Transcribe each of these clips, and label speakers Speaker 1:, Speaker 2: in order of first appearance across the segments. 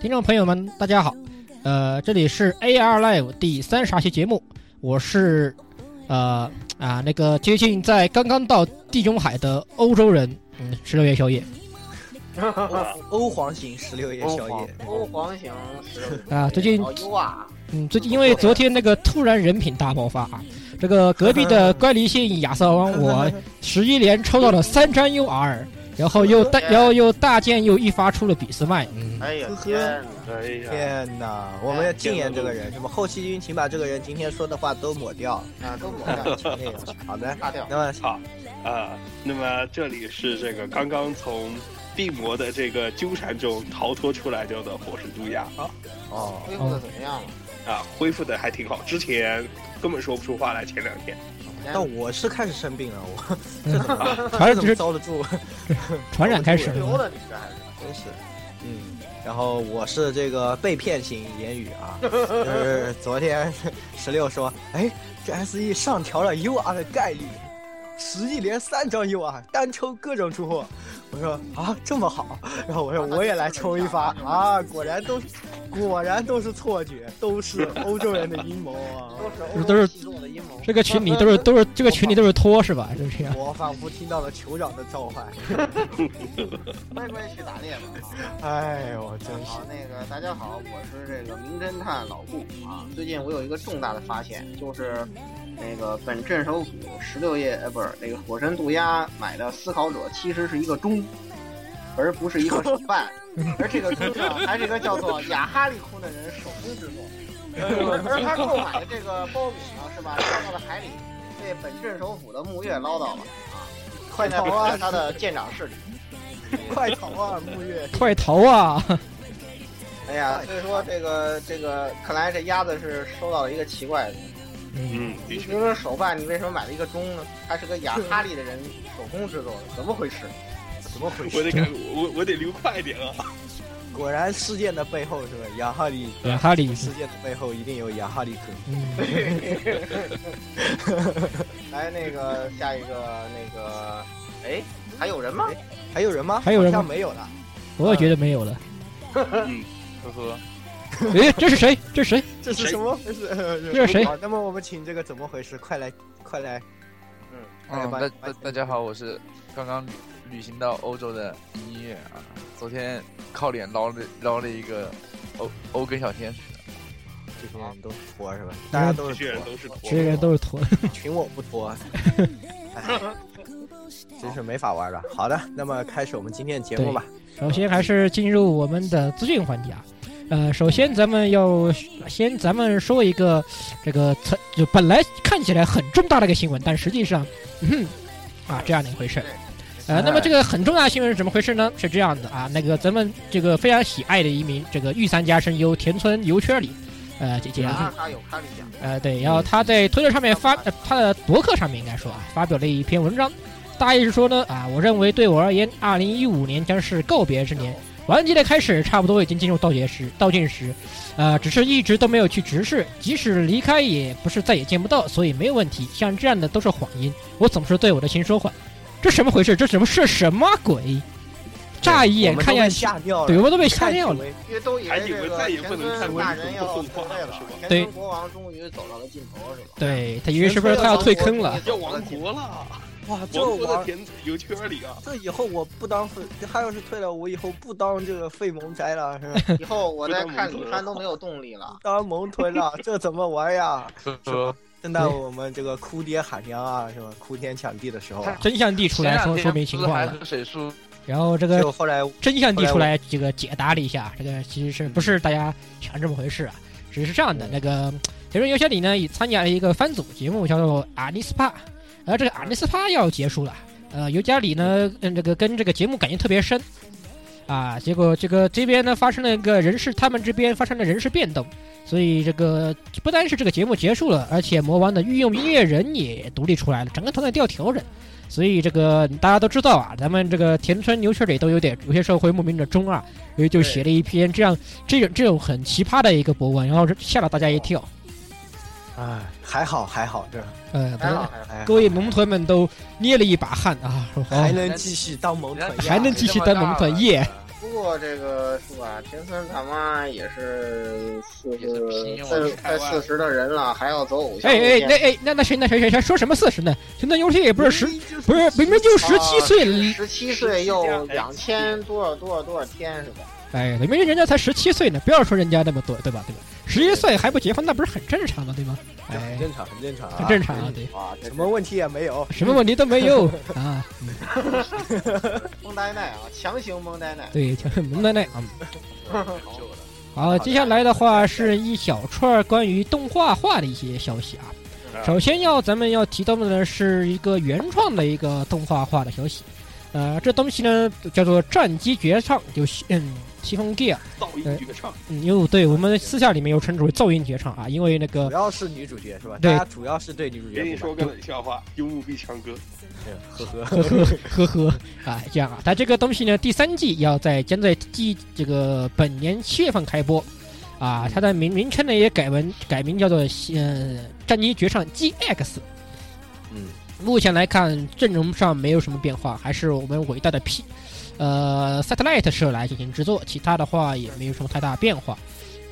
Speaker 1: 听众朋友们，大家好，呃，这里是 AR Live 第三十二期节目，我是呃啊那个接近在刚刚到地中海的欧洲人，嗯，十六夜宵夜
Speaker 2: 欧皇型十六夜宵 夜，
Speaker 3: 欧皇型石榴
Speaker 1: 啊，最近
Speaker 3: 好优啊，
Speaker 1: 嗯，最近因为昨天那个突然人品大爆发啊，这个隔壁的乖离性亚瑟王， 我十一连抽到了三张 UR，然后又 大，
Speaker 2: 哎
Speaker 1: 然后又大剑又一发出了俾斯麦，嗯，
Speaker 3: 哎呀
Speaker 2: 呵呵
Speaker 3: 天哪，
Speaker 4: 哎呀，
Speaker 2: 天哪！我们要禁言这个人，什么后期军，请把这个人今天说的话都抹掉。
Speaker 3: 啊都抹掉，
Speaker 2: 请那个好的，
Speaker 3: 擦掉，
Speaker 2: 那么
Speaker 4: 好啊！那么这里是这个刚刚从地魔的这个纠缠中逃脱出来的火神杜亚啊
Speaker 2: 哦，
Speaker 3: 恢复的怎么样了？
Speaker 4: 啊，恢复的还挺好，之前根本说不出话来，前两天
Speaker 2: 但我是开始生病了，我
Speaker 1: 嗯
Speaker 2: 这怎么
Speaker 1: 还
Speaker 2: 这
Speaker 1: 是
Speaker 2: 哎怎
Speaker 1: 就
Speaker 2: 么
Speaker 1: 是
Speaker 2: 遭得住？
Speaker 1: 传染开始
Speaker 3: 流
Speaker 1: 了，
Speaker 3: 的你这还是
Speaker 2: 真是，嗯。然后我是这个被骗型言语 啊，就是昨天十六说，哎，这 S E 上调了 U R 的概率，十亿连三张 U R，单抽各种出货。我说啊，这么好，然后我说我也来抽一发啊，果然都，果然都是错觉，都是欧洲人的阴谋啊。
Speaker 3: 都是欧
Speaker 1: 都是
Speaker 3: 洲系统的阴谋，
Speaker 1: 这个群里都是都是这个群里都是托是吧？就是这 样，
Speaker 2: 我仿佛听到了酋长的召唤，
Speaker 3: 乖乖去打猎吧。啊
Speaker 2: 哎呦，真是
Speaker 3: 好，那个大家好，我是这个名侦探老顾啊。最近我有一个重大的发现，就是那个本镇守府十六夜，呃，不是那个火神渡鸦买的思考者，其实是一个钟，而不是一个手办，而这个钟呢，还是一个叫做雅哈利库的人手工制作。而他购买的这个苞米呢，是吧，掉到了海里，被本镇守府的木月捞到了啊，
Speaker 2: 快
Speaker 3: 现在
Speaker 2: 逃
Speaker 3: 不在
Speaker 2: 啊！
Speaker 3: 他的舰长室里。
Speaker 2: 快逃啊！木月，
Speaker 1: 快逃啊！
Speaker 3: 哎呀，所以说这个这个，看来这鸭子是收到了一个奇怪的。
Speaker 1: 嗯，
Speaker 4: 嗯，
Speaker 3: 你
Speaker 4: 的
Speaker 3: 比
Speaker 4: 确
Speaker 3: 如说手办，你为什么买了一个钟呢？它是个雅哈利的人手工制作的，怎么回事？
Speaker 2: 怎么回
Speaker 4: 我
Speaker 2: 事？
Speaker 4: 得赶我我得溜快点啊！
Speaker 2: 果然事件的背后是吧？雅哈利
Speaker 1: 雅哈利，
Speaker 2: 世界的背后一定有雅哈利克。
Speaker 1: 嗯，
Speaker 3: 来，那个下一个那个，哎，还有人吗？
Speaker 2: 还有人吗？
Speaker 1: 还有人吗
Speaker 2: 好像没有了。
Speaker 1: 我也觉得没有了。
Speaker 4: 呵呵，
Speaker 1: 诶，这是谁？这是谁？
Speaker 2: 这是
Speaker 4: 谁
Speaker 2: 什么回事？
Speaker 1: 这是谁
Speaker 2: 好，那么我们请这个怎么回事？快来，快来。哎
Speaker 3: 嗯
Speaker 2: 快来
Speaker 5: 嗯，
Speaker 2: 吧，
Speaker 5: 大大大家好，我是刚刚旅旅行到欧洲的音乐啊，昨天靠脸捞了捞了一个欧欧根小天使，
Speaker 2: 这些人都是托是吧？大家都
Speaker 4: 这
Speaker 2: 是
Speaker 4: 些人
Speaker 2: 托，
Speaker 4: 都是驼
Speaker 1: 这些人都是托。
Speaker 2: 群我不托。 哎真是没法玩了。好的，那么开始我们今天的节目吧。
Speaker 1: 首先还是进入我们的资讯环节啊。呃，首先咱们要先咱们说一个这个曾就本来看起来很重大的一个新闻，但实际上，嗯哼、啊这样的一回事。
Speaker 3: 哎
Speaker 1: 呃，那么这个很重大的新闻是怎么回事呢？是这样的啊，那个咱们这个非常喜爱的一名这个御三家声优田村由圈里，呃姐姐啊
Speaker 3: 雅，哈有咖喱酱，
Speaker 1: 呃，对，然后他在推特上面发，呃、他的博客上面应该说啊，发表了一篇文章，大意是说呢，啊，我认为对我而言，二零一五年将是告别之年，顽疾的开始差不多已经进入倒计时，倒计时，呃，只是一直都没有去直视，即使离开也不是再也见不到，所以没有问题。像这样的都是谎言，我总是对我的心说谎，这什么回事？这什么是什么鬼？乍一眼看下
Speaker 2: 见
Speaker 1: 去，
Speaker 2: 吓掉了，
Speaker 1: 对我们都被
Speaker 2: 被
Speaker 1: 吓尿了。。
Speaker 3: 因为都以
Speaker 4: 还
Speaker 3: 为
Speaker 4: 以为
Speaker 3: 这个
Speaker 4: 再也
Speaker 3: 田
Speaker 4: 不能看
Speaker 3: 村
Speaker 4: 文
Speaker 3: 大
Speaker 4: 字
Speaker 3: 人
Speaker 4: 不
Speaker 3: 要
Speaker 4: 动
Speaker 3: 退
Speaker 4: 画
Speaker 3: 位
Speaker 4: 了
Speaker 3: 了
Speaker 4: 是吧，
Speaker 3: 田
Speaker 1: 对
Speaker 3: 村国王终于走到了尽头，是吧？
Speaker 1: 对他以为是不是他要退坑了？
Speaker 4: 要亡国了，
Speaker 2: 哇，这
Speaker 4: 亡国的
Speaker 2: 玩
Speaker 4: 田油圈里啊！
Speaker 2: 这以后我不当废，他要是退了，我以后不当这个废萌宅了，是吧？
Speaker 3: 以后我在看李帆都没有动力了
Speaker 2: 不。当萌 臀了，这怎么玩呀？
Speaker 5: 说
Speaker 2: 正当我们这个哭爹喊娘啊，是吧？哭天抢地的时候啊，
Speaker 1: 真相递出来说说明情况
Speaker 5: 还
Speaker 1: 了。
Speaker 5: 和水叔
Speaker 1: 然后这个
Speaker 2: 就后来嗯
Speaker 1: 真相递出来，这个解答了一下，这个其实是不是大家想这么回事啊？只是这样的，那个田中由千里呢，也参加了一个番组节目，叫做《阿尼斯帕》，而这个《阿尼斯帕》要结束了，呃，尤加里呢，嗯，这个跟这个节目感情特别深，啊，结果这个这边呢发生了一个人事，他们这边发生了人事变动，所以这个不单是这个节目结束了，而且魔王的御用音乐人也独立出来了，整个团队都要调整。所以这个大家都知道啊，咱们这个田村牛圈里都有点有些时候会莫名的中二，所以就写了一篇这样这种这种很奇葩的一个博文，然后吓了大家一跳。
Speaker 2: 哎，还好还好，这
Speaker 1: 呃，
Speaker 3: 还好
Speaker 1: 各
Speaker 3: 还好，
Speaker 2: 哎
Speaker 1: 各位萌臀们都捏了一把汗啊，说
Speaker 2: 还
Speaker 1: 哦
Speaker 2: 能继续当萌臀呀，
Speaker 1: 还能继续当萌臀耶，
Speaker 3: 不过这个是吧？田村大妈也是四
Speaker 5: 也是拼
Speaker 3: 十，
Speaker 5: 啊了
Speaker 3: 快快四十的人了，还要走偶像
Speaker 1: 哎
Speaker 3: 路
Speaker 1: 哎，
Speaker 3: 线
Speaker 1: 那哎那那谁那谁谁谁说什么四十呢？神盾游戏也不
Speaker 3: 嗯
Speaker 1: 是十，不是明明就十七岁，
Speaker 3: 十七岁又两千多少多少多少天是吧？
Speaker 1: 哎，明明人家才十七岁呢，不要说人家那么多，对吧？对吧？十一岁还不结婚，那不是很正常吗？对吗？
Speaker 2: 这很
Speaker 1: 哎，
Speaker 2: 正常，很正常啊，
Speaker 1: 很正常啊，对，
Speaker 3: 啊，这
Speaker 2: 什么问题也没有。
Speaker 1: 什么问题都没有啊。
Speaker 3: 蒙呆奶啊，强行蒙呆奶。
Speaker 1: 对，挺萌的那啊。
Speaker 5: 救了。
Speaker 1: 好，接下来的话是一小串儿关于动画化的一些消息啊。
Speaker 4: 嗯
Speaker 1: 首先要咱们要提到的呢是一个原创的一个动画化的消息，呃，这东西呢叫做《战机绝唱》，就嗯西风 gear，
Speaker 4: 噪音绝唱，
Speaker 1: 嗯，又对我们私下里面又称之为噪音绝唱啊，因为那
Speaker 2: 主
Speaker 1: 个
Speaker 2: 要是女主角是吧？
Speaker 1: 对
Speaker 2: 大家主要是对女主角
Speaker 4: 给你
Speaker 2: 不
Speaker 4: 说
Speaker 2: 满，
Speaker 4: 个冷笑话，幽默必强哥，
Speaker 2: 呵呵，
Speaker 1: 呵呵呵呵啊这样啊，它这个东西呢第三季要在将在季这个本年七月份开播，啊，它的名名称呢也改文改名叫做呃战机绝唱 GX。
Speaker 2: 嗯，
Speaker 1: 目前来看，阵容上没有什么变化，还是我们伟大的 P，呃，Satellite 社来进行制作，其他的话也没有什么太大变化。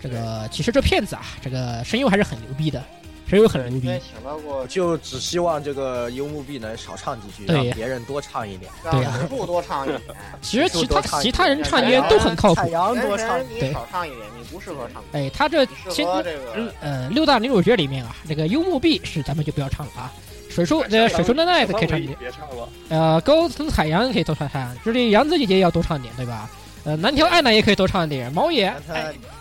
Speaker 1: 这个其实这片子啊，这个声优还是很牛逼的，声优很牛
Speaker 3: 因
Speaker 1: 逼
Speaker 3: 为。请到过
Speaker 2: 就只希望这个幽木碧能少唱几句，
Speaker 1: 对
Speaker 2: 让别人多唱一点。
Speaker 1: 对
Speaker 3: 让
Speaker 1: 啊
Speaker 3: 石柱多唱 一点，
Speaker 1: 其实
Speaker 2: 就
Speaker 1: 其
Speaker 2: 多
Speaker 1: 他
Speaker 2: 唱一
Speaker 1: 其
Speaker 2: 点
Speaker 1: 他人唱音都很靠谱
Speaker 2: 海。洋多唱
Speaker 3: 人你少唱一点，你不适合唱，
Speaker 1: 哎，他这
Speaker 3: 你适
Speaker 1: 先
Speaker 3: 合这个
Speaker 1: 呃六大女主角里面啊，这个幽默碧是咱们就不要唱了啊。水树呃水树奈奈可以唱一点，
Speaker 4: 别唱了，
Speaker 1: 呃高层海洋可以多唱唱，这里杨子姐姐要多唱点对吧？呃南条爱呢也可以多唱点，毛野
Speaker 2: 让他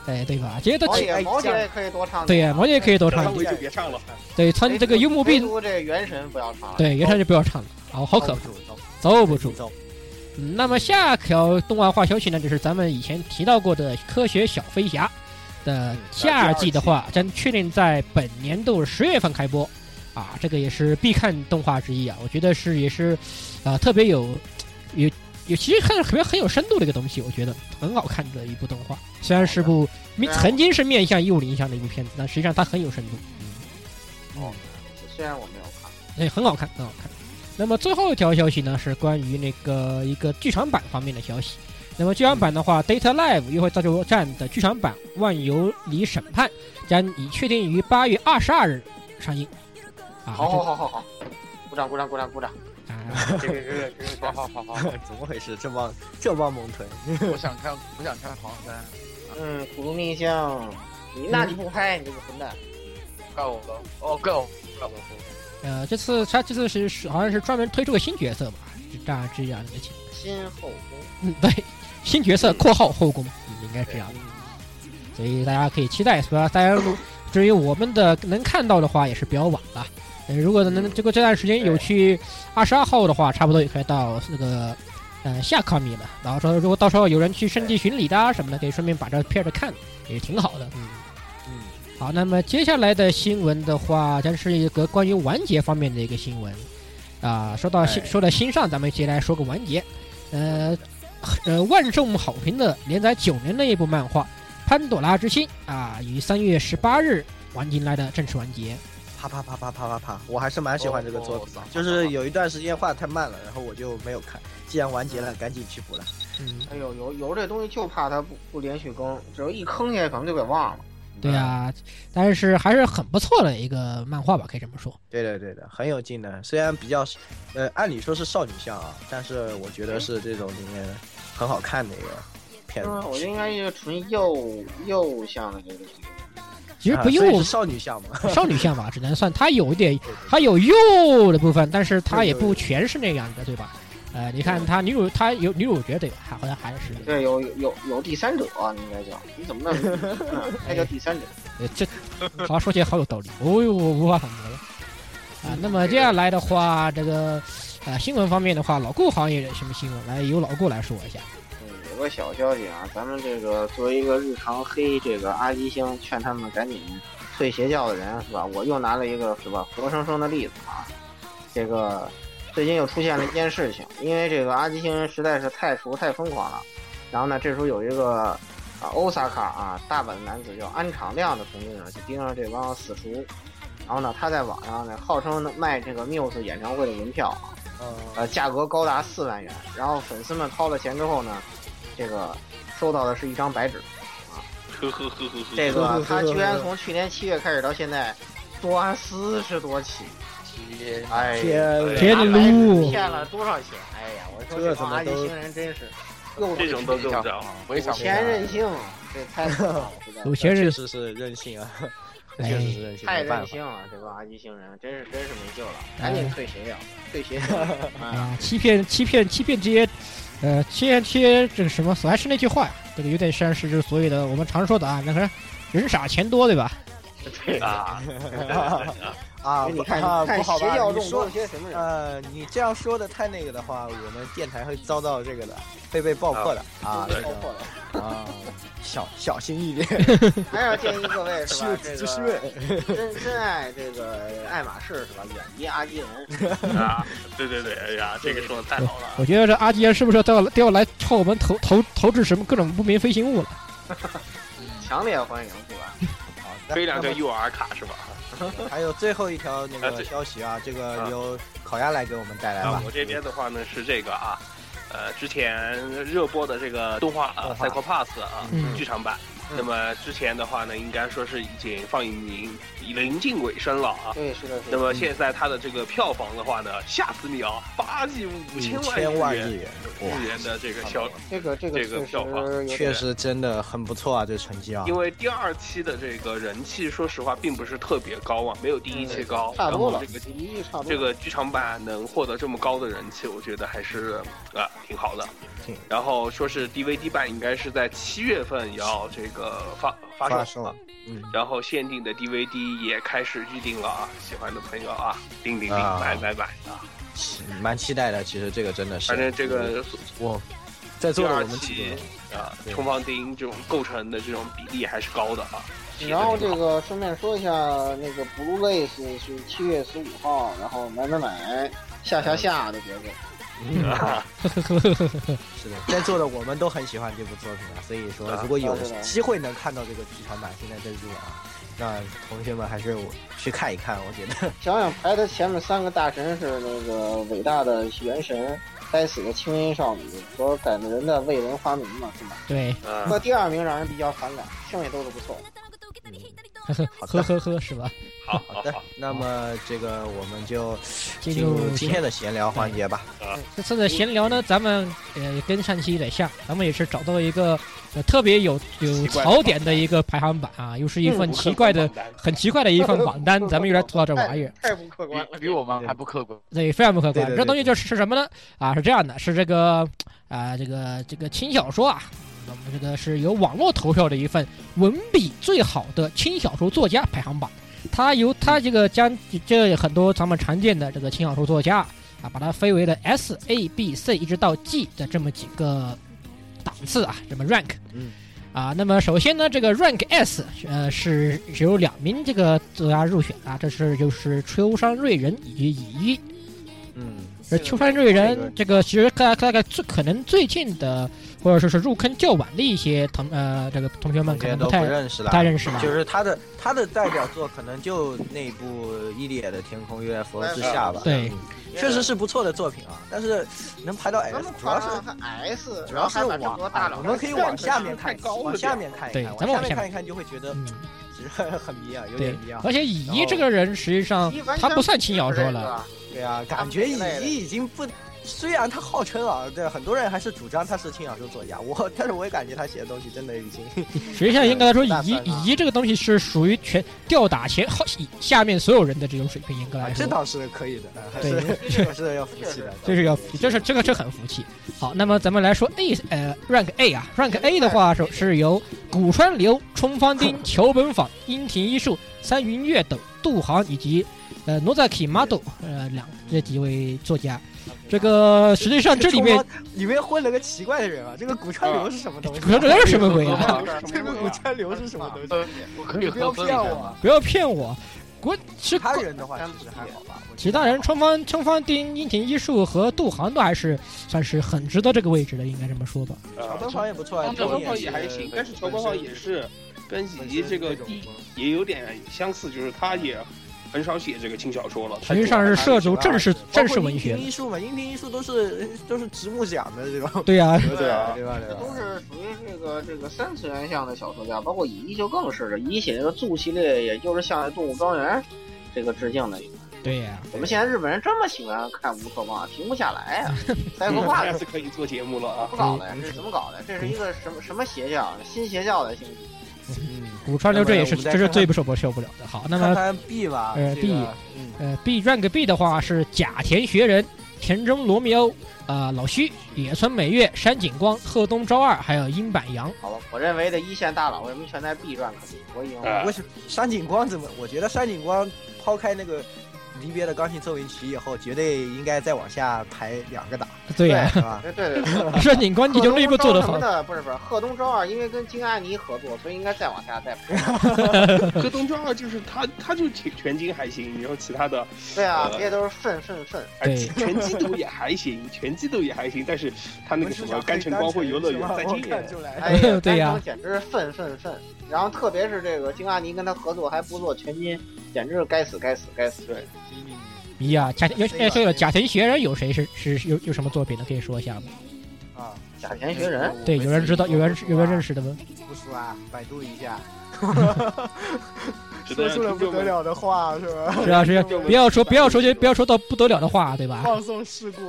Speaker 1: 哎，对吧？这些都
Speaker 3: 毛
Speaker 1: 对
Speaker 3: 姐，毛姐也可以多唱点。啊
Speaker 1: 呀，毛姐也可以多
Speaker 4: 上
Speaker 1: 唱。
Speaker 4: 回就别唱了，
Speaker 1: 对，穿这个幽默
Speaker 3: 唯
Speaker 1: 病，
Speaker 3: 独这元神不要唱了。
Speaker 1: 对，原唱就不要唱了，好好可怕，
Speaker 2: 遭不住，
Speaker 1: 遭
Speaker 2: 遭
Speaker 1: 不
Speaker 2: 住
Speaker 1: 住。
Speaker 2: 遭不住
Speaker 1: 嗯那么下条动画化消息呢，就是咱们以前提到过的《科学小飞侠》的夏季的话，将确定在本年度十月份开播。啊，这个也是必看动画之一啊，我觉得是也是，啊、特别有有有，其实看着特别很有深度的一个东西，我觉得很好看的一部动画。虽然是部面曾经是面向幼龄向的一部片子，但实际上它很有深度。
Speaker 3: 虽然我没有看，
Speaker 1: 对，哎很好看，很好看。那么最后一条消息呢，是关于那个一个剧场版方面的消息。那么剧场版的话、d a t a Live 又会大作战的剧场版《万有里审判》将已确定于八月二十二日上映。啊，
Speaker 3: 好好好好好，鼓掌鼓掌鼓掌鼓掌。
Speaker 1: 这啊，
Speaker 4: 这个这个这
Speaker 5: 好
Speaker 4: 个
Speaker 5: 好好好，
Speaker 2: 怎么回事？这帮这帮萌豚，
Speaker 5: 我想看，我想看黄山，
Speaker 3: 嗯，苦读命香，你那你不拍，你这个混蛋。
Speaker 5: 怪我了，哦，怪我，怪我，
Speaker 1: 呃，这次他这次是是好像是专门推出个新角色吧，是这样这样的一个情况。
Speaker 3: 新后宫，
Speaker 1: 嗯， 对，新角色（括号后宫）应该是这样的，所以大家可以期待，是吧？大家如至于我们的能看到的话，也是比较晚了。呃，如果能这个这段时间有去二十二号的话，差不多也可以到那个呃下康米了。然后说，如果到时候有人去圣地巡礼的啊什么的，可以顺便把这片儿看，也挺好的。嗯
Speaker 2: 嗯，
Speaker 1: 好，那么接下来的新闻的话，将是一个关于完结方面的一个新闻。啊，说到新，
Speaker 2: 哎
Speaker 1: 说到新上，咱们接下来说个完结。呃，呃，万众好评的连载九年的一部漫画《潘朵拉之心》啊，于三月十八日完迎来的正式完结。
Speaker 2: 啪啪啪啪啪啪啪，我还是蛮喜欢这个作品的
Speaker 5: 哦哦哦，
Speaker 2: 就是有一段时间画得太慢了，然后我就没有看。既然完结了，赶紧去补了。
Speaker 1: 嗯，
Speaker 3: 哎呦，有有这东西就怕它不不连续更，只要一坑下去可能就给忘了。
Speaker 1: 对啊，但是还是很不错的一个漫画吧，可以这么说。
Speaker 2: 对的，对的，很有劲的。虽然比较，呃，按理说是少女向啊，但是我觉得是这种里面很好看的一个片子。
Speaker 3: 嗯，我觉得应该是一个纯幼幼向的这个东西。
Speaker 1: 其实不
Speaker 2: 啊所以
Speaker 1: 幼
Speaker 2: 是少女向嘛。
Speaker 1: 少女向吧，只能算它有一点
Speaker 2: 对，
Speaker 1: 它有幼的部分，但是它
Speaker 2: 对
Speaker 1: 也
Speaker 2: 对
Speaker 1: 不
Speaker 2: 对
Speaker 1: 全是那样的，对吧？呃，你看它女主，它有女主角对吧？好像还是
Speaker 3: 对，有有有有第三者、你应该叫，你怎么 那么嗯那叫第三者？
Speaker 1: 呃，这好说起来好有道理，哦呦，我无法反驳了。啊，
Speaker 2: 嗯
Speaker 1: 那么接下来的话，这个呃新闻方面的话，老顾行业有什么新闻？来由老顾来说一下。
Speaker 3: 嗯，有个小消息啊，咱们这个作为一个日常黑这个阿基星，劝他们赶紧退邪教的人是吧？我又拿了一个是吧活生生的例子啊，这个最近又出现了一件事情，因为这个阿基星实在是太熟太疯狂了，然后呢，这时候有一个啊欧萨卡啊大阪的男子叫安长亮的同志呢，就盯上这帮死厨，然后呢，他在网上呢号称卖这个 Muse 演唱会的门票
Speaker 1: 哎
Speaker 3: 啊。
Speaker 2: 嗯
Speaker 3: 呃，价格高达四万元。然后粉丝们掏了钱之后呢，这个收到的是一张白纸。
Speaker 2: 嗯
Speaker 4: 呵呵呵呵呵，
Speaker 3: 这
Speaker 2: 呵
Speaker 3: 个
Speaker 2: 呵
Speaker 3: 他
Speaker 2: 呵呵
Speaker 3: 居然从去年七月开始到现在，抓四十多起，
Speaker 5: 天啊，
Speaker 3: 哎，
Speaker 2: 天
Speaker 1: 天撸
Speaker 3: 骗了多少钱？哎呀，我说
Speaker 2: 这
Speaker 3: 帮
Speaker 2: 怎么
Speaker 3: 阿姨
Speaker 2: 都
Speaker 3: 星人真是又
Speaker 4: 这种都中 招，
Speaker 5: 我也
Speaker 3: 有
Speaker 5: 想不
Speaker 3: 钱
Speaker 5: 到
Speaker 3: 任性，这太可怕 了，实在
Speaker 1: 有
Speaker 3: 是
Speaker 1: 钱
Speaker 2: 确
Speaker 1: 人
Speaker 2: 实是任性啊， 确实
Speaker 1: 哎，
Speaker 2: 是任性，
Speaker 3: 太
Speaker 2: 没
Speaker 3: 任
Speaker 2: 办法。
Speaker 3: 性了，这帮阿姨星人真是真是没救了，赶紧
Speaker 1: 哎
Speaker 3: 退学呀，退学 呀！
Speaker 1: 哎呀，欺骗欺骗欺骗这些，呃，欺骗这些这个什么，所还是那句话，这个有点像是就是所谓的我们常说的啊，那个人傻钱多，对吧？
Speaker 3: 对
Speaker 4: 啊！
Speaker 2: 啊，
Speaker 3: 哎你
Speaker 2: 不
Speaker 3: 看，
Speaker 2: 啊
Speaker 3: 你看
Speaker 2: 不好
Speaker 3: 邪
Speaker 2: 吧？
Speaker 3: 教
Speaker 2: 你
Speaker 3: 中都
Speaker 2: 说
Speaker 3: 有些什么人？
Speaker 2: 呃，你这样说的太那个的话，我们电台会遭到这个的，会被爆破的啊
Speaker 3: 都是包括的
Speaker 2: 啊，小小心一点，
Speaker 3: 还要建议各位是吧这
Speaker 2: 是？滋
Speaker 3: 个
Speaker 2: 润。
Speaker 3: 真真爱这个爱马仕是吧？远离阿基人。
Speaker 4: 啊，对对对，哎呀，这个说的太好了。
Speaker 1: 我觉得这阿杰是不是都要都要来朝我们投投投掷什么各种不明飞行物了？
Speaker 3: 强烈欢迎，对吧？
Speaker 2: 好那
Speaker 4: 啊飞两张
Speaker 2: 那
Speaker 4: UR 卡是吧？
Speaker 2: 么还有最后一条那个
Speaker 4: 啊对
Speaker 2: 消息啊，这个
Speaker 4: 啊
Speaker 2: 由烤鸭来给我们带来
Speaker 4: 啊
Speaker 2: 吧，。
Speaker 4: 我这边的话呢是这个啊，呃，之前热播的这个动画
Speaker 2: 动
Speaker 4: 啊《
Speaker 2: 画
Speaker 4: Psycho Pass》啊
Speaker 1: 嗯，
Speaker 4: 剧场版。
Speaker 3: 嗯
Speaker 4: 那么之前的话呢，应该说是已经放映临临近尾声了啊。
Speaker 3: 对，是的，是
Speaker 4: 那
Speaker 3: 的。
Speaker 4: 么现在它的这个票房的话呢，吓死你啊！八亿五千
Speaker 2: 千
Speaker 4: 万
Speaker 2: 万
Speaker 4: 日元
Speaker 2: 日元，哇
Speaker 4: 日元的这个销，
Speaker 3: 这个这个
Speaker 4: 这
Speaker 3: 确
Speaker 4: 个
Speaker 3: 实
Speaker 4: 票房
Speaker 3: 有点
Speaker 2: 确实真的很不错啊，这成绩啊
Speaker 4: 因。为第二期的这个人气，说实话并不是特别高啊，没有第一期高。
Speaker 3: 嗯差不
Speaker 4: 然
Speaker 3: 多
Speaker 4: 后
Speaker 3: 了
Speaker 4: 这个，
Speaker 3: 一亿差不多。
Speaker 4: 这个剧场版能获得这么高的人气，我觉得还是啊、挺好的
Speaker 2: 挺。
Speaker 4: 然后说是 DVD 版应该是在七月份要这个发发售
Speaker 2: 发售
Speaker 4: 啊，
Speaker 2: 嗯
Speaker 4: 然后限定的 DVD 也开始预定了啊，喜欢的朋友啊，订订订，
Speaker 2: 啊
Speaker 4: 买买买啊！
Speaker 2: 期蛮期待的。其实这个真的是，
Speaker 4: 反正这个
Speaker 2: 我在
Speaker 4: 第
Speaker 2: 座的
Speaker 4: 二
Speaker 2: 我们几个
Speaker 4: 期
Speaker 2: 人
Speaker 4: 啊
Speaker 2: 对，
Speaker 4: 冲锋钉这种构成的这种比例还是高的啊。
Speaker 3: 然后这个顺便说一下，那个 Blue Lace 是七月十五号，然后买买买，下下下的节奏。
Speaker 4: 啊
Speaker 2: 是的，在座的我们都很喜欢这部作品啊，所以说
Speaker 4: 啊
Speaker 2: 如果有
Speaker 3: 当然了
Speaker 2: 机会能看到这个剧场版现在在热啊，那同学们还是我去看一看，我觉得
Speaker 3: 想想排他前面三个大神是那个伟大的元神、该死的青音少女和改人的为人发明嘛，是吧？
Speaker 1: 对，
Speaker 4: 啊
Speaker 3: 那第二名让人比较反感，剩下都是不错。
Speaker 1: 呵呵
Speaker 2: 好
Speaker 1: 呵呵
Speaker 2: 的
Speaker 1: 呵，是吧？
Speaker 4: 好
Speaker 2: 好
Speaker 4: 好
Speaker 2: 的
Speaker 4: 好，。
Speaker 2: 那么这个我们就
Speaker 1: 进
Speaker 2: 进
Speaker 1: 入
Speaker 2: 入今天的闲聊环节吧。
Speaker 1: 这次的闲聊呢，咱们呃也跟上期有点像，咱们也是找到一个呃特别有有
Speaker 4: 奇怪的嗯
Speaker 1: 槽点的一个排行榜啊，又是一份奇怪的、很奇怪的一份榜单，咱们又来吐槽这玩意儿，
Speaker 3: 太不客观了
Speaker 5: 比。比我们还不客观，
Speaker 1: 对，非常不客观。
Speaker 2: 对对对
Speaker 1: 这东西就是是什么呢？啊，是这样的，是这个啊、这个这个轻小说啊，我们这个是由网络投票的一份文笔最好的轻小说作家排行榜，它由它这个将这很多咱们常见的这个轻小说作家啊，把它分为了 S、A、B、C 一直到 G 的这么几个档次啊，这么 rank。
Speaker 2: 嗯。
Speaker 1: 啊，那么首先呢，这个 rank S，呃，是只有两名这个作家入选啊，这是就是秋山瑞人以及乙一
Speaker 2: 嗯，
Speaker 1: 而秋山瑞人这个其实大大概最可能最近的，或者说是入坑较晚的一些同呃这个同学们
Speaker 2: 同
Speaker 1: 可
Speaker 2: 学
Speaker 1: 能
Speaker 2: 都
Speaker 1: 不
Speaker 2: 不
Speaker 1: 太
Speaker 2: 认识
Speaker 1: 不
Speaker 2: 了
Speaker 1: 太。认识了。
Speaker 2: 就是他的他的代表作可能就那部《伊利亚的天空 UFO 之下》吧，
Speaker 1: 对
Speaker 2: 嗯，确实是不错的作品啊，但是能排到 S，
Speaker 3: 咱们
Speaker 2: 主要是
Speaker 3: 还 S，
Speaker 2: 主要是
Speaker 3: 然后还把这么多
Speaker 2: 往，
Speaker 3: 大佬，
Speaker 2: 我们可以往下面看
Speaker 3: 太，高了
Speaker 2: 往下面看一
Speaker 1: 对
Speaker 2: 看，
Speaker 1: 咱们往
Speaker 2: 下
Speaker 1: 下面
Speaker 2: 看一看就会觉得
Speaker 1: 嗯，
Speaker 2: 其实很迷啊，有
Speaker 1: 对
Speaker 2: 点迷啊。
Speaker 1: 而且乙一这个人实际上
Speaker 3: 一般
Speaker 1: 他不算轻小说了，
Speaker 2: 对啊，感觉已经已经不，虽然他号称啊，对很多人还是主张他是轻小说作家，我 但是我也感觉他写的东西真的已经
Speaker 1: 实际上应该来说
Speaker 2: 那
Speaker 1: 乙一
Speaker 2: 算了
Speaker 1: 乙一这个东西是属于全吊打前后以下面所有人的这种水平，应该来
Speaker 2: 啊这
Speaker 1: 说。
Speaker 2: 倒是可以的，啊还
Speaker 1: 对
Speaker 2: 是这个是要服气 的，
Speaker 1: 这是要，这是这个是很服气。好，那么咱们来说 A 呃 rank A 啊，rank A 的话是是由古川流、冲方丁、桥本坊、樱庭一树、三云月等、杜航以及呃 Nozaki Mado 呃两这几位作家。这个实际上这里面
Speaker 2: 中国里面混了个奇怪的人啊，这个古川流是什么东西？
Speaker 1: 古川流是什么鬼啊？
Speaker 2: 这个古川流是什么东西？
Speaker 5: 我可以
Speaker 2: 你不要啊
Speaker 5: 合
Speaker 2: 骗
Speaker 5: 理的
Speaker 2: 我。
Speaker 1: 不要骗我，国是
Speaker 2: 其他人的话其实还好吧，我觉得
Speaker 1: 其他人冲方冲方丁、樱庭一树和杜航都还是算是很值得这个位置的，应该这么说吧。
Speaker 2: 小奔跑也不错啊，
Speaker 4: 桥本坊也还行，但是桥本坊也是跟
Speaker 2: 本身
Speaker 4: 乙一这个
Speaker 2: 本身
Speaker 4: 地
Speaker 2: 种
Speaker 4: 也有点相似，就是他也很少写这个轻小说了。
Speaker 1: 实际上是涉足正式
Speaker 2: 包括
Speaker 1: 正式文学
Speaker 2: 音频
Speaker 1: 的。
Speaker 2: 艺术嘛，音频艺术都是都是直木奖的这种，
Speaker 1: 对呀、
Speaker 4: 对啊
Speaker 2: 对吧？
Speaker 3: 这
Speaker 2: 对吧
Speaker 3: 都？是属于这个这个三次元向的小说家，包括乙一就更是了。乙一写这个 zoo 系列，也就是向《动物庄园》这个致敬的。
Speaker 1: 对呀、
Speaker 3: 怎么现在日本人这么喜欢看乌托邦啊？停不下来 呀、啊！赛博化
Speaker 4: 下
Speaker 3: 是
Speaker 4: 次可以做节目了啊！
Speaker 3: 怎么搞的？这是怎么搞的？这是一个什么什么邪教？新邪教的兴起？
Speaker 4: 嗯
Speaker 1: 古川流这也是，
Speaker 2: 那么我们再
Speaker 1: 这是
Speaker 2: 看看
Speaker 1: 最不受不受不了的。好， 那
Speaker 2: 看
Speaker 1: 么
Speaker 2: 看 B 吧，
Speaker 1: 呃
Speaker 2: 这个
Speaker 1: B
Speaker 2: 嗯，
Speaker 1: 呃，B rank B 的话是甲田学人、田中罗密欧、啊、老须、野村美月、山井光、贺东昭二，还有樱坂洋。
Speaker 3: 好吧，我认为的一线大佬为什么全在 B 转坑？我已经
Speaker 4: 啊
Speaker 2: 我想山井光怎么？我觉得山井光抛开那个离别的钢琴奏鸣曲以后，绝对应该再往下排两个档，
Speaker 1: 对呀、
Speaker 2: 是吧？
Speaker 3: 对对 对，
Speaker 1: 山井光你就内部做得好。
Speaker 3: 的不是不是，贺东昭啊，因为跟金安妮合作，所以应该再往下再排。
Speaker 4: 柯东庄二啊就是他，他就全全金还行，然后其他的
Speaker 3: 对
Speaker 2: 呃
Speaker 3: 啊，别都是粪粪 粪。
Speaker 4: 哎
Speaker 1: 对
Speaker 4: 全季度也还行，全季度也还行，但是他 那
Speaker 2: 我
Speaker 4: 个
Speaker 2: 只
Speaker 4: 什么
Speaker 2: 想
Speaker 4: 甘
Speaker 2: 可以
Speaker 4: 城光辉游乐
Speaker 2: 是
Speaker 4: 园
Speaker 2: 吧
Speaker 4: 在
Speaker 2: 我
Speaker 4: 今
Speaker 2: 看
Speaker 4: 年，
Speaker 2: 出来
Speaker 3: 哎呀，
Speaker 1: 对呀
Speaker 3: 单程简直是愤愤愤！然后特别是这个金阿尼跟他合作还不做全金，简直是该死该死该死！
Speaker 4: 对，
Speaker 1: 咦呀，甲田，哎，对了，甲田学人有谁是是有有什么作品的可以说一下吗？
Speaker 2: 啊，
Speaker 3: 假田学人，
Speaker 1: 对，有人知道，有人有人认
Speaker 2: 识？
Speaker 1: 识的吗？
Speaker 2: 不说啊，百度一下，
Speaker 4: 值得
Speaker 2: 说
Speaker 4: 让
Speaker 2: 出了
Speaker 4: 听
Speaker 2: 不
Speaker 4: 众
Speaker 2: 得
Speaker 4: 们
Speaker 2: 了的话是吧？
Speaker 1: 是啊，是啊，
Speaker 4: 就我
Speaker 1: 不要说不要说就不要说到不得了的话，对吧？
Speaker 2: 放送事故，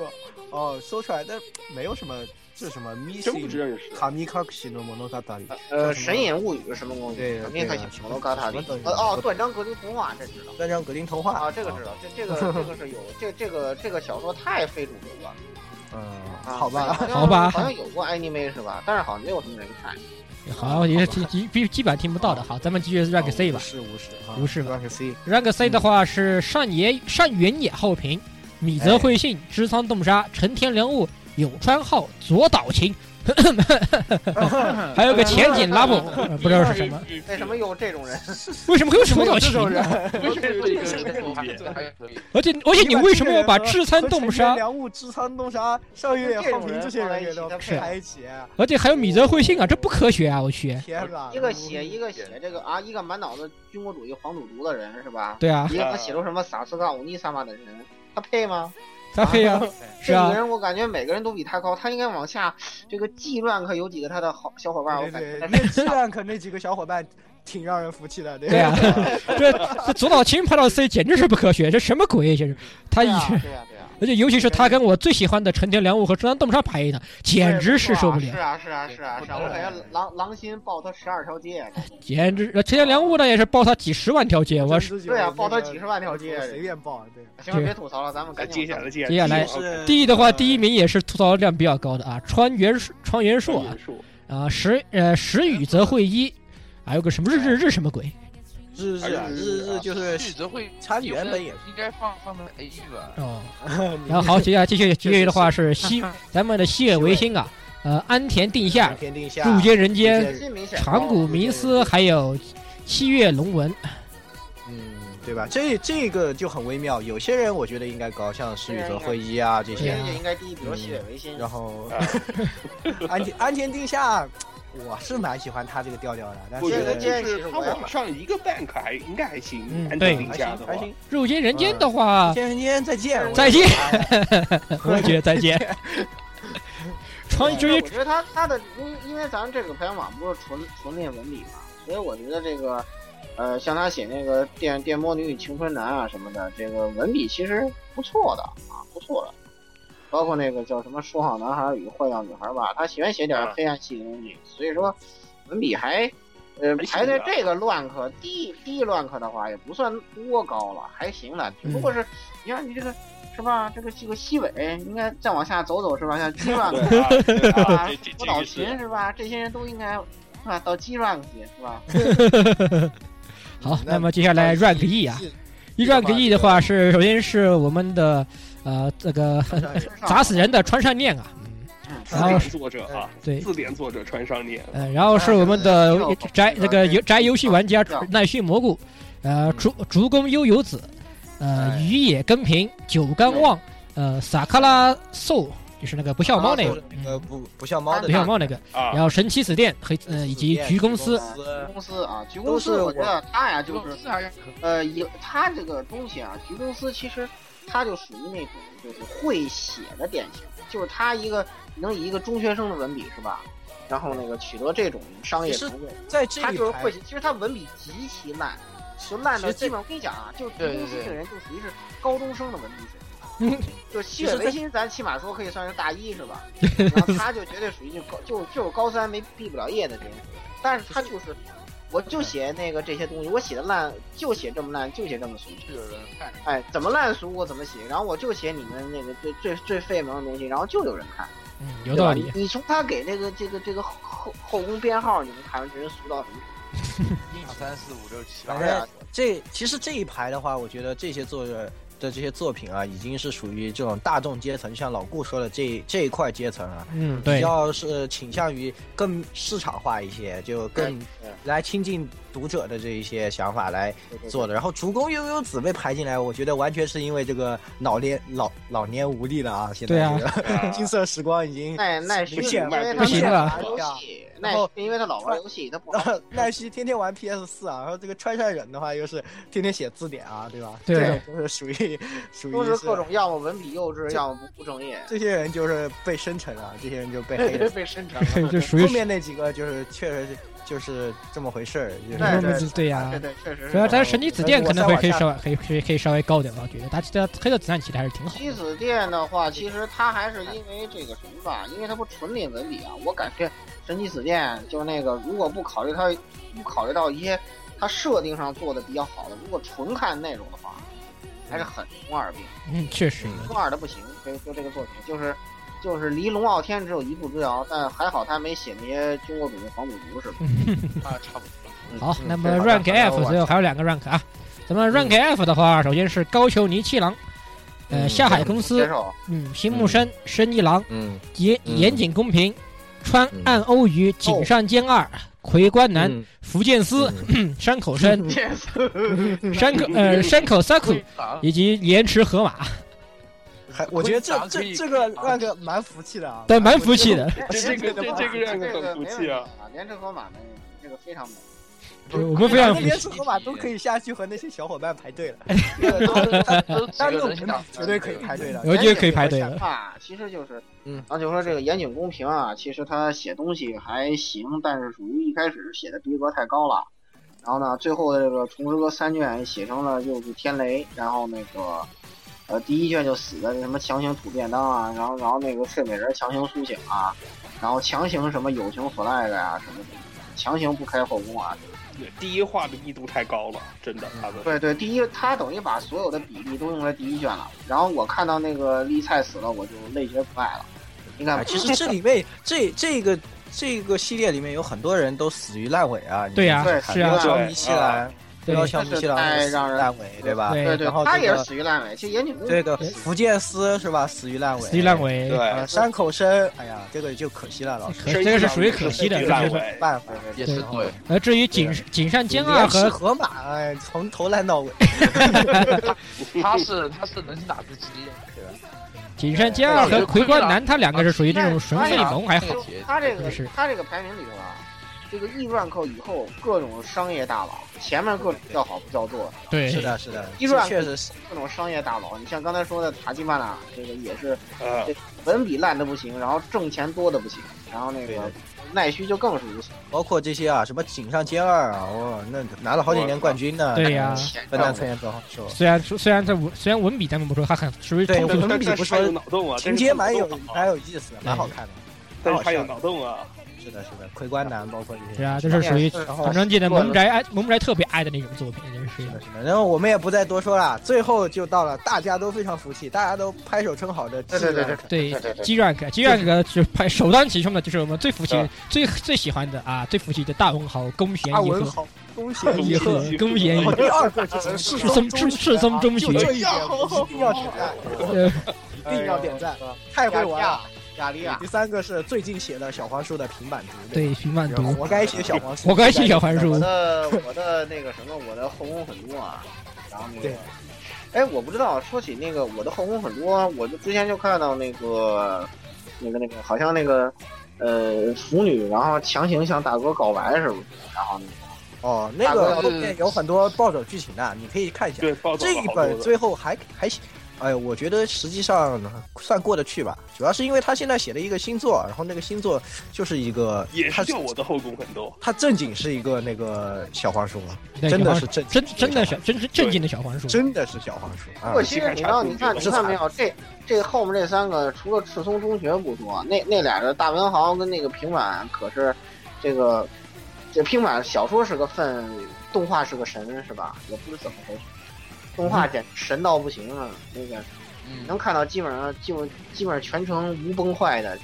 Speaker 2: 哦，说出来，但没有什么，这什么咪
Speaker 4: 真不认识。
Speaker 2: 卡米卡西诺莫诺卡达里，
Speaker 3: 呃，神隐物语是什么东西？
Speaker 2: 对
Speaker 3: 肯定他
Speaker 2: 对啊
Speaker 3: 喜欢罗嘎塔里
Speaker 2: 什么东。西
Speaker 3: 呃 哦，断章格林童话这知道。
Speaker 2: 那张格林童话
Speaker 3: 啊，这个知道，这这个这个是有，这这个这个小说太非主流了。
Speaker 2: 嗯，
Speaker 3: 啊
Speaker 2: 好吧，
Speaker 1: 好吧
Speaker 3: 好像有过 anime 是吧？但是好像没有什么人看。
Speaker 1: 好，也是基基基基本听不到的。好，咱们继续 rank C 吧。
Speaker 2: 是无视啊
Speaker 1: 无视吧
Speaker 2: ，rank C，
Speaker 1: rank C 的话是上
Speaker 2: 嗯
Speaker 1: 野上原野浩平、米泽惠信、织仓动沙、成田良悟、有川浩、佐岛晴，
Speaker 2: 嗯
Speaker 1: 还有个前景 拉布，呃不知道是什么。
Speaker 3: 为什么有这种人？
Speaker 1: 为 什么会有佐岛
Speaker 2: 这
Speaker 1: 晴
Speaker 2: 种
Speaker 1: 呢？
Speaker 2: 人。
Speaker 4: 为什么有这 个
Speaker 5: 这
Speaker 4: 人
Speaker 5: 还
Speaker 4: 特
Speaker 5: 这还可以，
Speaker 1: 而且而且你为什么要
Speaker 2: 啊
Speaker 1: 把织仓动沙，
Speaker 2: 梁武、织仓动沙、上月浩平这些人给都排一起，
Speaker 1: 而且还有米泽惠信啊？这不科学啊！我去。
Speaker 2: 天哪！
Speaker 3: 一个写一个写这个啊，一个满脑子军国主义黄赌毒的人是吧？
Speaker 1: 对 啊，
Speaker 3: 一个他写出什么萨斯卡乌尼萨玛的人，他配吗？
Speaker 1: 他配啊，是
Speaker 3: 这几个
Speaker 1: 啊，
Speaker 3: 人我感觉每个人都比他高，他应该往下。这个纪乱可有几个他的好小伙伴，我
Speaker 2: 对
Speaker 3: 感觉
Speaker 2: 对，
Speaker 3: 他
Speaker 2: 那
Speaker 3: 是
Speaker 2: 质量可那几个小伙伴挺让人服气的，对
Speaker 1: 对啊，这这佐岛晴排到 C 简直是不科学，这什么鬼？这是他一
Speaker 3: 对
Speaker 1: 直
Speaker 3: 啊，对啊对啊，
Speaker 1: 而且尤其是他跟我最喜欢的成田良悟和中山动沙排一档，
Speaker 2: 啊
Speaker 1: 简直是受不
Speaker 3: 是
Speaker 1: 了，
Speaker 3: 啊是啊是啊是啊，我感觉狼狼心抱他十二条街，
Speaker 1: 简直呃成田良悟呢也是爆他几十万条街，我是
Speaker 2: 对
Speaker 3: 啊
Speaker 2: 随便报，对。
Speaker 3: 行了别吐槽了，咱们
Speaker 4: 那
Speaker 3: 赶紧
Speaker 4: 接
Speaker 3: 往上
Speaker 4: 下来，接
Speaker 1: 接下来
Speaker 2: 是
Speaker 1: 哎第一的话，第一名也是吐槽量比较高的啊，川原川原
Speaker 4: 说
Speaker 1: 硕啊，啊石呃石宇则会一，还有个什么日日日什么鬼？
Speaker 2: 日日啊日日
Speaker 1: 哎
Speaker 2: 就是
Speaker 5: 曲子会
Speaker 2: 参原本也
Speaker 5: 应该放放在 A 吧，
Speaker 1: 哦， 然后好，接下来继续继续的话 是西咱们的西尔维新啊，呃安田定夏、
Speaker 2: 天定下
Speaker 1: 入间人间、
Speaker 3: 最明显
Speaker 1: 长谷明司，还有七月龙文，
Speaker 2: 嗯，对吧？这这个就很微妙，有些人我觉得应该高，像石宇泽辉一啊这
Speaker 3: 有
Speaker 2: 些
Speaker 3: 些，人也应该第一，比如西尾维新，
Speaker 2: 然
Speaker 3: 后
Speaker 2: 后
Speaker 4: 啊
Speaker 2: 安田安田定下，我是蛮喜欢他这个调调的，但
Speaker 4: 我觉得
Speaker 2: 是
Speaker 4: 就是他往上一个 bank 还应该还行
Speaker 1: 嗯，
Speaker 4: 安
Speaker 1: 对
Speaker 4: 德定
Speaker 2: 还
Speaker 4: 价
Speaker 2: 行
Speaker 4: 的话
Speaker 2: 还，行，
Speaker 1: 入间人间的 话，
Speaker 2: 先人间再见，
Speaker 1: 再 见，我也觉得再 见。川
Speaker 3: 就
Speaker 1: 追
Speaker 3: 我觉得他他的，因为因为咱们这个排行榜不是纯纯练文笔嘛，所以我觉得这个，呃，像他写那个《电电波女与青春男》啊什么的，这个文笔其实不错的啊，不错的。包括那个叫什么《说好男孩与坏掉女孩》吧，他喜欢写
Speaker 4: 嗯
Speaker 3: 点黑暗系的东西，所以说文笔还，呃，
Speaker 4: 还行啊
Speaker 3: 排在
Speaker 4: 吧
Speaker 3: 这个乱科第第乱科的话，也不算多高了，还行了，只不过是你看你这个。是吧？这个这个西北应该再往下走走是吧？像七乱科
Speaker 4: 对啊，对啊
Speaker 3: 啊
Speaker 4: 这这，
Speaker 3: 不
Speaker 4: 这
Speaker 3: 老
Speaker 4: 个
Speaker 3: 秦
Speaker 4: 是
Speaker 3: 是吧？这些人都应该是吧？到 G rank 去是吧？
Speaker 1: 好，那么接下来 rank E 啊，一 rank E 的话是首先是我们的呃这个砸死人的川上念啊，
Speaker 4: 字
Speaker 1: 然后
Speaker 4: 典
Speaker 1: 是
Speaker 4: 作者啊，
Speaker 1: 对，
Speaker 4: 字典作者川上念，
Speaker 1: 呃，然后是我们的
Speaker 3: 嗯
Speaker 1: 宅这个游宅游戏玩家
Speaker 3: 嗯
Speaker 1: 奈绪蘑菇，呃竹竹宫悠游子，呃
Speaker 2: 哎
Speaker 1: 雨野根平九冈望，呃萨卡拉寿就是那个不笑猫那
Speaker 2: 啊
Speaker 1: 个
Speaker 2: 就是，那个
Speaker 1: 嗯
Speaker 2: 不不像猫的
Speaker 1: 不笑猫那个，
Speaker 2: 哎
Speaker 4: 啊
Speaker 1: 然，后神奇死店和呃以及
Speaker 2: 店
Speaker 1: 局公
Speaker 2: 公
Speaker 1: 司，
Speaker 3: 公司啊，局公司，我觉得他呀就是
Speaker 5: 还是
Speaker 3: 呃，有他这个东西啊，局公司其实他就属于那种就是会写的典型，就是他一个能以一个中学生的文笔是吧？然后那个取得这种商业成功，
Speaker 2: 在这
Speaker 3: 他
Speaker 2: 一
Speaker 3: 就是
Speaker 2: 排
Speaker 3: 会写。其实他文笔极其烂，就烂到
Speaker 2: 其实这
Speaker 3: 基本我跟你讲啊，就是
Speaker 5: 对
Speaker 3: 局公司
Speaker 5: 对对
Speaker 3: 这个人就属于是高中生的文笔水平。
Speaker 1: 嗯
Speaker 3: 就是吸血维新，咱起码说可以算是大一是吧？然后他就绝对属于就高就就是高三没毕不了业的这种，但是他就是，我就写那个这些东西，我写的烂就写这么烂，就写这么俗，
Speaker 5: 有人看，
Speaker 3: 哎，怎么烂俗我怎么写，然后我就写你们那个最最最费萌的东西，然后就有人看，
Speaker 1: 嗯，有
Speaker 3: 对
Speaker 1: 道
Speaker 3: 吧？
Speaker 1: 理
Speaker 3: 你。你从他给那个这个这个后后后宫编号，你们看完这人俗到什么程
Speaker 5: 一二三四五六七
Speaker 3: 度？
Speaker 5: 八
Speaker 3: 哎
Speaker 2: 反正
Speaker 3: 呀，
Speaker 2: 这其实这一排的话，我觉得这些作者的这些作品啊，已经是属于这种大众阶层，像老顾说的这这一块阶层啊，
Speaker 1: 嗯，
Speaker 2: 比
Speaker 1: 对，
Speaker 2: 较是倾向于更市场化一些，就更
Speaker 3: 对
Speaker 2: 来亲近读者的这一些想法来
Speaker 3: 对对
Speaker 2: 做的。然后竹宫悠悠子被排进来，我觉得完全是因为这个老年老老年无力了啊，现
Speaker 1: 对
Speaker 2: 在
Speaker 1: 啊
Speaker 2: 这个 金色时光已 经
Speaker 3: 奈奈是
Speaker 2: 不
Speaker 3: 因
Speaker 2: 行
Speaker 3: 为
Speaker 4: 了
Speaker 3: 他
Speaker 1: 不行啊
Speaker 3: 老
Speaker 1: 了
Speaker 3: 玩游
Speaker 2: 啊
Speaker 3: 戏，奈
Speaker 2: 然
Speaker 3: 是
Speaker 2: 后
Speaker 3: 因为他老玩游戏，他不
Speaker 1: 啊
Speaker 3: 好
Speaker 2: 赖啊西天天玩 PS 四啊，然后这个川上忍的话又是天天写字典啊，对吧？
Speaker 1: 对
Speaker 2: 这种就是属于属
Speaker 3: 都
Speaker 2: 于
Speaker 3: 是
Speaker 2: 是
Speaker 3: 各种要么文笔幼稚，要么不务正业，
Speaker 2: 这些人就是被生成了，这些人就被黑了。
Speaker 3: 被生成了。
Speaker 1: 就属于
Speaker 2: 后面那几个就是确实是就是这么回事儿，就是
Speaker 3: 对对
Speaker 1: 对呀
Speaker 3: 对。对，确实是。
Speaker 1: 啊主要咱神奇子店可能会可以稍微可以可以可以稍微高点吧，我觉得他他黑的子弹其实还是挺好的。
Speaker 3: 西子店的话，其实它还是因为这个什么吧，因为它不纯练文笔啊，我感觉神奇子店就那个，如果不考虑它，不考虑到一些它设定上做的比较好的，如果纯看内容的话，还是很中二病，
Speaker 1: 嗯，确实，
Speaker 3: 中二的不行。所以说这个作品就是就是离龙傲天只有一步之遥，但还好他没写那些军国主义、黄赌毒嗯什么
Speaker 5: 啊，差不多。
Speaker 3: 的。
Speaker 1: 嗯好，那么
Speaker 2: 对好的
Speaker 1: rank
Speaker 2: 好
Speaker 1: F
Speaker 2: 的
Speaker 1: 最后还有两个 rank 啊，咱们 rank F 的话，首先是高球尼七郎，呃，
Speaker 2: 嗯
Speaker 1: 下海公
Speaker 3: 接
Speaker 1: 司，
Speaker 3: 受，
Speaker 1: 嗯，新木生深一郎，
Speaker 2: 嗯
Speaker 1: 严
Speaker 2: 嗯
Speaker 1: 严谨公平，川岸欧鱼，井上健二，葵关南，福建司， 山口生， 山口呃山口 saku
Speaker 5: 啊
Speaker 1: 以及莲池河马，
Speaker 2: 还我觉得
Speaker 5: 昆
Speaker 2: 这
Speaker 5: 达可以
Speaker 2: 这这个
Speaker 5: 昆
Speaker 2: 那
Speaker 5: 达
Speaker 2: 个蛮服气的啊，
Speaker 1: 但蛮服气的。
Speaker 4: 这这个这这个让人很服气啊！
Speaker 3: 连这河马没问题这个非常美。
Speaker 1: 对我们非常
Speaker 2: 我觉得
Speaker 1: 服
Speaker 2: 连
Speaker 1: 气。
Speaker 2: 吃河马都可以下去和那些小伙伴排队了，
Speaker 5: 这个都是
Speaker 2: 单
Speaker 5: 几
Speaker 2: 论
Speaker 5: 个
Speaker 2: 文
Speaker 5: 人
Speaker 2: 笔
Speaker 5: 想，
Speaker 2: 绝对可以排队的。
Speaker 1: 我觉得可以排队
Speaker 3: 了
Speaker 1: 了。
Speaker 3: 其实就是，
Speaker 2: 嗯
Speaker 3: 然后就说这个岩井公平啊，其实他写东西还行，但是属于一开始写的逼格太高了。然后呢，最后的这个《重之歌》三卷写成了就是天雷，然后那个，呃，第一卷就死的什么强行吐便当啊，然后然后那个睡美人强行苏醒啊，然后强行什么友情 flag 啊什么的，强行不开后宫啊，
Speaker 4: 第一话的密度太高了，真的，
Speaker 2: 嗯
Speaker 4: 他
Speaker 2: 哎
Speaker 4: 们
Speaker 3: 对对，第一他等于把所有的比例都用在第一卷了。然后我看到那个丽菜死了，我就泪决不爱了。你看
Speaker 2: 哎，其实这里面这这个这个系列里面有很多人都死于烂尾啊，
Speaker 1: 对呀
Speaker 3: 对
Speaker 1: 是啊
Speaker 2: 标枪尼西兰，
Speaker 1: 对
Speaker 2: 标枪尼西兰
Speaker 3: 太
Speaker 2: 死于
Speaker 3: 让人
Speaker 2: 烂尾，对吧？
Speaker 1: 对
Speaker 3: 对对
Speaker 2: 然后，
Speaker 3: 他
Speaker 2: 这
Speaker 3: 也
Speaker 2: 个
Speaker 3: 是死于烂尾。其实岩井公
Speaker 2: 这个
Speaker 1: 对
Speaker 2: 福建斯是吧？死于烂尾，
Speaker 1: 死于烂。尾，
Speaker 2: 呃，
Speaker 4: 对，
Speaker 2: 山口生，哎呀，这个就可惜了，老师，
Speaker 1: 可这个是属于可惜的。这
Speaker 4: 是一烂
Speaker 1: 个
Speaker 4: 尾
Speaker 1: 是
Speaker 2: 没办法。
Speaker 5: 也是对，
Speaker 1: 呃，至于井
Speaker 2: 啊
Speaker 1: 井上兼
Speaker 2: 金
Speaker 1: 二和
Speaker 2: 河马，哎，从头 烂到尾。
Speaker 5: 他是他是能打自己的，
Speaker 1: 井上兼二
Speaker 2: 啊
Speaker 1: 和葵关南，他两个是属于这种纯
Speaker 3: 哎
Speaker 1: 费
Speaker 3: 呀
Speaker 1: 萌还好
Speaker 5: 这。个铁
Speaker 3: 他这个
Speaker 1: 是
Speaker 3: 他这个排名里头啊，这个亿万扣以后各种商业大佬，前面各种叫好不叫座，
Speaker 1: 对，
Speaker 2: 是的，是的，
Speaker 3: 一转
Speaker 2: 确实是。
Speaker 3: 各种商业大佬。你像刚才说的塔基曼啊，这个也是
Speaker 4: 呃，
Speaker 3: 文笔烂的不行，然后挣钱多的不行，然后那
Speaker 2: 对
Speaker 3: 个
Speaker 2: 的
Speaker 3: 奈须就更是如此。
Speaker 2: 包括这些啊，什么井上尖二啊，哦，那拿了好几年冠军呢。
Speaker 1: 对呀
Speaker 2: 分担测验不好受。
Speaker 1: 虽然虽然这文虽然文笔咱们不说，他很属于
Speaker 2: 对
Speaker 1: 通
Speaker 2: 哎我
Speaker 1: 俗
Speaker 2: 们比不说
Speaker 4: 有脑洞啊，
Speaker 2: 情节蛮有
Speaker 4: 但是
Speaker 2: 蛮有意思的，蛮好看的。
Speaker 4: 但是他有脑洞 啊，
Speaker 2: 是的，是的，魁观男包括这些。
Speaker 1: 是啊，这是属于
Speaker 2: 然后
Speaker 1: 反正记得萌宅爱萌宅特别爱的那种作品，真
Speaker 2: 是
Speaker 1: 是
Speaker 2: 的，是的。然后我们也不再多说了，最后就到了大家都非常服气，大家都拍手称好的。
Speaker 3: 对对对对，
Speaker 1: 对
Speaker 3: 对对对
Speaker 1: G rank G rank 就是排首当其冲的，就是我们最服气最最喜欢的啊，最服气的大文豪宫贤
Speaker 2: 阿
Speaker 1: 一
Speaker 2: 文
Speaker 1: 和
Speaker 2: 豪，恭喜你。
Speaker 1: 一 和宫贤
Speaker 2: 然
Speaker 1: 一
Speaker 2: 后。第二个就是赤
Speaker 1: 赤松赤赤松中
Speaker 2: 就
Speaker 1: 学，
Speaker 2: 这一点一定要点赞，哎一定要点赞，太会玩了。
Speaker 3: 哎雅利亚
Speaker 2: 第三个是最近写的小黄书的平板读，
Speaker 1: 对，徐曼读，
Speaker 2: 活该写小黄书，
Speaker 1: 我该写小黄书
Speaker 3: 我的我的那个什么，我的后宫很多啊，然后那个
Speaker 2: 对，
Speaker 3: 哎，我不知道，说起那个我的后宫很多，我就之前就看到那个那个那个，好像那个呃腐女，然后强行向大哥告白是不是？然后
Speaker 2: 哦，那
Speaker 5: 大
Speaker 2: 个
Speaker 5: 哥
Speaker 2: 后面有很多暴走剧情的，你可以看一下。
Speaker 4: 对，暴走
Speaker 2: 这
Speaker 4: 了
Speaker 2: 一
Speaker 4: 好多
Speaker 2: 本
Speaker 4: 了。
Speaker 2: 最后还还行，哎，我觉得实际上算过得去吧，主要是因为他现在写了一个星座，然后那个星座就是一个，
Speaker 4: 也
Speaker 2: 他
Speaker 4: 是叫我的后宫很 多，
Speaker 2: 他正经是一个那个小黄书，
Speaker 1: 那
Speaker 2: 真
Speaker 1: 小
Speaker 2: 的
Speaker 1: 黄
Speaker 2: 是正
Speaker 1: 真
Speaker 2: 经
Speaker 1: 真的
Speaker 2: 小
Speaker 1: 是真是正经的小黄书，
Speaker 2: 真的是小黄书啊
Speaker 3: 不，
Speaker 4: 是
Speaker 3: 其实你知道，你看，你看没有？这这后面这三个，除了赤松中学不说，那那俩人大文豪跟那个平板可是这个这平板小说是个粪，动画是个神是吧？也不知怎么回事，动画简直神到不行啊！那个
Speaker 5: 嗯，
Speaker 3: 能看到基本上基本基本上全程无崩坏的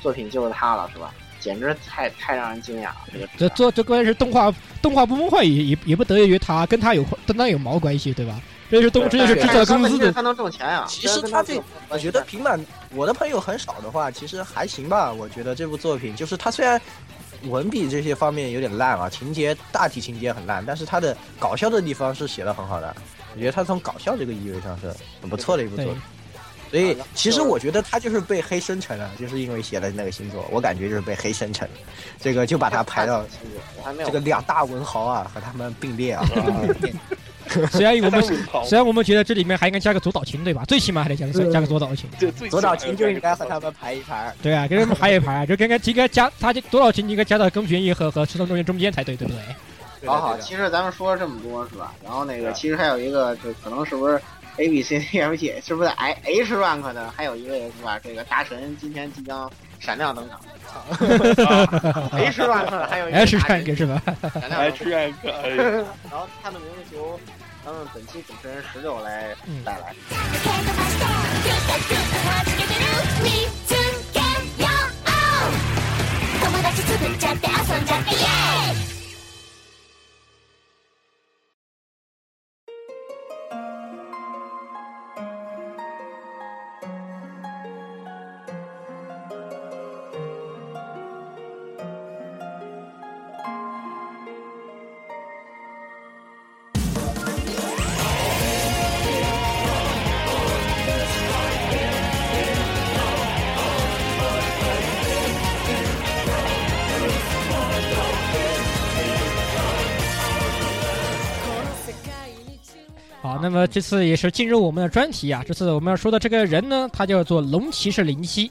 Speaker 3: 作品就是他了是吧？简直太太让人惊讶了，这个质
Speaker 1: 这
Speaker 3: 量
Speaker 1: 做这关键是动画动画不崩坏也也也不得益于他，跟他有跟他有毛关系对吧？这就是动这就是制
Speaker 3: 但
Speaker 1: 作
Speaker 3: 是他
Speaker 1: 公司的
Speaker 3: 他能挣钱啊！
Speaker 2: 其实他这我觉得平板，我的朋友很少的话，其实还行吧。我觉得这部作品就是它虽然文笔这些方面有点烂啊，情节大体情节很烂，但是它的搞笑的地方是写的很好的。我觉得它从搞笑这个意味上是很不错的一部
Speaker 1: 对
Speaker 2: 作品。所以其实我觉得他就是被黑生成了，就是因为写了那个星座，我感觉就是被黑生成了，这个就把他排 到
Speaker 3: 我还没有
Speaker 2: 这个两大文豪啊和他们并列 啊。
Speaker 1: 虽然 我
Speaker 4: 他
Speaker 1: 们
Speaker 4: 在五朝
Speaker 1: 虽然我们觉得这里面还应该加个左导琴对吧？最起码还得加个
Speaker 2: 对
Speaker 1: 加个左导琴。
Speaker 4: 这最
Speaker 2: 左
Speaker 4: 起码
Speaker 2: 岛
Speaker 4: 有
Speaker 2: 琴
Speaker 4: 这
Speaker 2: 就
Speaker 4: 样
Speaker 2: 应
Speaker 4: 一个
Speaker 2: 该和
Speaker 4: 操
Speaker 2: 他
Speaker 4: 作
Speaker 2: 们排一排，
Speaker 1: 对啊，跟他们排一排，就跟跟应该加他这多少集应该加到宫崎骏和和赤松中学中间才对，对不对？
Speaker 2: 对的
Speaker 3: 好好，
Speaker 2: 对的啊
Speaker 3: 其实咱们说了这么多是吧？然后那
Speaker 4: 对
Speaker 3: 个其实还有一个，就可能是不是 A B C D E F G 是不是 I H rank 的？还有一位是吧？这个大神今天即将闪亮登场。H
Speaker 2: 啊
Speaker 3: rank 的还有一位
Speaker 1: 哎，是
Speaker 3: 大
Speaker 1: 这
Speaker 3: 神
Speaker 1: 样一个是吧？
Speaker 3: 闪亮
Speaker 4: 还
Speaker 3: 登
Speaker 4: 出
Speaker 3: 场。
Speaker 4: 现一个哎
Speaker 3: 然后他的名字由咱们本期主持人十六来
Speaker 1: 嗯
Speaker 3: 带来。
Speaker 6: 友達作っちゃって遊んじゃってイエーイ
Speaker 1: 好，那么这次也是进入我们的专题啊。这次我们要说的这个人呢，他叫做龙骑士零七，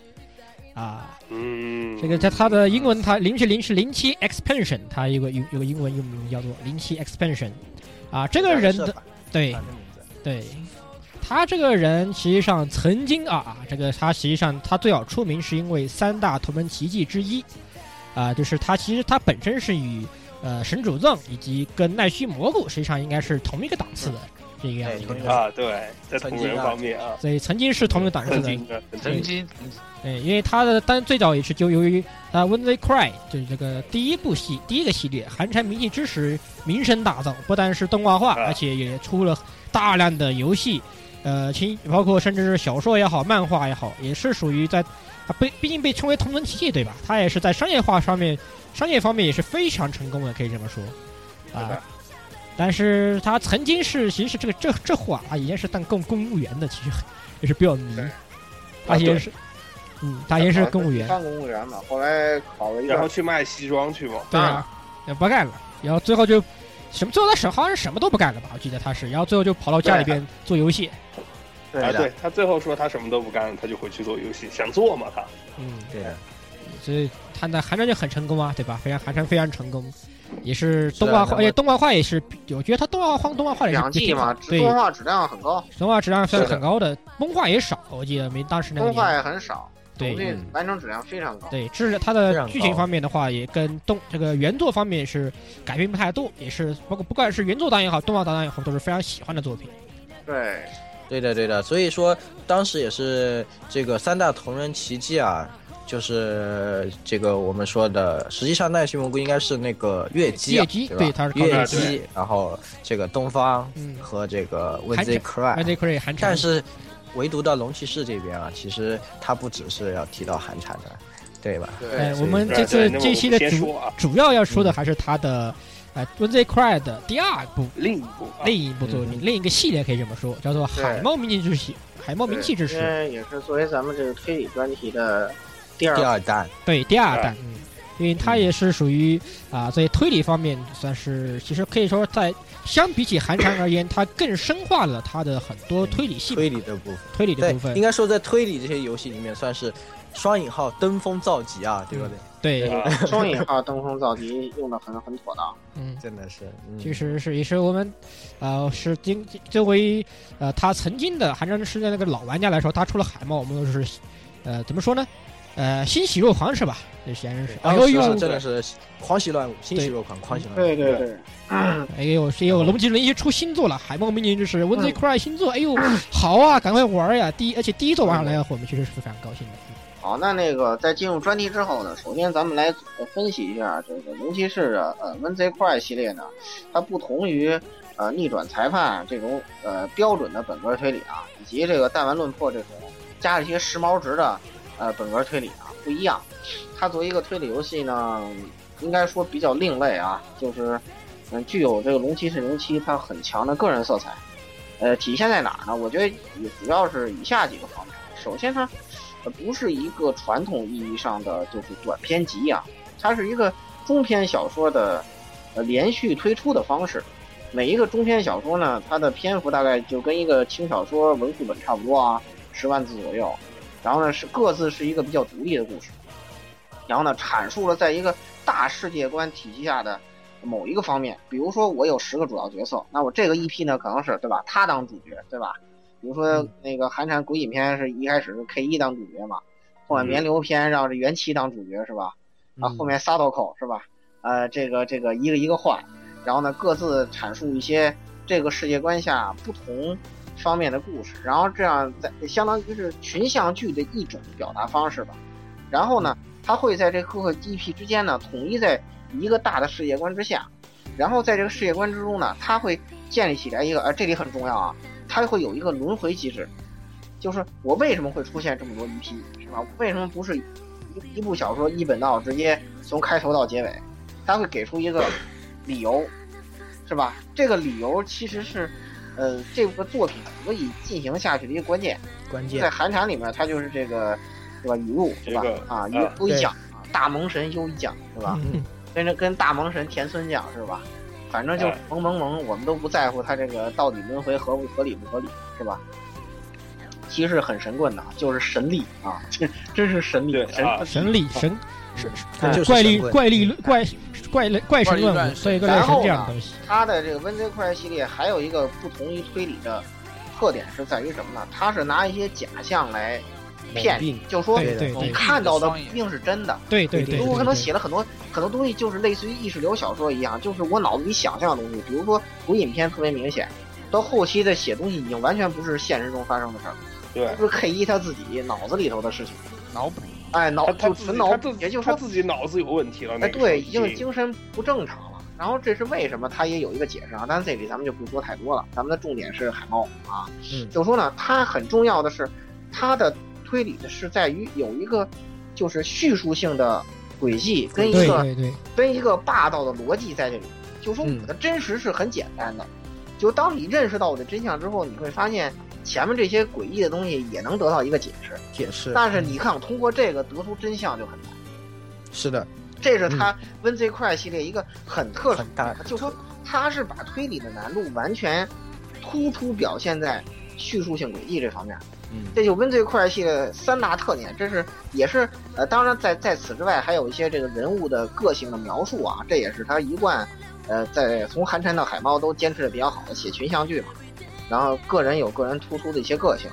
Speaker 1: 啊，
Speaker 4: 嗯，
Speaker 1: 这个在他的英文，他零七零是零七 expansion，他有个有有个英文用名叫做零七 expansion，啊，这个人
Speaker 2: 是
Speaker 1: 的
Speaker 2: 吧
Speaker 1: 对
Speaker 2: 他的名字
Speaker 1: 对，他这个人实际上曾经啊，这个他实际上他最早出名是因为三大同门奇迹之一，啊、就是他其实他本身是与呃神主藏以及跟奈须蘑菇实际上应该是同一个档次的这样一个
Speaker 2: 对同一
Speaker 1: 人
Speaker 2: 个，
Speaker 4: 啊，对，在同人方面啊，
Speaker 1: 所以曾经是同一个档次
Speaker 4: 曾
Speaker 1: 的
Speaker 4: 经。的
Speaker 5: 曾经
Speaker 1: 对，哎因为他的单最早也是就由于他《When They Cry》就是这个第一部戏第一个系列《寒蝉鸣泣之时》名声大噪，不但是动画化，
Speaker 4: 啊
Speaker 1: 而且也出了大量的游戏，呃，其包括甚至是小说也好，漫画也好，也是属于在啊被毕竟被称为同人奇迹对吧？他也是在商业化上面，商业方面也是非常成功的，可以这么说啊。
Speaker 4: 的
Speaker 1: 但是他曾经是，其实这个这这货啊，以前是当公公务员的，其实也是比较迷。他
Speaker 2: 啊
Speaker 1: 以前是，嗯，他以前是公务员，
Speaker 3: 当公务员嘛，后来考了一
Speaker 4: 然后
Speaker 3: 个
Speaker 4: 去卖西装去嘛，
Speaker 1: 对啊，也不干了，然后最后就什么，最后他什好像是什么都不干了吧？我记得他是，然后最后就跑到家里边做游戏，
Speaker 2: 对
Speaker 4: 啊，
Speaker 2: 的
Speaker 4: 对他最后说他什么都不干，他就回去做游戏，想做嘛他，
Speaker 1: 嗯，
Speaker 2: 对的，
Speaker 1: 所以他的寒战就很成功啊，对吧？非常寒战非常成功，也是
Speaker 2: 是啊
Speaker 1: 动画
Speaker 2: 那
Speaker 1: 化，
Speaker 2: 么
Speaker 1: 而且动画化也是，我觉得他动画化动画化也是
Speaker 3: 两季嘛，
Speaker 1: 对，
Speaker 3: 动画质量很高，
Speaker 1: 动画质量算
Speaker 2: 是的
Speaker 1: 很高的，崩坏也少，我记得没当时那个
Speaker 3: 崩
Speaker 1: 年代
Speaker 3: 坏也很少，
Speaker 1: 对
Speaker 3: 总。体
Speaker 2: 嗯
Speaker 3: 完成质量非常高。
Speaker 1: 对，这是它
Speaker 2: 非
Speaker 1: 的
Speaker 2: 常
Speaker 1: 剧情
Speaker 2: 高
Speaker 1: 方面的话，也跟动这个原作方面是改变不太多，也是包括不管是原作党也好，动画党也好，都是非常喜欢的作品。
Speaker 3: 对，
Speaker 2: 对的，对的，所以说当时也是这个三大同人奇迹啊，就是这个我们说的，实际上奈须蘑菇应该是那个月姬、啊，
Speaker 1: 月姬
Speaker 2: 对
Speaker 1: 对
Speaker 2: 吧？
Speaker 1: 它是靠
Speaker 2: 月
Speaker 4: 月
Speaker 2: 姬，然后这个东方
Speaker 1: 嗯
Speaker 2: 和这个 w i
Speaker 1: 寒
Speaker 2: z
Speaker 1: 蝉
Speaker 2: Cry，
Speaker 1: ，Magic c r a y 寒蝉
Speaker 2: 但是唯独到龙骑士这边啊，其实它不只是要提到寒蝉的，对吧？
Speaker 5: 对
Speaker 1: 哎，
Speaker 2: 所以
Speaker 1: 我们这
Speaker 4: 对
Speaker 1: 次
Speaker 4: 那么我
Speaker 1: 这
Speaker 4: 们
Speaker 1: 期的
Speaker 4: 先
Speaker 1: 主
Speaker 4: 说啊，
Speaker 1: 主要要说的还是它的，呃，《When They Cry》的第二部
Speaker 4: 另一部啊
Speaker 1: 另一部作品，另一个系列可以这么说，叫做《海
Speaker 3: 对
Speaker 1: 猫鸣泣之喜》。海猫鸣泣之
Speaker 3: 因
Speaker 1: 时，
Speaker 3: 为也是作为咱们这个推理专题的第
Speaker 2: 第
Speaker 3: 二
Speaker 2: 二弹，
Speaker 1: 对，第二弹，嗯，因为它也是属于啊，在推理方面算是，其实可以说在相比起寒蝉而言，它更深化了它的很多推理系
Speaker 2: 嗯推理的部分，
Speaker 1: 推理的
Speaker 2: 对
Speaker 1: 部，分
Speaker 2: 应。该说在推理这些游戏里面算是双引号登峰造极啊，
Speaker 1: 嗯
Speaker 2: 对不对？
Speaker 1: 对，
Speaker 4: 啊，
Speaker 3: 双引号登峰造极用的很很妥当。
Speaker 1: 嗯，
Speaker 2: 真的是，嗯
Speaker 1: 其实是也是我们，呃，是经作为呃他曾经的寒蝉时代那个老玩家来说，他出了海嘛，我们都是，呃，怎么说呢？呃，欣喜若狂是吧？这显然是，
Speaker 2: 当
Speaker 1: 哎
Speaker 2: 时
Speaker 1: 呦
Speaker 2: 是
Speaker 1: 呦，
Speaker 2: 真的是狂喜乱舞，欣喜若狂，狂喜乱舞。
Speaker 3: 对对对，
Speaker 1: 哎呦，是有龙脊轮一出新作了，《海梦明年之时》Windy Cry 新作，哎呦，好啊，赶快玩呀！第一，而且第一座玩上来，我们确实是非常高兴的。
Speaker 3: 好，那那个在进入专题之后呢，首先咱们来呃分析一下这个，尤其是呃 w i n z Cry 系列呢，它不同于呃逆转裁判这种呃标准的本格推理啊，以及这个弹丸论破这种加了一些时髦值的呃本格推理啊不一样。它作为一个推理游戏呢，应该说比较另类啊，就是嗯具有这个龙骑士零七它很强的个人色彩。呃，体现在哪儿呢？我觉得主要是以下几个方面。首先，它呃，不是一个传统意义上的就是短篇集啊，它是一个中篇小说的呃连续推出的方式。每一个中篇小说呢，它的篇幅大概就跟一个轻小说文库本差不多啊，十万字左右。然后呢，是各自是一个比较独立的故事，然后呢，阐述了在一个大世界观体系下的某一个方面。比如说，我有十个主要角色，那我这个 EP 呢，可能是对吧，他当主角，对吧？比如说那个寒蝉鬼影篇是一开始是 K 一当主角嘛，后来
Speaker 4: 嗯
Speaker 3: 绵流篇让这元气当主角是吧？啊，
Speaker 1: 嗯
Speaker 3: 后面撒豆口是吧？呃，这个这个一个一个换，然后呢各自阐述一些这个世界观下不同方面的故事，然后这样在相当于是群像剧的一种表达方式吧。然后呢，它会在这各个 GP 之间呢统一在一个大的世界观之下，然后在这个世界观之中呢，它会建立起来一个，呃，这里很重要啊，它会有一个轮回机制，就是我为什么会出现这么多 EP 是吧？为什么不是一一部小说一本道直接从开头到结尾？它会给出一个理由，是吧？这个理由其实是，呃，这个作品可以进行下去的一个关键。
Speaker 2: 关
Speaker 3: 在
Speaker 2: 键
Speaker 3: 寒蝉里面，它就是这个，对吧？语录是吧
Speaker 4: 这个？
Speaker 3: 啊，
Speaker 4: 啊
Speaker 3: 优一将，啊大萌神优一将是吧？
Speaker 1: 嗯
Speaker 3: 跟着跟大萌神田村讲是吧？反正就是
Speaker 4: 哎
Speaker 3: 萌萌萌，我们都不在乎他这个到底轮回合不合理不合理是吧？其实很神棍的，就是神力啊， 这真是神力
Speaker 4: 对，
Speaker 3: 神
Speaker 4: 啊
Speaker 1: 神力神是
Speaker 2: 这就是
Speaker 1: 怪力
Speaker 2: 神棍
Speaker 1: 怪力怪怪怪神乱舞，所以怪力神这样的东西。
Speaker 3: 它的这个 w i n d a y Cry 系列还有一个不同于推理的特点是在于什么呢？它是拿一些假象来骗你，就说
Speaker 1: 对对
Speaker 3: 你
Speaker 1: 对
Speaker 3: 看到的不一定是真的。
Speaker 1: 对对对，
Speaker 3: 如果可能写了很多很多东西，就是类似于意识流小说一样，就是我脑子里想象的东西。比如说鬼影片特别明显，到后期的写东西已经完全不是现实中发生的事儿，
Speaker 4: 对，
Speaker 3: 就是 K 一他自己脑子里头的事情，
Speaker 5: 脑补
Speaker 3: 哎，脑
Speaker 4: 他他
Speaker 3: 就
Speaker 4: 自
Speaker 3: 纯
Speaker 4: 己
Speaker 3: 脑
Speaker 4: 他
Speaker 3: 补
Speaker 4: 自，己
Speaker 3: 也就是
Speaker 4: 他
Speaker 3: 说，
Speaker 4: 自己脑子有问题了，
Speaker 3: 哎，
Speaker 4: 那个时候
Speaker 3: 对，已
Speaker 4: 已
Speaker 3: 经精神不正常了。然后这是为什么？他也有一个解释啊，但是这里咱们就不说太多了，咱们的重点是海猫啊。
Speaker 2: 嗯
Speaker 3: 就说呢，它很重要的是，它的推理的是在于有一个就是叙述性的轨迹跟一
Speaker 1: 对
Speaker 3: 个
Speaker 1: 对嗯对，
Speaker 3: 跟一个霸道的逻辑在这里，就说我的真实是很简单的，就当你认识到我的真相之后，你会发现前面这些诡异的东西也能得到一个解释，
Speaker 2: 解释
Speaker 3: 但是你看我通过这个得出真相就很难，
Speaker 2: 是的，
Speaker 3: 这是他 w i n z Cry 系列一个很特殊
Speaker 2: 很大
Speaker 3: 的，就说他是把推理的难度完全突出表现在叙述性诡计这方面。
Speaker 2: 嗯，
Speaker 3: 这就温最快系列三大特点，这是也是呃，当然在在此之外，还有一些这个人物的个性的描述啊，这也是他一贯呃在从寒蝉到海猫都坚持的比较好的写群像剧嘛。然后个人有个人突出的一些个性，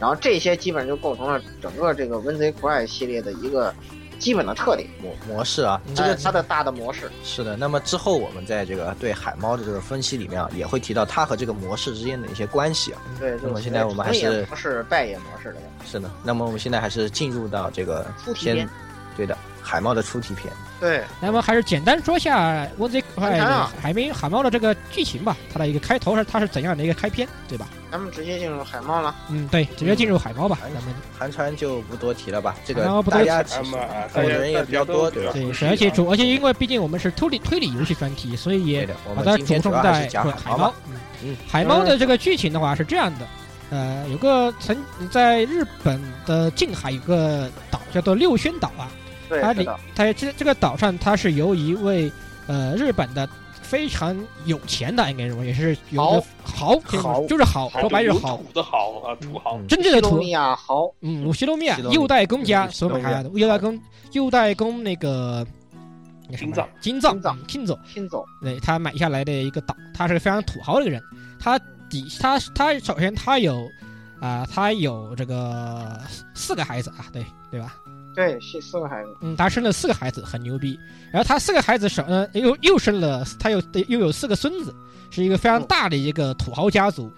Speaker 3: 然后这些基本上就构成了整个这个温 c 快系列的一个基本的特点，
Speaker 2: 模模式啊，这
Speaker 1: 嗯
Speaker 3: 这
Speaker 2: 个
Speaker 3: 是它的大的模式。
Speaker 2: 是的，那么之后我们在这个对海猫的这个分析里面啊，也会提到它和这个模式之间的一些关系啊。
Speaker 3: 对，
Speaker 2: 那
Speaker 3: 就
Speaker 2: 么
Speaker 3: 是
Speaker 2: 现在我们还
Speaker 3: 成也
Speaker 2: 是
Speaker 3: 模式败也模式的
Speaker 2: 是的，那么我们现在还是进入到这个
Speaker 3: 出题
Speaker 2: 先
Speaker 3: 篇，
Speaker 2: 对的，海猫的出题篇。
Speaker 3: 对，
Speaker 1: 那么还是简单说下《温 y 快
Speaker 3: 看看啊
Speaker 1: 海明海猫》的这个剧情吧，它的一个开头是它是怎样的一个开篇，对吧？
Speaker 3: 咱们直接进入海猫了。
Speaker 1: 嗯，对，直接进入海猫吧，
Speaker 2: 嗯
Speaker 1: 咱们
Speaker 2: 寒川就不多提了吧，这
Speaker 1: 海猫
Speaker 2: 个
Speaker 1: 不多
Speaker 2: 大
Speaker 1: 提
Speaker 2: 家其
Speaker 4: 那
Speaker 2: 实
Speaker 4: 么啊
Speaker 2: 懂
Speaker 4: 大
Speaker 2: 的
Speaker 4: 家
Speaker 2: 人也比较多，对吧？
Speaker 1: 对，是
Speaker 4: 啊
Speaker 1: 而且主而且因为毕竟我们是推理推理游戏专题，所以也
Speaker 2: 对的，我
Speaker 1: 把
Speaker 2: 们
Speaker 1: 它
Speaker 2: 今
Speaker 1: 着
Speaker 2: 天主
Speaker 1: 重
Speaker 2: 要还
Speaker 1: 在
Speaker 2: 是讲
Speaker 1: 对
Speaker 2: 海
Speaker 1: 海
Speaker 2: 猫
Speaker 1: 猫
Speaker 2: 嘛。。嗯
Speaker 1: 嗯，海猫的这个剧情的话是这样的，呃，有个曾在日本的近海有个岛叫做六轩岛啊，
Speaker 3: 对
Speaker 1: 它，
Speaker 3: 是
Speaker 1: 里
Speaker 3: 的，
Speaker 1: 它这这个岛上它是由一位呃日本的非常有钱的，应该说也是有豪
Speaker 2: 豪
Speaker 1: 就是豪，
Speaker 4: 还
Speaker 1: 说白嗯就是
Speaker 4: 有
Speaker 1: 豪
Speaker 4: 土，的好啊，土豪。
Speaker 1: 真正的
Speaker 3: 西
Speaker 1: 土
Speaker 3: 多米亚豪，
Speaker 1: 嗯，西罗米亚
Speaker 2: 西罗米亚
Speaker 1: 右代公家
Speaker 2: 嗯
Speaker 1: 所买
Speaker 2: 西罗米
Speaker 1: 下
Speaker 2: 亚
Speaker 1: 的，右代公右代公那个。那什么
Speaker 4: 金藏，
Speaker 1: 金藏，
Speaker 3: 金藏
Speaker 1: 嗯金藏，
Speaker 3: 亲走，
Speaker 1: 对他买下来的一个岛，他是个非常土豪的一个人。他底他他首先他有啊、他有这个四个孩子啊，对对吧？
Speaker 3: 对，是四个孩子，
Speaker 1: 嗯，他生了四个孩子，很牛逼。然后他四个孩子手呃又又生了，他又又有四个孙子，是一个非常大的一个土豪家族。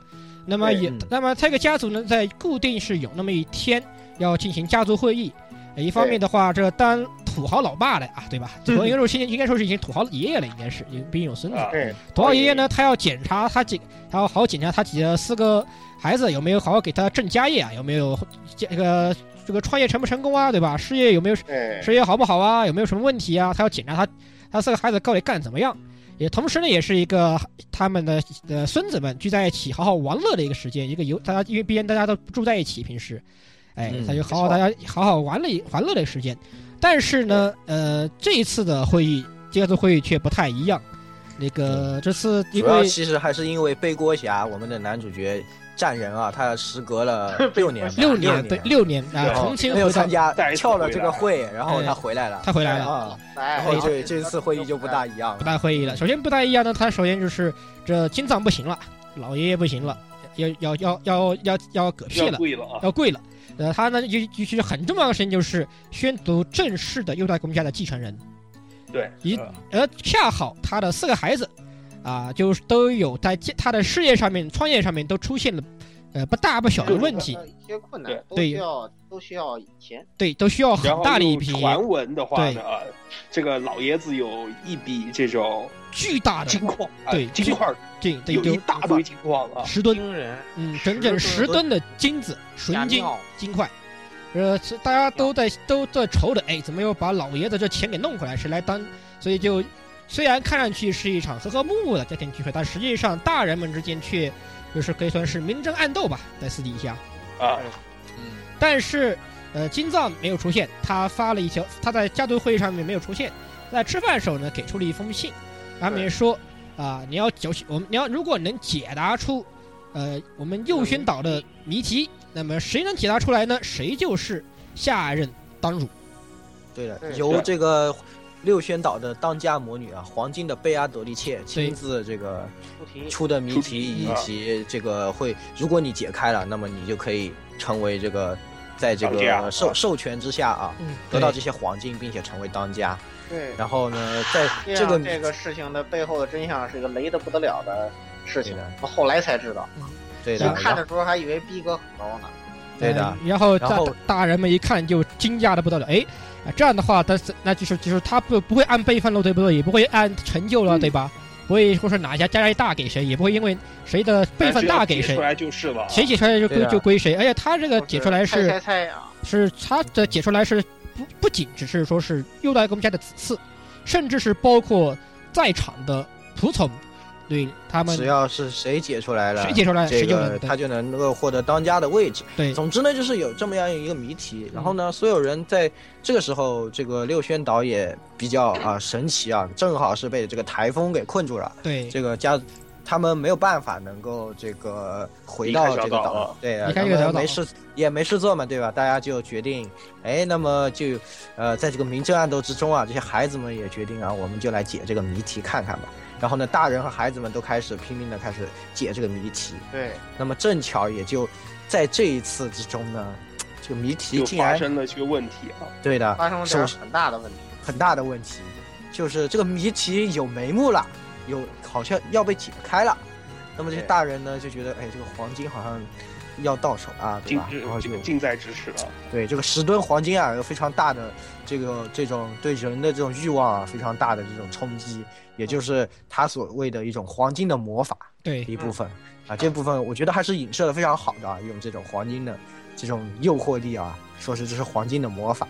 Speaker 1: 那么也
Speaker 2: 嗯
Speaker 1: 那么这个家族呢，在固定是有那么一天要进行家族会议。呃一方面的话，这当土豪老爸的啊，对吧？土豪应该说是应该说是已经土豪爷爷了，应该是有毕竟有孙子。
Speaker 4: 啊，
Speaker 3: 对，
Speaker 1: 土豪爷爷呢，他要检查他几，他要好好检查他几个四个孩子有没有好好给他挣家业啊，有没有这个这个创业成不成功啊，对吧？事业有没有
Speaker 4: 哎，
Speaker 1: 事业好不好啊？有没有什么问题啊？他要检查他他四个孩子到底干得怎么样。也同时呢，也是一个他们的呃孙子们聚在一起好好玩乐的一个时间，一个游大家因为毕竟大家都住在一起，平时，哎，
Speaker 2: 嗯
Speaker 1: 他就好好大家好好玩了一玩乐的时间。但是呢，呃，这一次的会议，这次会议却不太一样。那个这次因
Speaker 2: 主要
Speaker 1: 为
Speaker 2: 其实还是因为背锅侠，我们的男主角战人啊，他时隔了 六年吧，
Speaker 1: 六
Speaker 2: 年
Speaker 1: 年对六年啊，
Speaker 2: 然后
Speaker 1: 重新
Speaker 2: 没
Speaker 1: 回
Speaker 2: 有
Speaker 1: 到
Speaker 2: 参加
Speaker 4: 再一，次
Speaker 2: 跳了这个
Speaker 4: 回哎
Speaker 2: 会，然后他回来了，
Speaker 1: 他回来了。哎
Speaker 2: 啊，
Speaker 3: 来，
Speaker 2: 然后这这次会议就不大一样
Speaker 1: 不
Speaker 2: 了，
Speaker 1: 大会议了。首先不大一样呢，他首先就是这金藏不行了，老爷爷不行了，要要要要要要嗝屁
Speaker 4: 要
Speaker 1: 了，
Speaker 4: 贵了啊！
Speaker 1: 要跪了。呃，他呢就就就很重要的事情就是宣读正式的优待公家的继承人。
Speaker 4: 对，呃
Speaker 1: 一而恰好他的四个孩子，啊，就是都有在建他的事业上面、创业上面都出现了，呃，不大不小的问
Speaker 4: 呃
Speaker 1: 题，，
Speaker 3: 一些困难都
Speaker 1: 对
Speaker 3: 需要都需要钱，
Speaker 1: 对，都需要很
Speaker 4: 然后
Speaker 1: 大的一
Speaker 4: 用
Speaker 1: 批
Speaker 4: 传闻的话呢，啊这个老爷子有一笔这种
Speaker 1: 巨大的
Speaker 4: 金矿，啊
Speaker 1: 对
Speaker 4: 金矿
Speaker 1: 这这
Speaker 4: 有一大堆金矿啊，
Speaker 1: 十吨
Speaker 7: 惊人，
Speaker 1: 嗯，整整十
Speaker 2: 十
Speaker 1: 吨的金子，
Speaker 7: 加
Speaker 1: 纯金
Speaker 7: 妙
Speaker 1: 金块。呃，是大家都在都在愁着，哎，怎么又把老爷子这钱给弄回来？谁来当？所以就虽然看上去是一场和和睦睦的家庭聚会，但实际上大人们之间却就是可以算是明争暗斗吧，在私底下。
Speaker 4: 啊，
Speaker 5: 嗯，
Speaker 1: 但是，呃，金藏没有出现，他发了一条，他在家族会议上面没有出现，在吃饭的时候呢，给出了一封信，他们说，啊、你要解我们你要如果能解答出，呃，我们右宣岛的谜题，那么谁能解答出来呢？谁就是下任当主。
Speaker 2: 对的，
Speaker 4: 哎
Speaker 3: 对
Speaker 2: 由这个六宣岛的当家魔女啊，黄金的贝阿德利切亲自这个
Speaker 7: 不提
Speaker 2: 出的谜
Speaker 4: 出
Speaker 2: 题
Speaker 4: 题
Speaker 2: 以
Speaker 4: 啊
Speaker 2: 及这个会，如果你解开了，那么你就可以成为这个。在这
Speaker 4: 当家
Speaker 2: 个授授权之下啊，
Speaker 1: 嗯，
Speaker 2: 得到这些黄金，并且成为当家。
Speaker 3: 对，
Speaker 2: 然后呢，在
Speaker 3: 这
Speaker 2: 这
Speaker 3: 样
Speaker 2: 个
Speaker 1: 啊
Speaker 3: 这个事情的背后的真相是一个雷的不得了的事情
Speaker 2: 对
Speaker 1: 啊
Speaker 2: 的，
Speaker 3: 我后来才知道，
Speaker 2: 对
Speaker 3: 就
Speaker 2: 的，
Speaker 3: 看的时候还以为逼格很高呢，
Speaker 2: 对的
Speaker 1: 呃然后
Speaker 2: 然
Speaker 1: 大
Speaker 2: 后
Speaker 1: 大人们一看就惊讶的不得了，哎，啊这样的话，但是那就是就是他不不会按辈分了，对不对？也不会按成就了，
Speaker 4: 嗯
Speaker 1: 对吧？不会说是哪一家家业大给谁，也不会因为谁的辈分大给
Speaker 4: 但是要解
Speaker 1: 谁
Speaker 4: 出，来就是了啊。
Speaker 1: 谁解出来就归
Speaker 2: 对啊
Speaker 1: 就归谁。而且他这个解出来
Speaker 3: 就是
Speaker 1: 是
Speaker 3: 猜猜猜啊，
Speaker 1: 是他的解出来是不不仅只是说是右代公家的子嗣，甚至是包括在场的仆从，对他们
Speaker 2: 只要是谁解出来了，
Speaker 1: 谁解出来谁
Speaker 2: 这
Speaker 1: 就
Speaker 2: 个
Speaker 1: 能
Speaker 2: 他就能够获得当家的位置。
Speaker 1: 对嗯
Speaker 2: 总之呢，就是有这么样一个谜题。然后呢，所有人在这个时候，这个六宣岛也比较啊神奇啊，正好是被这个台风给困住了。
Speaker 1: 对
Speaker 2: 这个家，他们没有办法能够这个回到这个
Speaker 4: 离开小岛啊
Speaker 2: 岛，对啊，
Speaker 1: 离开
Speaker 2: 他
Speaker 1: 这个小
Speaker 2: 们
Speaker 1: 岛
Speaker 2: 没事也没事做嘛，对吧？大家就决定，哎，那么就呃，在这个明争暗斗之中啊，这些孩子们也决定啊，我们就来解这个谜题看看吧。然后呢，大人和孩子们都开始拼命的开始解这个谜题。
Speaker 3: 对，
Speaker 2: 那么正巧也就在这一次之中呢，这个谜题
Speaker 4: 就
Speaker 2: 竟
Speaker 4: 发
Speaker 2: 然
Speaker 4: 生了些问题啊？
Speaker 2: 对的
Speaker 3: 发生了点很大的问题，
Speaker 2: 很大的问题，就是这个谜题有眉目了，有好像要被解开了。那么这些大人呢就觉得，哎，这个黄金好像要到手啊，对
Speaker 4: 近
Speaker 2: 吧？
Speaker 4: 至
Speaker 2: 然后就
Speaker 4: 近近在咫尺了。
Speaker 2: 对这个十吨黄金啊，有非常大的这个这种对人的这种欲望啊，非常大的这种冲击，也就是他所谓的一种黄金的魔法
Speaker 1: 对
Speaker 2: 一部分啊。这部分我觉得还是影射的非常好的、啊，用这种黄金的这种诱惑力啊，说是这是黄金的魔法，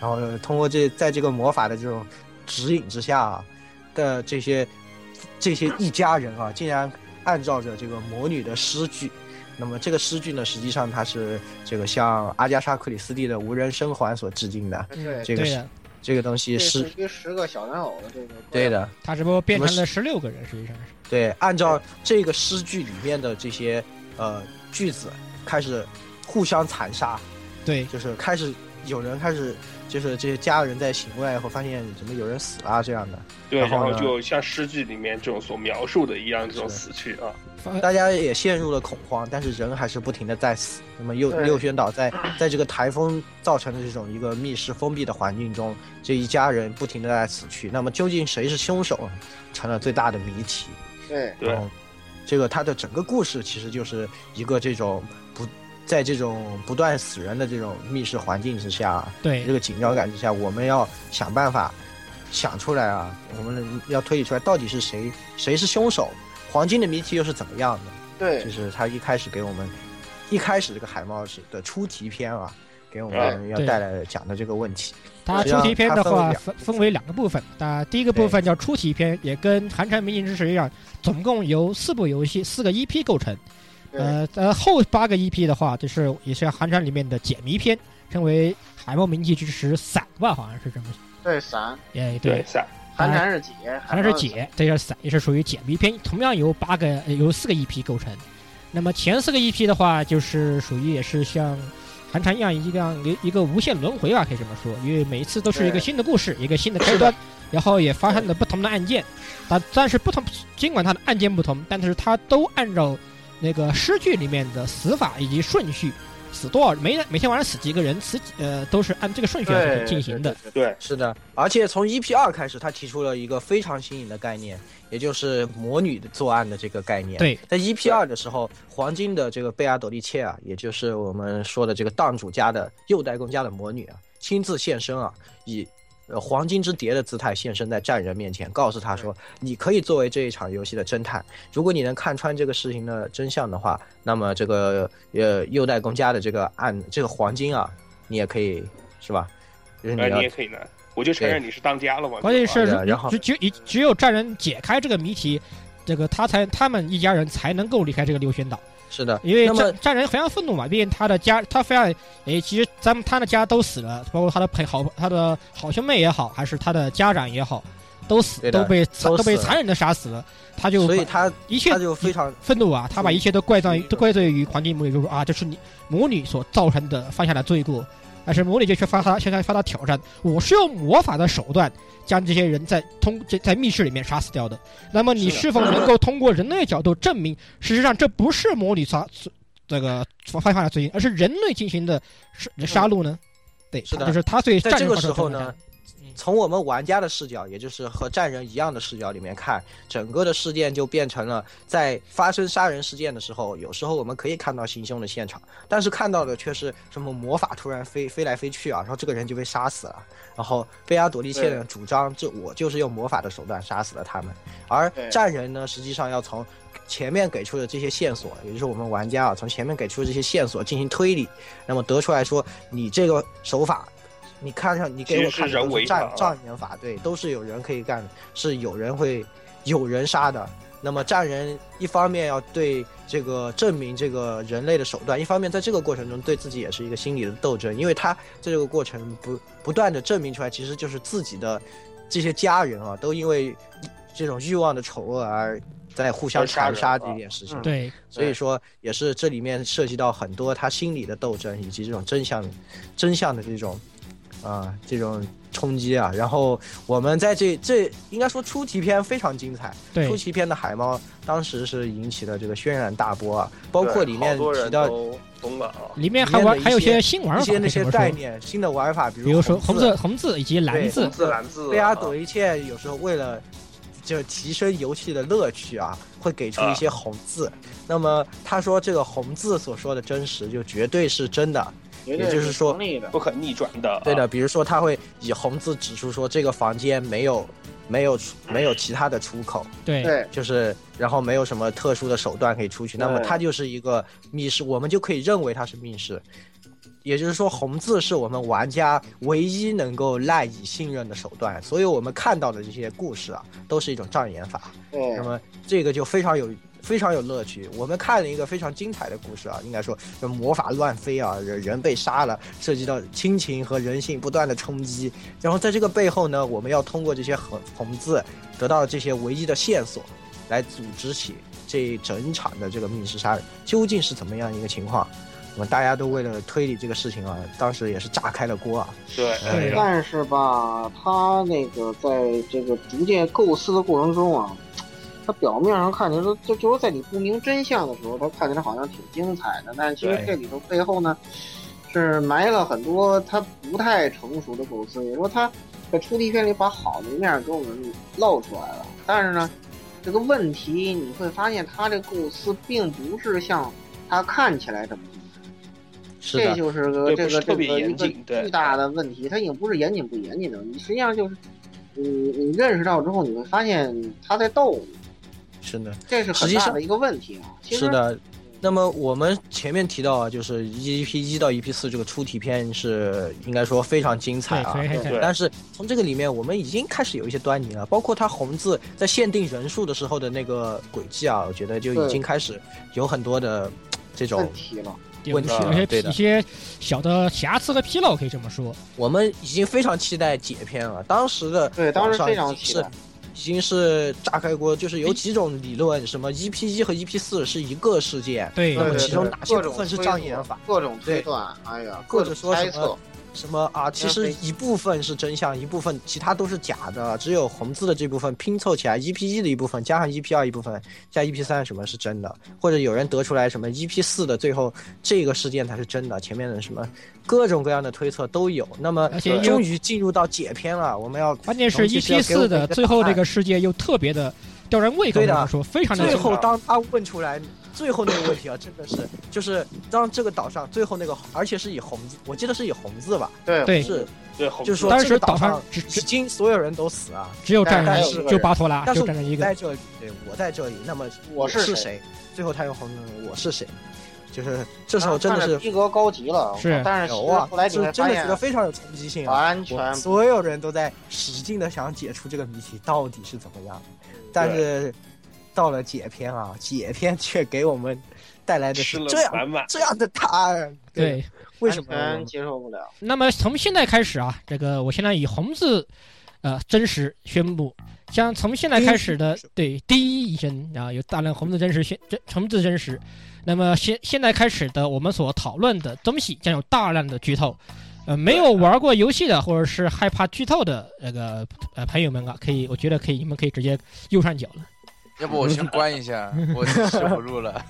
Speaker 2: 然后呢通过这在这个魔法的这种指引之下啊的这些这些一家人啊，竟然按照着这个魔女的诗句，那么这个诗句呢，实际上它是这个向阿加莎·克里斯蒂的《无人生还》所致敬的。
Speaker 3: 对，
Speaker 2: 这个
Speaker 1: 对
Speaker 2: 是
Speaker 1: 的，
Speaker 2: 这个东西
Speaker 3: 这
Speaker 2: 是
Speaker 3: 是于十个小玩偶的这个，
Speaker 2: 对，的，
Speaker 1: 他只不过变成
Speaker 2: 什
Speaker 1: 了
Speaker 2: 么
Speaker 1: 十六个人，实际上是。
Speaker 2: 对，按照这个诗句里面的这些呃句子开始互相残杀，
Speaker 1: 对，
Speaker 2: 就是开始有人开始就是这些家人在醒过来以后，发现怎么有人死啊了这样的，
Speaker 4: 对，
Speaker 2: 然
Speaker 4: 然
Speaker 2: 后
Speaker 4: 后
Speaker 2: 呢
Speaker 4: 就像诗句里面这种所描述的一样，这种
Speaker 2: 是
Speaker 4: 死去啊，
Speaker 1: 发
Speaker 2: 大家也陷入了恐慌，但是人还是不停的在死。那么右
Speaker 3: 对
Speaker 2: 右宣岛在在这个台风造成的这种一个密室封闭的环境中，这一家人不停的在死去。那么究竟谁是凶手，成了最大的谜题。
Speaker 3: 对，
Speaker 4: 对，
Speaker 2: 嗯，这个它的整个故事其实就是一个这种不在这种不断死人的这种密室环境之下，这
Speaker 1: 对
Speaker 2: 个紧张感之下，我们要想办法想出来啊，我们要推理出来到底是谁谁是凶手，黄金的谜题又是怎么样的？
Speaker 3: 对
Speaker 2: 就，是他一开始给我们一开始这个海猫是的出题篇啊，给我们
Speaker 4: 对
Speaker 2: 要
Speaker 1: 对
Speaker 2: 带来讲的这个问题，
Speaker 1: 它
Speaker 2: 实际
Speaker 1: 出
Speaker 2: 上
Speaker 1: 题篇
Speaker 2: 它
Speaker 1: 的
Speaker 2: 分为
Speaker 1: 话
Speaker 2: 两
Speaker 1: 分分为两个部分，啊，第一个部
Speaker 2: 对
Speaker 1: 分叫出题篇，也跟《寒蝉鸣影之时》一样，总共由四部游戏四个 EP 构成。
Speaker 3: 对
Speaker 1: 呃呃，后八个 EP 的话，就是也是《寒蝉》里面的解谜篇，称为《海猫名气之时散》吧，好像是这么。
Speaker 3: 对，散，
Speaker 1: 哎，
Speaker 4: 对，
Speaker 1: 对，
Speaker 4: 散，
Speaker 3: 寒蝉是解，
Speaker 1: 好像是，解，这叫散，也是属于解谜篇，同样由八个呃由四个 EP 构成。那么前四个 EP 的话，就是属于也是像寒蝉一样一样一一个无限轮回吧，可以这么说，因为每一次都是一个
Speaker 3: 对
Speaker 1: 新的故事，一个新的开端，然后也发生了不同的案件，但但是不同，尽管它的案件不同，但是它都按照那个诗句里面的死法以及顺序。死多少？每每天晚上死几个人，死几呃都是按这个顺序来
Speaker 3: 对，
Speaker 1: 进行的。
Speaker 3: 对，对
Speaker 4: 对，
Speaker 2: 是的，而且从 EP 二开始，他提出了一个非常新颖的概念，也就是魔女的作案的这个概念。
Speaker 1: 对，
Speaker 2: 在 EP 二的时候，黄金的这个贝阿朵利切啊，也就是我们说的这个荡主家的右代公家的魔女啊，亲自现身啊，以呃黄金之蝶的姿态现身在战人面前，告诉他说，你可以作为这一场游戏的侦探，如果你能看穿这个事情的真相的话，那么这个呃右代公家的这个案这个黄金啊，你也可以是吧？就是你
Speaker 4: 呃，
Speaker 2: 要
Speaker 4: 你也可以拿，我就承认你是当家了嘛，
Speaker 1: 关键
Speaker 4: 对吧
Speaker 1: 哎是
Speaker 2: 对啊
Speaker 1: 如，
Speaker 2: 然后
Speaker 1: 只只只只有战人解开这个谜题，这个他才他们一家人才能够离开这个六仙岛，
Speaker 2: 是的，
Speaker 1: 因为
Speaker 2: 那么
Speaker 1: 战战人非常愤怒嘛，毕竟他的家他非常诶，其实咱们他的家都死了，包括他的朋好他的好兄妹也好，还是他的家长也好，都死
Speaker 2: 对的
Speaker 1: 都被
Speaker 2: 都
Speaker 1: 都
Speaker 2: 死
Speaker 1: 被
Speaker 2: 了
Speaker 1: 残忍的杀死了，他就
Speaker 2: 所以
Speaker 1: 把
Speaker 2: 他
Speaker 1: 一切
Speaker 2: 他就非常
Speaker 1: 愤怒啊，他把一切都怪罪
Speaker 2: 是
Speaker 1: 都怪罪于黄金魔女，就说啊，这是你魔女所造成的犯下的罪过。但是魔女就却发他向他发他挑战，我是用魔法的手段将这些人在通这在密室里面杀死掉的。那么你
Speaker 2: 是的
Speaker 1: 是否能够通过人类角度证明，事实上这不是魔女杀这个所犯下的罪行，而是人类进行的杀杀戮呢？对，
Speaker 2: 是的
Speaker 1: 就是他对
Speaker 2: 在
Speaker 1: 战
Speaker 2: 这
Speaker 1: 争
Speaker 2: 个
Speaker 1: 发出
Speaker 2: 时候
Speaker 1: 的
Speaker 2: 呢
Speaker 1: 挑战，
Speaker 2: 从我们玩家的视角，也就是和战人一样的视角里面看，整个的事件就变成了在发生杀人事件的时候，有时候我们可以看到行凶的现场，但是看到的却是什么魔法突然飞飞来飞去啊，然后这个人就被杀死了。然后贝阿朵利切呢主张，这我就是用魔法的手段杀死了他们，而
Speaker 3: 对
Speaker 2: 战人呢，实际上要从前面给出的这些线索，也就是我们玩家啊，从前面给出的这些线索进行推理，那么得出来说，你这个手法，你看上你给我
Speaker 4: 其实是
Speaker 2: 看的
Speaker 4: 人
Speaker 2: 都
Speaker 4: 为
Speaker 2: 是
Speaker 4: 的
Speaker 2: 障
Speaker 4: 啊
Speaker 2: 障眼法，对，都是有人可以干的，是有人会有人杀的。那么战人一方面要对这个证明这个人类的手段，一方面在这个过程中对自己也是一个心理的斗争，因为他在这个过程不不断的证明出来，其实就是自己的这些家人啊，都因为这种欲望的丑恶而在互相
Speaker 4: 而杀
Speaker 2: 残
Speaker 4: 人
Speaker 2: 杀
Speaker 4: 啊
Speaker 2: 这件事情。
Speaker 3: 嗯
Speaker 1: 对
Speaker 2: 所以说也是这里面涉及到很多他心理的斗争以及这种真相、真相的这种啊、这种冲击啊。然后我们在这这应该说出题篇非常精彩，
Speaker 1: 对
Speaker 2: 出题篇的海猫当时是引起了这个轩然大波啊，包括
Speaker 4: 对
Speaker 2: 里面
Speaker 4: 好多人
Speaker 2: 提到
Speaker 4: 都疯了啊，
Speaker 1: 里面
Speaker 2: 里
Speaker 1: 还
Speaker 2: 面
Speaker 1: 玩
Speaker 2: 的一
Speaker 1: 还有
Speaker 2: 些
Speaker 1: 些新玩
Speaker 2: 一
Speaker 1: 法，可
Speaker 2: 些
Speaker 1: 以
Speaker 2: 那
Speaker 1: 这
Speaker 2: 些
Speaker 1: 么
Speaker 2: 概
Speaker 1: 说，
Speaker 2: 念、新的玩法，比
Speaker 1: 比如说
Speaker 2: 红
Speaker 1: 红字、红字以及蓝
Speaker 2: 对
Speaker 1: 字
Speaker 4: 红，字蓝字，
Speaker 2: 贝阿
Speaker 4: 啊
Speaker 2: 朵一切有时候为了就提升游戏的乐趣啊，会给出一些红字。那么他说这个红字所说的真实，就绝对是真的。
Speaker 3: 绝
Speaker 2: 也
Speaker 3: 对
Speaker 2: 就是说
Speaker 3: 成立的，
Speaker 4: 不可逆转的，啊
Speaker 2: 对的，，比如说他会以红字指出说这个房间没有没有出没有其他的出口，
Speaker 1: 对
Speaker 3: 对，
Speaker 2: 就是然后没有什么特殊的手段可以出去，那么
Speaker 3: 对
Speaker 2: 它就是一个密室，我们就可以认为它是密室。也就是说，红字是我们玩家唯一能够赖以信任的手段，所有我们看到的这些故事啊，都是一种障眼法。
Speaker 3: 对
Speaker 2: 那，么这个就非常有非常有乐趣。我们看了一个非常精彩的故事啊，应该说就魔法乱飞啊，人人被杀了，涉及到亲情和人性不断的冲击。然后在这个背后呢，我们要通过这些红红字，得到这些唯一的线索，来组织起这整场的这个密室杀人究竟是怎么样一个情况。我们大家都为了推理这个事情啊，当时也是炸开了锅啊。
Speaker 4: 对，
Speaker 1: 对的
Speaker 3: 但是吧，他那个在这个逐渐构思的过程中啊，他表面上看起来说，就就是在你不明真相的时候，他看起来好像挺精彩的，但是其实
Speaker 2: 对
Speaker 3: 这里头背后呢，是埋了很多他不太成熟的构思。也说他在出题篇里把好的一面给我们露出来了，但是呢，这个问题你会发现他这构思并不是像他看起来这么精彩。
Speaker 2: 是
Speaker 3: 这
Speaker 2: 的，
Speaker 3: 就是个这
Speaker 4: 对不
Speaker 3: 个
Speaker 4: 是
Speaker 3: 这
Speaker 4: 特
Speaker 3: 个
Speaker 4: 别
Speaker 3: 一
Speaker 4: 严
Speaker 3: 个
Speaker 4: 谨对
Speaker 3: 巨大的问题，它已经不是严谨不严谨的问题，实际上就是，你你认识到之后，你会发现他在逗你，
Speaker 2: 是的。
Speaker 3: 这是
Speaker 2: 实
Speaker 3: 很
Speaker 2: 际
Speaker 3: 大
Speaker 2: 上
Speaker 3: 的一个问题啊。其实
Speaker 2: 是，的，那么我们前面提到啊，就是 EP 一到 EP 四这个出题篇是应该说非常精彩
Speaker 1: 对，
Speaker 2: 啊。
Speaker 1: 非常
Speaker 4: 对
Speaker 2: 但是从这个里面，我们已经开始有一些端倪了，包括它红字在限定人数的时候的那个轨迹啊，我觉得就已经开始有很多的这种
Speaker 3: 问题了，
Speaker 1: 有
Speaker 2: 问题
Speaker 1: 有些
Speaker 2: 对的
Speaker 1: 一些小的瑕疵和纰漏，可以这么说。
Speaker 2: 我们已经非常期待解篇了。当时的
Speaker 3: 对当时
Speaker 2: 网上
Speaker 3: 非常
Speaker 2: 已经
Speaker 3: 期
Speaker 2: 是
Speaker 3: 待
Speaker 2: 已经是炸开锅，就是有几种理论，什么 EP 一和 EP 四是一个事件，
Speaker 1: 对
Speaker 2: 那
Speaker 3: 对
Speaker 2: 么
Speaker 3: 对
Speaker 2: 其
Speaker 3: 对
Speaker 2: 中哪些
Speaker 3: 各
Speaker 2: 部
Speaker 3: 种
Speaker 2: 分是
Speaker 3: 推
Speaker 2: 障
Speaker 3: 测
Speaker 2: 眼法？
Speaker 3: 各种推
Speaker 2: 对
Speaker 3: 断，哎呀，各
Speaker 2: 或者
Speaker 3: 种
Speaker 2: 说
Speaker 3: 猜
Speaker 2: 什么
Speaker 3: 测，
Speaker 2: 什么啊？其
Speaker 3: 那
Speaker 2: 实
Speaker 3: 非
Speaker 2: 一部分是真相，一部分其他都是假的，只有红字的这部分拼凑起来，EP 一的一部分加上 EP 二一部分加 EP 三什么是真的，或者有人得出来什么 EP 四的最后这个事件才是真的，前面的什么各种各样的推测都有。那么
Speaker 1: 而且
Speaker 2: 终于进入到解篇了，我们要
Speaker 1: 关键是
Speaker 2: 总体
Speaker 1: EP
Speaker 2: 是要给我
Speaker 1: 四
Speaker 2: 们一
Speaker 1: 的
Speaker 2: 个
Speaker 1: 最后
Speaker 2: 答
Speaker 1: 这
Speaker 2: 案
Speaker 1: 个世界又特别的吊人胃口，
Speaker 2: 对的
Speaker 1: 这么说非常的
Speaker 2: 最
Speaker 1: 精
Speaker 2: 后
Speaker 1: 彩
Speaker 2: 当他问出来最后那个问题啊，真的是就是当这个岛上最后那个，而且是以红字，我记得是以红字吧，
Speaker 3: 对
Speaker 1: 对
Speaker 2: 是
Speaker 4: 对，红
Speaker 2: 就是说
Speaker 1: 当
Speaker 2: 这个
Speaker 1: 时
Speaker 2: 岛
Speaker 1: 岛
Speaker 2: 上
Speaker 1: 上只
Speaker 2: 已
Speaker 1: 只
Speaker 2: 经所有人都死啊。
Speaker 1: 只有站
Speaker 2: 但
Speaker 1: 着
Speaker 2: 是
Speaker 1: 就巴托拉，
Speaker 2: 但是
Speaker 1: 就站着一
Speaker 2: 我
Speaker 1: 个
Speaker 2: 在，这里，对我在这里，那么
Speaker 3: 我是
Speaker 2: 是
Speaker 3: 谁啊
Speaker 2: 谁？最后他用红灯，我是谁？就是这时
Speaker 3: 然后
Speaker 2: 候真的
Speaker 3: 看着
Speaker 2: 是
Speaker 3: 逼格高级了，
Speaker 1: 是
Speaker 3: 但是其
Speaker 2: 有
Speaker 3: 实
Speaker 2: 啊
Speaker 3: 后来，你
Speaker 2: 就
Speaker 3: 会
Speaker 2: 是真
Speaker 3: 发
Speaker 2: 的觉得
Speaker 3: 现
Speaker 2: 非常有冲击性啊！
Speaker 3: 完全
Speaker 2: 我所有人都在使劲的想解出这个谜题到底是怎么样，但是到了解篇啊，解篇却给我们带来的是
Speaker 4: 吃了
Speaker 2: 哎这样
Speaker 4: 满满。
Speaker 2: 这样的答案。
Speaker 1: 对，，
Speaker 2: 为什么我
Speaker 3: 完全
Speaker 2: 们？
Speaker 3: 接受不了？
Speaker 1: 那么从现在开始啊，这个我现在以红字，呃，真实宣布，将从现在开始的对第一医生啊，有大量红字真实宣真红字真实。那么现现在开始的我们所讨论的东西将有大量的剧透，呃，没有玩过游戏的或者是害怕剧透的那个呃朋友们啊，可以，我觉得可以，你们可以直接右上角了。
Speaker 5: 要不我先关一下， 我受不住了，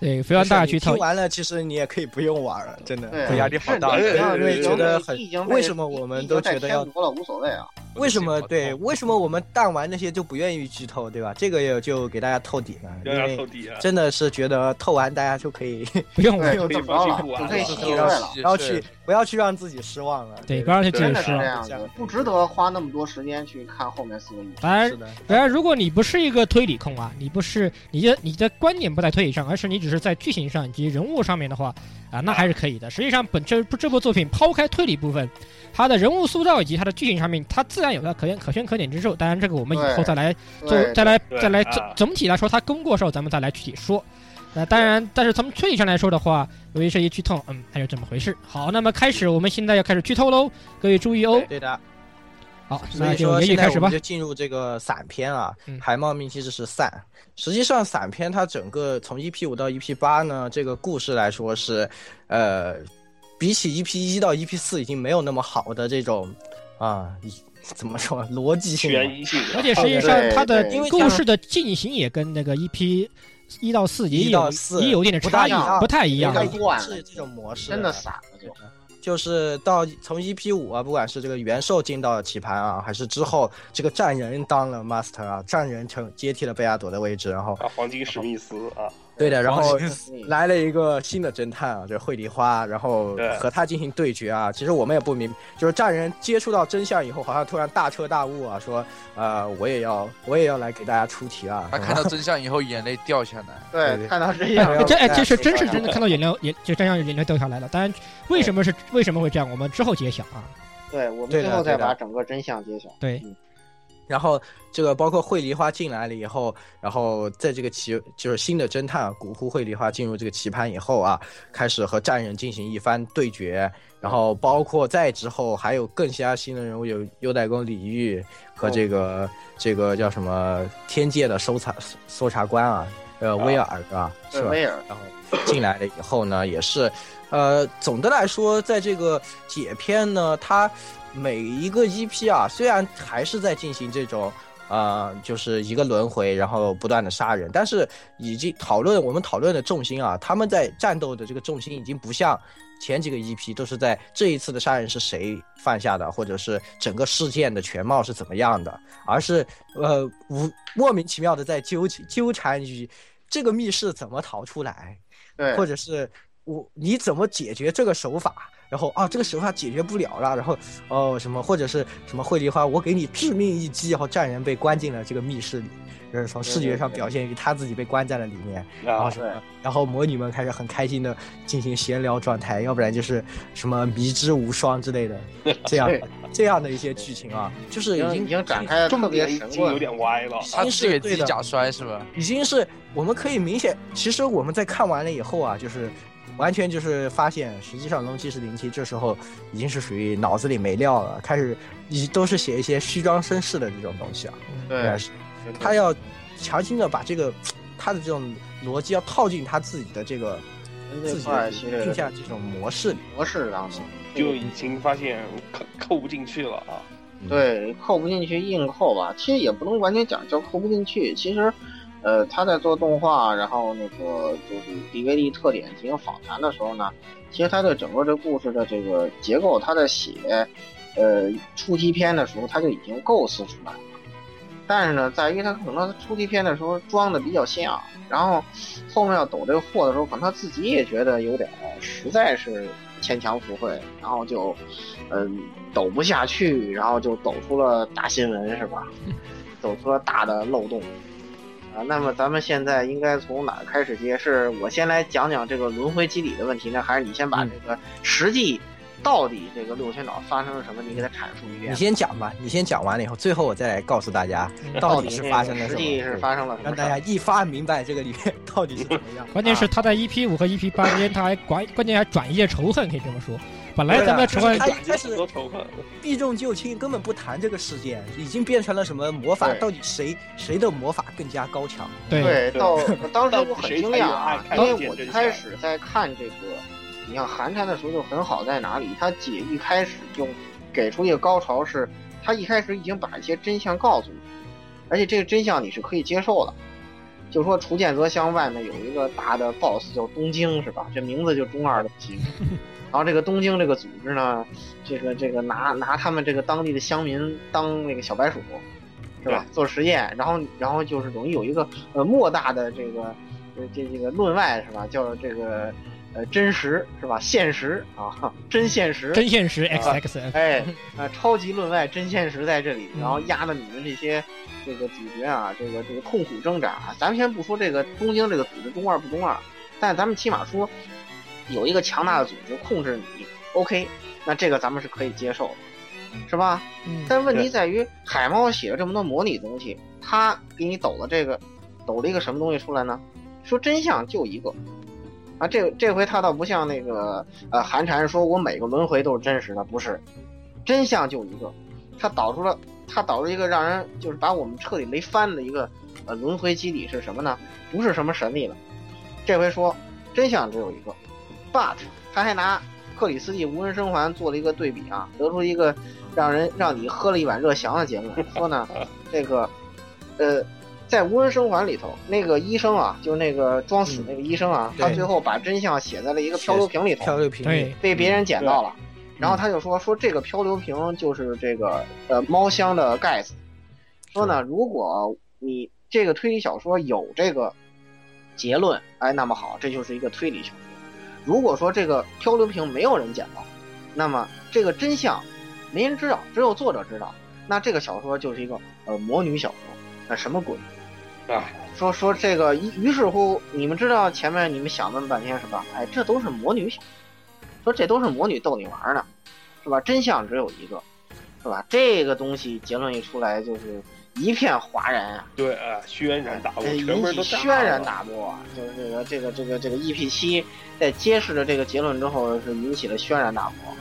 Speaker 1: 对，不要大家
Speaker 2: 去
Speaker 1: 剧透
Speaker 2: 听。完了，其实你也可以不用玩了，真的。
Speaker 3: 对
Speaker 5: 我压力好大
Speaker 4: 是。的
Speaker 2: 不要因为
Speaker 4: 对
Speaker 2: 觉得
Speaker 3: 已经
Speaker 2: 很，
Speaker 3: 被
Speaker 2: 为什么我们都觉得要
Speaker 3: 已经被天罗了无所谓啊？
Speaker 2: 为什么对？为什么我们弹完那些就不愿意剧透，对吧？这个也就给大家透底了，
Speaker 4: 要
Speaker 2: 因
Speaker 4: 要
Speaker 2: 为
Speaker 4: 透底啊！
Speaker 2: 真的是觉得透完大家就可以，
Speaker 1: 不用玩
Speaker 3: 对，，就这么啊着了，就可以洗洗睡了。
Speaker 2: 不要去不要去让自己失望了。
Speaker 1: 对，不要去
Speaker 4: 对
Speaker 1: 解
Speaker 3: 真的
Speaker 1: 释
Speaker 3: 是
Speaker 1: 啊
Speaker 3: 这。样子，不值得花那么多时间去看后面四个亿。
Speaker 1: 当然
Speaker 2: 是，的，
Speaker 1: 当然，如果你不是一个推理控啊，你不是你的你的观点不在推理上，而是你只是在剧情上以及人物上面的话，啊，那还是可以的。实际上，本这部这部作品抛开推理部分，它的人物塑造以及它的剧情上面，它自然有它可圈可圈可点之处。当然，这个我们以后
Speaker 3: 对
Speaker 1: 再来做
Speaker 3: 对，
Speaker 1: 再来
Speaker 4: 对
Speaker 1: 再来
Speaker 4: 啊
Speaker 1: 总总体来说，它功过时候咱们再来具体说。那当然，但是从推理上来说的话，由于是一剧透，嗯，它就这么回事。好，那么开始，我们现在要开始剧透喽，各位注意哦。
Speaker 2: 对的。
Speaker 1: 好，
Speaker 2: 所
Speaker 1: 那
Speaker 2: 以
Speaker 1: 就
Speaker 2: 说
Speaker 1: 也
Speaker 2: 现
Speaker 1: 许
Speaker 2: 在
Speaker 1: 开
Speaker 2: 我
Speaker 1: 始吧
Speaker 2: 们。就进入这个散篇啊，
Speaker 1: 嗯
Speaker 2: 海猫命其实是散。实际上散篇它整个从 EP 五到 EP 八呢，这个故事来说是，呃，比起 EP 一到 EP 四已经没有那么好的这种啊，一怎么说逻辑性吧
Speaker 4: 悬疑性啊，
Speaker 1: 而且实际上
Speaker 3: 对，
Speaker 1: 它的
Speaker 3: 对因
Speaker 2: 为
Speaker 1: 故事的进行也跟那个一 p 一到四也
Speaker 2: 一
Speaker 1: 有
Speaker 2: 到四
Speaker 1: 也有一点的
Speaker 2: 不
Speaker 1: 差
Speaker 2: 大
Speaker 1: 异
Speaker 2: 一样，
Speaker 1: 不太一
Speaker 2: 一
Speaker 1: 样
Speaker 3: 有。点
Speaker 2: 样是这种模式，哎
Speaker 3: 真的散了就。
Speaker 2: 就是到从 EP 五啊，不管是这个元兽进到棋盘啊，还是之后这个战人当了 master 啊，战人成接替了贝亚朵的位置，然后
Speaker 4: 啊，黄金史密斯啊，
Speaker 2: 对的，然后
Speaker 5: 黄金
Speaker 2: 来了一个新的侦探啊，这惠梨花，然后
Speaker 4: 对
Speaker 2: 和他进行对决啊。其实我们也不明，就是战人接触到真相以后，好像突然大彻大悟啊，说呃我也要我也要来给大家出题啊。
Speaker 5: 他看到真相以后眼泪掉下来，
Speaker 2: 对
Speaker 3: 对，看到这
Speaker 2: 哎
Speaker 3: 样，
Speaker 1: 这哎，这是
Speaker 3: 对
Speaker 1: 真是真的看到饮料也就这样饮料掉下来了。当然，为什么是为什么会这样，我们之后揭晓啊。
Speaker 3: 对，我们
Speaker 2: 对
Speaker 3: 最
Speaker 2: 的
Speaker 3: 后再
Speaker 2: 对的
Speaker 3: 把整个真相揭晓。
Speaker 1: 对，
Speaker 2: 然后这个包括惠梨花进来了以后，然后在这个棋就是新的侦探古户惠梨花进入这个棋盘以后啊，开始和战人进行一番对决，然后包括再之后还有更其他新的人物有优待宫李煜和这
Speaker 3: 哦
Speaker 2: 个、这个叫什么天界的搜查搜查官啊，呃威尔是吧？是
Speaker 3: 对
Speaker 2: 吧？
Speaker 3: 威尔，
Speaker 2: 然后进来了以后呢，也是，呃，总的来说，在这个解篇呢，它每一个 EP 啊，虽然还是在进行这种。呃，就是一个轮回，然后不断的杀人，但是已经讨论我们讨论的重心啊，他们在战斗的这个重心已经不像前几个 EP 都是在这一次的杀人是谁犯下的，或者是整个事件的全貌是怎么样的，而是呃无莫名其妙的在纠结纠缠于这个密室怎么逃出来，
Speaker 3: 对
Speaker 2: 或者是我你怎么解决这个手法？然后啊，这个手法解决不了了，然后哦什么，或者是什么惠梨花，我给你致命一击，然后战人被关进了这个密室里，就是从视觉上表现于他自己被关在了里面，然后
Speaker 4: 啊
Speaker 2: 什么，然后魔女们开始很开心的进行闲聊状态，要不然就是什么迷之无双之类的，这样
Speaker 3: 对
Speaker 2: 这样的一些剧情啊，就
Speaker 3: 已
Speaker 2: 是已
Speaker 3: 经
Speaker 2: 经
Speaker 3: 已经展开了特
Speaker 4: 重
Speaker 3: 别
Speaker 4: 点已
Speaker 3: 神
Speaker 4: 经有
Speaker 3: 棍，
Speaker 4: 点歪了。啊
Speaker 5: 他自己给自
Speaker 2: 对
Speaker 5: 己
Speaker 2: 的
Speaker 5: 假摔是吧？
Speaker 2: 已经是我们可以明显，其实我们在看完了以后啊，就是完全就是发现，实际上龙骑士零七这时候已经是属于脑子里没料了，开始已都是写一些虚张声势的这种东西啊。
Speaker 3: 对，
Speaker 2: 是他要强行的把这个他的这种逻辑要套进他自己的这个
Speaker 3: 跟
Speaker 2: 自
Speaker 3: 这
Speaker 2: 己
Speaker 3: 块
Speaker 2: 的
Speaker 3: 儿其实
Speaker 2: 定下这种模式里。
Speaker 3: 模式当中，
Speaker 4: 就已经发现扣扣不进去了啊！
Speaker 2: 嗯
Speaker 5: 嗯
Speaker 3: 对，扣不进去硬扣吧，其实也不能完全讲叫扣不进去。其实，呃，他在做动画，然后那个就是 DVD 特点进行访谈的时候呢，其实他对整个这故事的这个结构，他在写，呃，初期篇的时候他就已经构思出来了。但是呢，在于他可能他初期篇的时候装的比较像，然后后面要抖这个货的时候，可能他自己也觉得有点儿实在是牵强附会，然后就，嗯，抖不下去，然后就抖出了大新闻是 吧？抖出了大的漏洞啊。那么咱们现在应该从哪儿开始接？是我先来讲讲这个轮回机理的问题呢，还是你先把
Speaker 2: 嗯
Speaker 3: 这个实际到底这个六仙岛发生了什么，你给它阐述一遍
Speaker 2: 你？先讲吧，你先讲完了以后，最后我再来告诉大家
Speaker 3: 嗯
Speaker 2: 到底是发生了什
Speaker 3: 实
Speaker 2: 么，
Speaker 3: 际是发生了什
Speaker 2: 让
Speaker 3: 么事
Speaker 2: 大
Speaker 3: 儿？
Speaker 2: 家一发明白这个里面到底是怎么样。啊
Speaker 1: 关
Speaker 3: 啊
Speaker 1: 键是他在 EP 五和 EP 八之间，他还关关键还转移了仇恨，可以这么说。本来咱们仇恨
Speaker 2: 他
Speaker 3: 啊
Speaker 2: 一开
Speaker 4: 有
Speaker 2: 始
Speaker 4: 很多仇恨，
Speaker 2: 避重就轻，根本不谈这个事件，已经变成了什么魔法？
Speaker 3: 对
Speaker 2: 到底谁谁的魔法更加高强？
Speaker 1: 对，
Speaker 4: 对
Speaker 3: 到当时
Speaker 4: 到底
Speaker 3: 我很
Speaker 4: 谁
Speaker 3: 惊
Speaker 4: 才有
Speaker 3: 讶啊，
Speaker 4: 爱
Speaker 3: 因
Speaker 4: 看
Speaker 3: 为
Speaker 4: 见
Speaker 3: 我一
Speaker 4: 真
Speaker 3: 开
Speaker 4: 相
Speaker 3: 始在看这个，你像寒蝉的时候就很好在哪里，他姐一开始就给出一个高潮是，他一开始已经把一些真相告诉你，而且这个真相你是可以接受的。就说楚剑泽乡外面有一个大的 BOSS 叫东京是吧？这名字就中二的不行。然后这个东京这个组织呢，这个这个拿拿他们这个当地的乡民当那个小白鼠，是吧？做实验，然后然后就是等于有一个呃莫大的这个呃这这个论外是吧？叫这个呃真实是吧？现实啊， 真现实，
Speaker 1: 真现实 X X N，
Speaker 3: 哎，啊，超级论外真现实在这里，然后压的你们这些这个主角啊，这个这个痛苦挣扎啊。咱们先不说这个东京这个组织中二不中二，但咱们起码说有一个强大的组织控制你，OK，那这个咱们是可以接受的，是吧？
Speaker 1: 嗯，
Speaker 3: 但问题在于，海猫写了这么多模拟东西，他给你抖了这个，抖了一个什么东西出来呢？说真相就一个，啊，这这回他倒不像那个呃寒蝉说，我每个轮回都是真实的，不是，真相就一个，他导出了他导出一个让人就是把我们彻底雷翻的一个呃轮回机理是什么呢？不是什么神力了，这回说真相只有一个，but 他还拿克里斯蒂无人生还做了一个对比啊，得出一个让人让你喝了一碗热翔的结论，说呢，这个，呃，在无人生还里头，那个医生啊，就是那个装死那个医生啊，
Speaker 2: 嗯
Speaker 3: 他
Speaker 2: 对
Speaker 3: 最后把真相写在了一个漂流瓶里
Speaker 2: 漂
Speaker 3: 头，
Speaker 2: 流瓶
Speaker 1: 对
Speaker 2: 里，
Speaker 3: 被别人捡到了，然后他就说说这个漂流瓶就是这个呃猫箱的盖子，说呢，如果你这个推理小说有这个结论，哎，那么好，这就是一个推理小说。如果说这个漂流瓶没有人捡到，那么这个真相没人知道，只有作者知道，那这个小说就是一个呃魔女小说，那什么鬼？
Speaker 4: 啊，
Speaker 3: 说说这个，于于是乎，你们知道前面你们想那么半天是吧？哎，这都是魔女小说，这都是魔女逗你玩儿呢，是吧？真相只有一个，是吧？这个东西结论一出来，就是一片哗然啊，
Speaker 4: 对啊，轩然大悟，
Speaker 3: 哎，引
Speaker 4: 全部人
Speaker 3: 起
Speaker 4: 都
Speaker 3: 轩
Speaker 4: 大
Speaker 3: 然
Speaker 4: 了
Speaker 3: 大波啊！就是这个这个这个这个 EP 七在揭示了这个结论之后，是引起了轩然大波，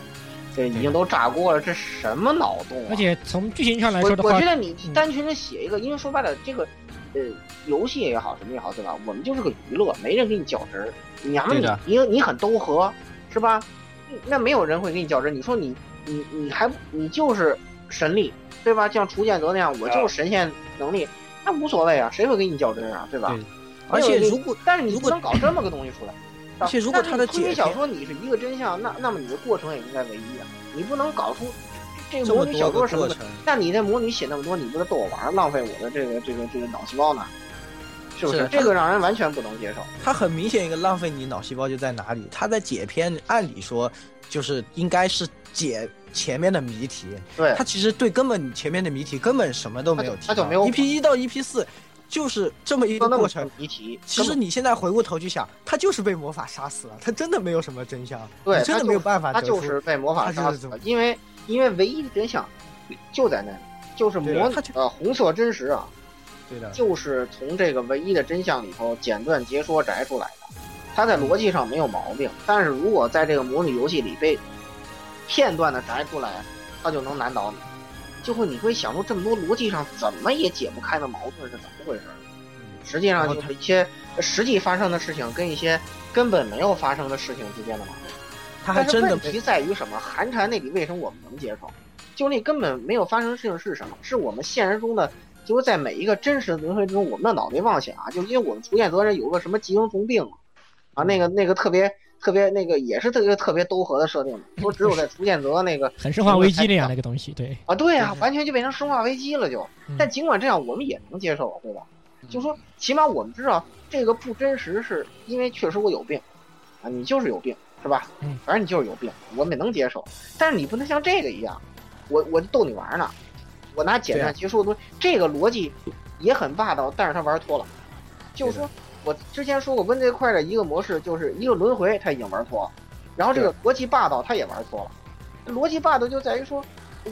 Speaker 3: 这已经都炸锅了，这什么脑洞啊
Speaker 1: 而！且从剧情上来
Speaker 3: 我
Speaker 1: 说的
Speaker 3: 我
Speaker 1: 话
Speaker 3: 觉，得你你
Speaker 1: 嗯
Speaker 3: 单纯的写一个，因为说白了，这个呃游戏也好，什么也好，对吧？我们就是个娱乐，没人给你较真儿。你要么
Speaker 2: 对
Speaker 3: 你
Speaker 2: 的
Speaker 3: 你你很兜合，是吧？那没有人会给你较真儿。你说你你你还你就是神力，对吧？像楚剑德那样，我就是神仙能力，那无所谓啊，谁会给你较真儿啊，对吧？
Speaker 2: 对而且如果
Speaker 3: 但是你
Speaker 2: 如
Speaker 3: 不
Speaker 2: 果
Speaker 3: 能搞这么个东西出来。
Speaker 2: 而且如果他的
Speaker 3: 推理
Speaker 2: 解
Speaker 3: 小
Speaker 2: 释
Speaker 3: 说你是一个真相，那那么你的过程也应该唯一啊，你不能搞出这个
Speaker 2: 这
Speaker 3: 魔
Speaker 2: 么
Speaker 3: 女小说
Speaker 2: 多个
Speaker 3: 什么
Speaker 2: 过
Speaker 3: 的。
Speaker 2: 程，
Speaker 3: 那你这魔女写那么多，你不是逗我玩儿，浪费我的这个这个这个脑细胞呢？是不是？
Speaker 5: 是
Speaker 3: 这个让人完全不能接受。
Speaker 2: 它很明显一个浪费你脑细胞就在哪里。它在解篇，按理说就是应该是解前面的谜题，
Speaker 3: 对
Speaker 2: 它，其实对根本前面的谜题根本什么都没有提
Speaker 3: 它
Speaker 2: 到，
Speaker 3: 就没有
Speaker 2: EP 一到 EP 四就是这么一个
Speaker 3: 那
Speaker 2: 过
Speaker 3: 么
Speaker 2: 程。
Speaker 3: 离题，
Speaker 2: 其实
Speaker 3: 根
Speaker 2: 你现在回过头去想，他就是被魔法杀死了，他真的没有什么真相，
Speaker 3: 对
Speaker 2: 你真
Speaker 3: 他
Speaker 2: 的
Speaker 3: 就
Speaker 2: 没有办法
Speaker 3: 本他
Speaker 2: 得
Speaker 3: 就
Speaker 2: 出。
Speaker 3: 是被魔法
Speaker 2: 他就
Speaker 3: 杀
Speaker 2: 是
Speaker 3: 死
Speaker 2: 这
Speaker 3: 了
Speaker 2: 么，
Speaker 3: 因为因为唯一的真相就在那里，就是
Speaker 2: 对
Speaker 3: 魔
Speaker 2: 他就
Speaker 3: 呃红色真实啊，
Speaker 2: 对的，
Speaker 3: 就是从这个唯一的真相里头简短截说摘出来的。它在逻辑上没有毛病，但是如果在这个模拟游戏里被片段的摘出来，它就能难倒你，就会你会想出这么多逻辑上怎么也解不开的矛盾是怎么回事儿。实际上就是一些实际发生的事情跟一些根本没有发生的事情之间的矛盾。
Speaker 2: 他还真的
Speaker 3: 但是问题在于什么？寒蝉那里为什么我们能接受？就那根本没有发生的事情是什么？是我们现实中的，就是在每一个真实的轮回之中，我们的脑袋妄想啊，就是因为我们楚剑泽人有个什么急性虫病啊，那个那个特别特别那个也是特别特别兜合的设定，说只有在楚剑泽那个
Speaker 1: 很生化危机那样的一个东西，对，
Speaker 3: 啊，对啊
Speaker 2: 就，是
Speaker 3: 完全就变成生化危机了就
Speaker 1: 嗯。
Speaker 3: 但尽管这样，我们也能接受，啊对吧？
Speaker 5: 嗯
Speaker 3: 就说起码我们知道这个不真实，是因为确实我有病啊，你就是有病，是吧
Speaker 1: 嗯？
Speaker 3: 反正你就是有病，我们也能接受。但是你不能像这个一样，我我就逗你玩儿呢，我拿简单结束的东西，这个逻辑也很霸道，但是他玩脱了。就是说我之前说过温这块的一个模式，就是一个轮回，他已经玩脱了，然后这个逻辑霸道他也玩脱了。逻辑霸道就在于说，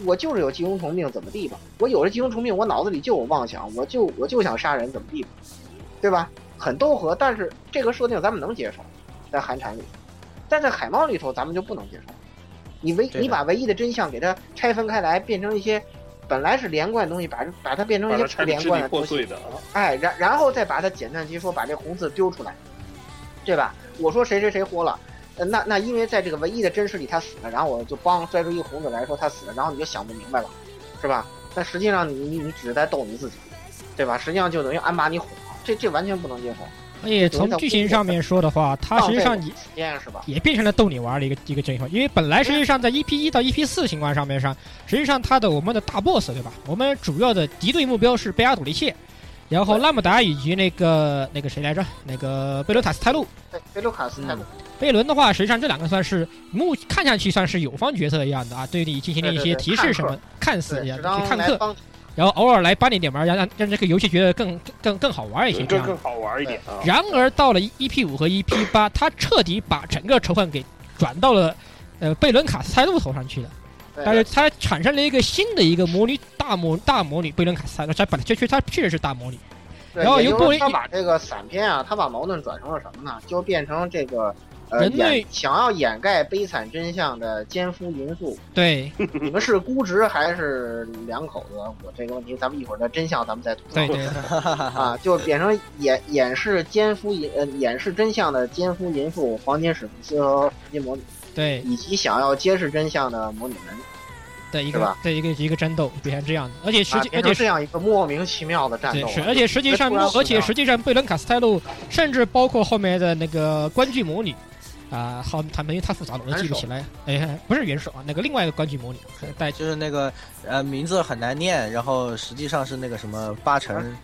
Speaker 3: 我就是有急性虫病，怎么地吧？我有了急性虫病，我脑子里就有妄想，我就我就想杀人，怎么地吧？对吧？很斗合，但是这个设定咱们能接受，在寒蝉里，但在海猫里头咱们就不能接受。你唯
Speaker 2: 对的
Speaker 3: 你把唯一的真相给它拆分开来，变成一些本来是连贯的东西，把把它变成一
Speaker 4: 把
Speaker 3: 些
Speaker 4: 它
Speaker 3: 不
Speaker 4: 拆的
Speaker 3: 连
Speaker 4: 支
Speaker 3: 贯
Speaker 4: 离
Speaker 3: 的
Speaker 4: 破
Speaker 3: 东西，
Speaker 4: 碎的啊，
Speaker 3: 哎，然然后再把它简单解说，把这红字丢出来，对吧？我说谁谁谁活了，呃那那因为在这个唯一的真实里他死了，然后我就帮拽出一个红字来说他死了，然后你就想不明白了，是吧？但实际上你你你只是在逗你自己，对吧？实际上就等于安把你哄了，这这完全不能接受，
Speaker 1: 而且从剧情上面说的话，它
Speaker 3: 浪
Speaker 1: 实际
Speaker 3: 费我
Speaker 1: 上
Speaker 3: 们
Speaker 1: 也
Speaker 3: 时间是吧？
Speaker 1: 也变成了逗你玩儿的一个一个情况，因为本来实际上在 EP 一到 EP 四情况上面上，实际上它的我们的大 boss 对吧？我们主要的敌对目标是贝阿朵利切，然后拉姆达以及那个那个谁来着？那个贝伦塔斯泰路。
Speaker 3: 对，贝卢卡斯太
Speaker 2: 嗯
Speaker 1: 贝伦的话，实际上这两个算是目看上去算是友方角色一样的啊，对你进行了一些
Speaker 3: 对对对
Speaker 1: 提示什么，看似一
Speaker 3: 对，
Speaker 1: 样
Speaker 3: 只
Speaker 1: 去
Speaker 3: 当
Speaker 1: 看
Speaker 3: 来
Speaker 1: 客，
Speaker 3: 帮你
Speaker 1: 然后偶尔来帮你点忙，让让让这个游戏觉得更更更好玩一些这
Speaker 4: 更
Speaker 1: 样的
Speaker 4: 更。好玩一点啊。
Speaker 1: 然而到了 EP 五和 EP 八，他彻底把整个仇恨给转到了呃贝伦卡斯泰路头上去了，
Speaker 3: 对
Speaker 1: 但是他产生了一个新的一个魔女大魔大魔女贝伦卡斯泰路，他本来确确他确实是大魔女，
Speaker 3: 对
Speaker 1: 然后
Speaker 3: 也
Speaker 1: 由
Speaker 3: 就是
Speaker 1: 布雷
Speaker 3: 他把这个散片啊，他把矛盾转成了什么呢？就变成这个呃
Speaker 1: 人类
Speaker 3: 掩想要掩盖悲惨真相的奸夫淫妇。
Speaker 1: 对
Speaker 3: 你们是估值还是两口子？我这个问题咱们一会儿的真相咱们再吐槽
Speaker 1: 对 对，
Speaker 3: 啊，就变成掩掩饰奸夫淫呃掩饰真相的奸夫淫妇黄金史密斯和黄金魔女，
Speaker 1: 对
Speaker 3: 以及想要揭示真相的魔女们
Speaker 1: 的一
Speaker 3: 是
Speaker 1: 个
Speaker 3: 吧
Speaker 1: 的一个一个争斗变成这样的，而且实
Speaker 3: 啊，
Speaker 1: 际
Speaker 3: 变
Speaker 1: 而
Speaker 3: 成
Speaker 1: 且
Speaker 3: 这样一个莫名其妙的战
Speaker 1: 对
Speaker 3: 斗啊。
Speaker 1: 是，而且实际上
Speaker 3: 突然死，掉
Speaker 1: 而且实际上，贝伦卡斯泰路，甚至包括后面的那个关剧魔女，啊、好，他没太复杂了，我都记不起来。哎，不是元首啊，那个另外一个关剧魔女，带
Speaker 2: 就是那个呃名字很难念，然后实际上是那个什么
Speaker 3: 嗯
Speaker 2: 八成，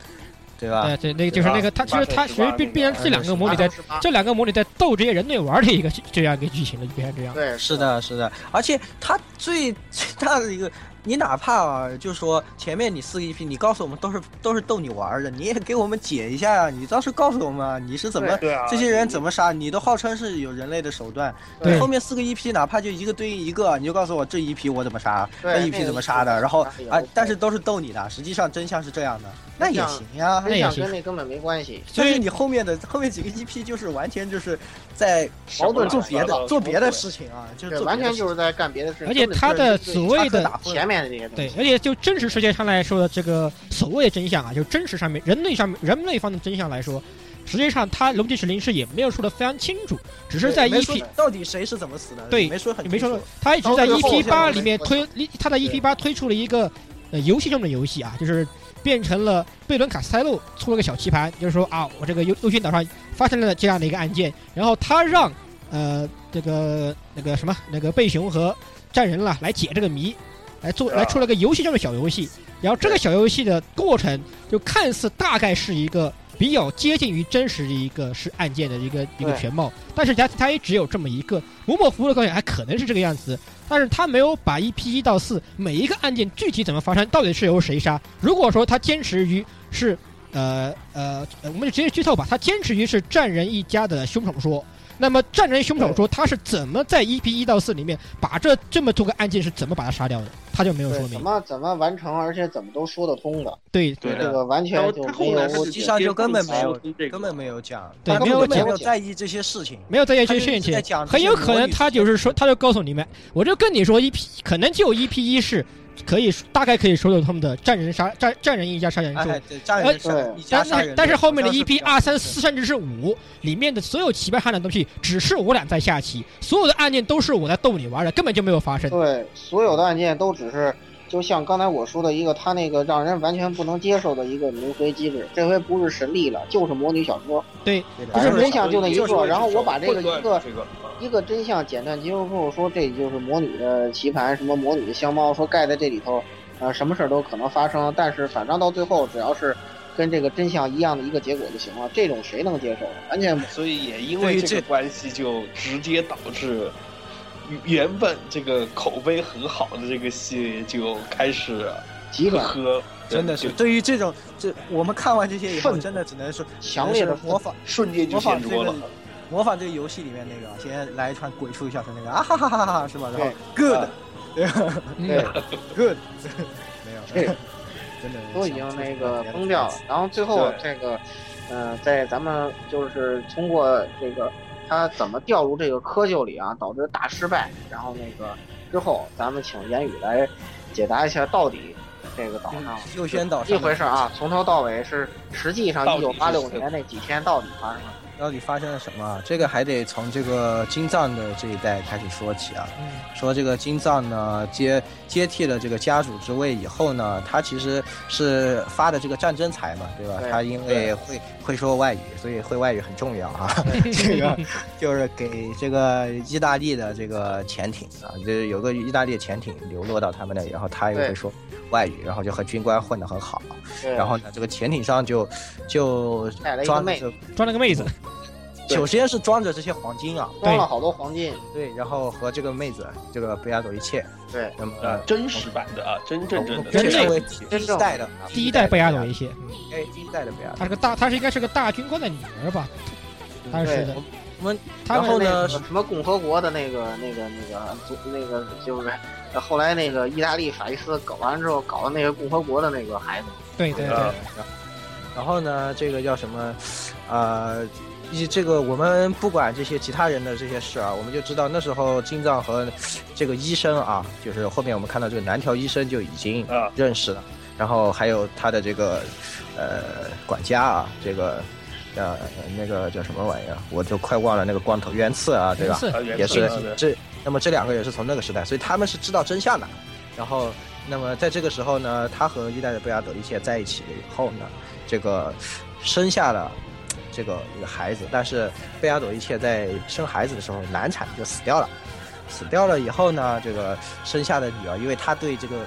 Speaker 2: 对吧？
Speaker 1: 哎对对，那个就是那个，他其实他其实变变成这两个魔女在
Speaker 3: 啊是吧
Speaker 1: 这两个魔女在斗这些人类玩的一个这样一个剧情了，就变成这样。
Speaker 3: 对
Speaker 2: 是，的，是的，而且他最最大的一个你哪怕呃就说前面你四个 EP，你告诉我们都是都是逗你玩儿的，你也给我们解一下呀、你倒是告诉我们啊，你是怎么
Speaker 4: 对啊，
Speaker 2: 这些人怎么杀？你都号称是有人类的手段，
Speaker 1: 对
Speaker 2: 你后面四个 EP 哪怕就一个对应一个，你就告诉我这一批我怎么杀，
Speaker 3: 对
Speaker 2: 那一批怎么杀的，然后
Speaker 3: 那个
Speaker 2: 啊，但是都是逗你的，实际上真相是这样的，那也行呀、
Speaker 1: 那
Speaker 3: 真
Speaker 1: 也
Speaker 3: 相
Speaker 1: 行
Speaker 3: 跟那根本没关系。
Speaker 2: 但是你后面的后面几个 EP 就是完全就是在
Speaker 3: 矛盾
Speaker 2: 做别的做别的事
Speaker 4: 事。
Speaker 2: 情啊，就是
Speaker 3: 对，
Speaker 2: 做别
Speaker 3: 完
Speaker 2: 的
Speaker 3: 全
Speaker 2: 事
Speaker 3: 就是在干别的事情。
Speaker 1: 而且他的所谓的
Speaker 2: 打混
Speaker 3: 前面的这些东
Speaker 1: 对
Speaker 3: 西，，
Speaker 1: 而且就真实世界上来说的这个所谓的真相啊，就真实上面人类上面人类方的真相来说，实际上他龙骑士零是也没有说的非常清楚，只是在
Speaker 2: 没说
Speaker 1: EP
Speaker 2: 到底谁是怎么死的，
Speaker 1: 对
Speaker 2: 没说很
Speaker 1: 没
Speaker 2: 清
Speaker 1: 说
Speaker 2: 楚，
Speaker 1: 他一直在
Speaker 3: 到最后
Speaker 1: EP 八
Speaker 3: 我
Speaker 1: 里面
Speaker 3: 我
Speaker 1: 推，他在 EP 八推出了一个呃游戏中的游戏啊，就是变成了贝伦卡斯泰洛出了个小棋盘，就是说啊，我这个优优先岛上发生了这样的一个案件，然后他让呃这个那个什么那个贝熊和战人啦来解这个谜，来做
Speaker 4: 啊
Speaker 1: 来出了个游戏中的小游戏，然后这个小游戏的过程就看似大概是一个。比较接近于真实的一个是案件的一个一个
Speaker 3: 对
Speaker 1: 全貌，但是它它也只有这么一个，某某服务的高点还哎可能是这个样子，但是他没有把一 P 一到四每一个案件具体怎么发生，到底是由谁杀。如果说他坚持于是呃呃，呃我们就直接剧透吧，他坚持于是战人一家的凶手说。那么战人凶手说他是怎么在一 P 一到四里面把这这么多个案件是怎么把他杀掉的，他就没有说
Speaker 3: 对，
Speaker 1: 明
Speaker 3: 怎。么怎么完成，而且怎么都说得通的，
Speaker 1: 对
Speaker 4: 对
Speaker 3: 这
Speaker 4: 的，
Speaker 3: 个完
Speaker 4: 然
Speaker 3: 全
Speaker 4: 后
Speaker 3: 就
Speaker 4: 他
Speaker 3: 没
Speaker 4: 后来是
Speaker 3: 有
Speaker 2: 实际上就根本没有
Speaker 4: 这个
Speaker 2: 根本没有讲，
Speaker 1: 对
Speaker 2: 他根
Speaker 1: 没有
Speaker 2: 本没
Speaker 1: 讲
Speaker 2: 有在意这些事情，
Speaker 1: 没有在
Speaker 2: 他
Speaker 1: 业
Speaker 2: 就
Speaker 1: 界
Speaker 2: 一
Speaker 1: 训
Speaker 2: 直在
Speaker 1: 练，
Speaker 2: 讲，
Speaker 1: 很有可能他就是说，他就告诉你们，我就跟你说一 P，可能就一 P 一是可以大概可以说到他们的战人杀战战人一家杀人数
Speaker 2: 哎，对，家人杀
Speaker 3: 哎
Speaker 2: 一家
Speaker 1: 呃但
Speaker 2: 杀
Speaker 1: 是
Speaker 2: 人，
Speaker 1: 但是后面的
Speaker 2: 好像
Speaker 1: 一
Speaker 2: 是比
Speaker 1: p
Speaker 2: 较
Speaker 1: 二三四甚至是五里面的所有棋牌上的东西，只是我俩在下棋，所有的案件都是我在逗你玩的，根本就没有发
Speaker 2: 哦
Speaker 1: 生。
Speaker 3: 对所有的案件都只是。就像刚才我说的一个，他那个让人完全不能接受的一个轮回机制，这回不是神力了，就是魔女小说。
Speaker 2: 对的
Speaker 3: 反正
Speaker 1: 就是
Speaker 3: 真相就那一个，然后我把这个
Speaker 4: 混
Speaker 3: 一
Speaker 4: 乱
Speaker 3: 个
Speaker 4: 这个
Speaker 3: 一个真相简短结束跟我说，这就是魔女的棋盘，什么魔女的香猫，说盖在这里头，呃，什么事儿都可能发生，但是反正到最后，只要是跟这个真相一样的一个结果就行了，这种谁能接受？完全不
Speaker 4: 所以也因
Speaker 2: 对于
Speaker 4: 为
Speaker 2: 这
Speaker 4: 这个关系，就直接导致原本这个口碑很好的这个系列就开始
Speaker 3: 极
Speaker 4: 呵
Speaker 3: 短
Speaker 4: 呵，
Speaker 2: 真的是
Speaker 4: 就
Speaker 2: 对于这种这我们看完这些以后，
Speaker 3: 愤
Speaker 2: 真的只能说
Speaker 3: 强烈的
Speaker 2: 只能是模仿
Speaker 4: 瞬间就
Speaker 2: 模
Speaker 4: 掀
Speaker 2: 仿这
Speaker 4: 桌
Speaker 2: 个
Speaker 4: 了。
Speaker 2: 模仿这个游戏里面那个，先来一串鬼畜笑声那个啊哈哈哈哈哈是吧？然后
Speaker 3: 对
Speaker 2: good
Speaker 4: 啊
Speaker 2: 对吧
Speaker 1: 嗯
Speaker 3: 对，
Speaker 2: good 没有，
Speaker 3: 对
Speaker 2: 真的
Speaker 3: 都已经那个崩掉了。然后最后
Speaker 4: 对
Speaker 3: 这个，呃，在咱们就是通过这个他怎么掉入这个窠臼里啊，导致大失败。然后那个之后，咱们请言语来解答一下到底这个岛上
Speaker 2: 右宣导
Speaker 3: 一
Speaker 2: 上
Speaker 3: 回事啊，从头到尾是实际上一
Speaker 4: 到底
Speaker 3: 九
Speaker 4: 是
Speaker 3: 八六年那几天到底发生了
Speaker 2: 到底发生了什么？啊这个还得从这个金藏的这一代开始说起啊。
Speaker 1: 嗯
Speaker 2: 说这个金藏呢接接替了这个家主之位以后呢，他其实是发的这个战争财嘛，对吧？
Speaker 3: 对
Speaker 2: 他因为会会说外语，所以会外语很重要 啊。这个就是给这个意大利的这个潜艇啊，就是有个意大利的潜艇流落到他们那里，然后他又
Speaker 3: 对
Speaker 2: 会说外语，然后就和军官混得很好。。
Speaker 3: 对
Speaker 2: 然后呢，这个潜艇上就就
Speaker 3: 带了一个
Speaker 2: 装
Speaker 3: 妹
Speaker 2: 着，
Speaker 1: 装了个妹
Speaker 2: 哦
Speaker 1: 子，
Speaker 4: 对
Speaker 2: 首先是装着这些黄金啊，
Speaker 3: 装了好多黄金，
Speaker 2: 对，然后和这个妹子啊这个贝亚朵一切，
Speaker 3: 对，
Speaker 2: 那么。
Speaker 4: 呃，真实版的啊，真正正的
Speaker 1: 人
Speaker 2: 这
Speaker 1: 类
Speaker 2: 是为
Speaker 3: 真
Speaker 2: 第一
Speaker 3: 正
Speaker 2: 代的
Speaker 1: 第一代贝亚朵
Speaker 2: 一
Speaker 1: 一些，嗯
Speaker 2: 哎，第一代的贝亚
Speaker 1: 她
Speaker 2: 朵。
Speaker 1: 是个大，她是应该是个大军官的女儿吧？她是的
Speaker 3: 对，
Speaker 2: 我们
Speaker 1: 他
Speaker 2: 然后
Speaker 1: 们
Speaker 2: 呢
Speaker 3: 那个什么共和国的那个那个那个组那个就是呃后来那个意大利法西斯搞完之后搞的那个共和国的那个孩子，
Speaker 1: 对对
Speaker 4: 啊
Speaker 1: 对，
Speaker 2: 然后呢，这个叫什么？呃，一这个我们不管这些其他人的这些事啊，我们就知道那时候金藏和这个医生啊，就是后面我们看到这个南条医生就已经
Speaker 4: 啊
Speaker 2: 认识了，然后还有他的这个呃管家啊，这个呃那个叫什么玩意儿，我就快忘了那个光头原次啊，对
Speaker 1: 人
Speaker 2: 吧？
Speaker 1: 次
Speaker 4: 啊原
Speaker 2: 也是
Speaker 4: 创的
Speaker 2: 这，那么这两个也是从那个时代，所以他们是知道真相的。然后，那么在这个时候呢，他和一代的贝亚德利切在一起了以后呢，这个生下了这个一个孩子，但是贝亚朵利切在生孩子的时候难产就死掉了。死掉了以后呢，这个生下的女儿，因为他对这个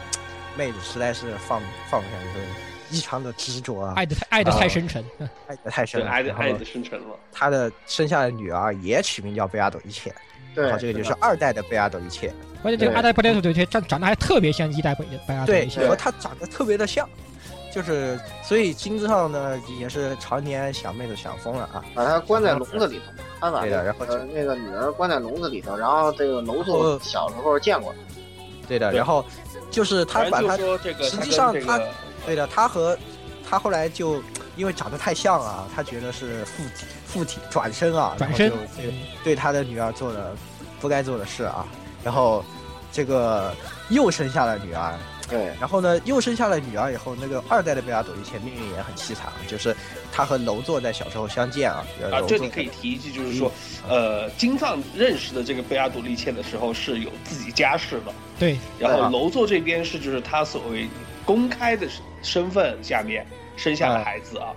Speaker 2: 妹子实在是放放不下，就是异常的执着啊，
Speaker 1: 爱的太爱的太深沉，嗯
Speaker 2: 爱的太深
Speaker 4: 对
Speaker 2: 了，
Speaker 4: 爱的
Speaker 2: 然后
Speaker 4: 爱的生成了，
Speaker 2: 他的生下的女儿也取名叫贝亚朵一切，
Speaker 3: 对
Speaker 2: 好，，这个就是二代的贝阿斗一切。
Speaker 1: 关键这个
Speaker 3: 对
Speaker 1: 阿呆布雷特对对长长得还特别像一代贝贝阿德
Speaker 2: 对
Speaker 1: 一，
Speaker 2: 然
Speaker 1: 些
Speaker 2: 后，他长得特别的像，就是所以金枝上呢也是常年想妹子想疯了啊。
Speaker 3: 把他关在笼子里头，他
Speaker 4: 啊
Speaker 3: 把
Speaker 2: 对的然后
Speaker 3: 呃那个女儿关在笼子里头，然后这个楼素
Speaker 4: 哦
Speaker 2: 呃
Speaker 3: 小时候见过，
Speaker 2: 对的，
Speaker 4: 对
Speaker 2: 然后就是他
Speaker 4: 反
Speaker 2: 把
Speaker 4: 正
Speaker 2: 他
Speaker 4: 就说这个，
Speaker 2: 实际上
Speaker 4: 他跟这
Speaker 2: 他
Speaker 4: 个
Speaker 2: 对的，他和他后来就因为长得太像了，啊他觉得是附体附体转身啊，
Speaker 1: 转
Speaker 2: 然后
Speaker 1: 身嗯
Speaker 2: 就对对他的女儿做了不该做的事啊，然后这个又生下了女儿，
Speaker 3: 对，
Speaker 2: 然后呢，又生下了女儿以后，那个二代的贝拉朵以前命运也很凄惨，啊就是他和楼座在小时候相见啊。
Speaker 4: 啊
Speaker 2: 楼，
Speaker 4: 这
Speaker 2: 座
Speaker 4: 里可以提一句，就是说，呃，金藏认识的这个贝阿杜利切的时候是有自己家室的，
Speaker 1: 对，
Speaker 4: 然
Speaker 3: 对
Speaker 4: 后
Speaker 3: 啊
Speaker 4: 楼座这边是就是他所谓公开的身份下面生下了孩子啊，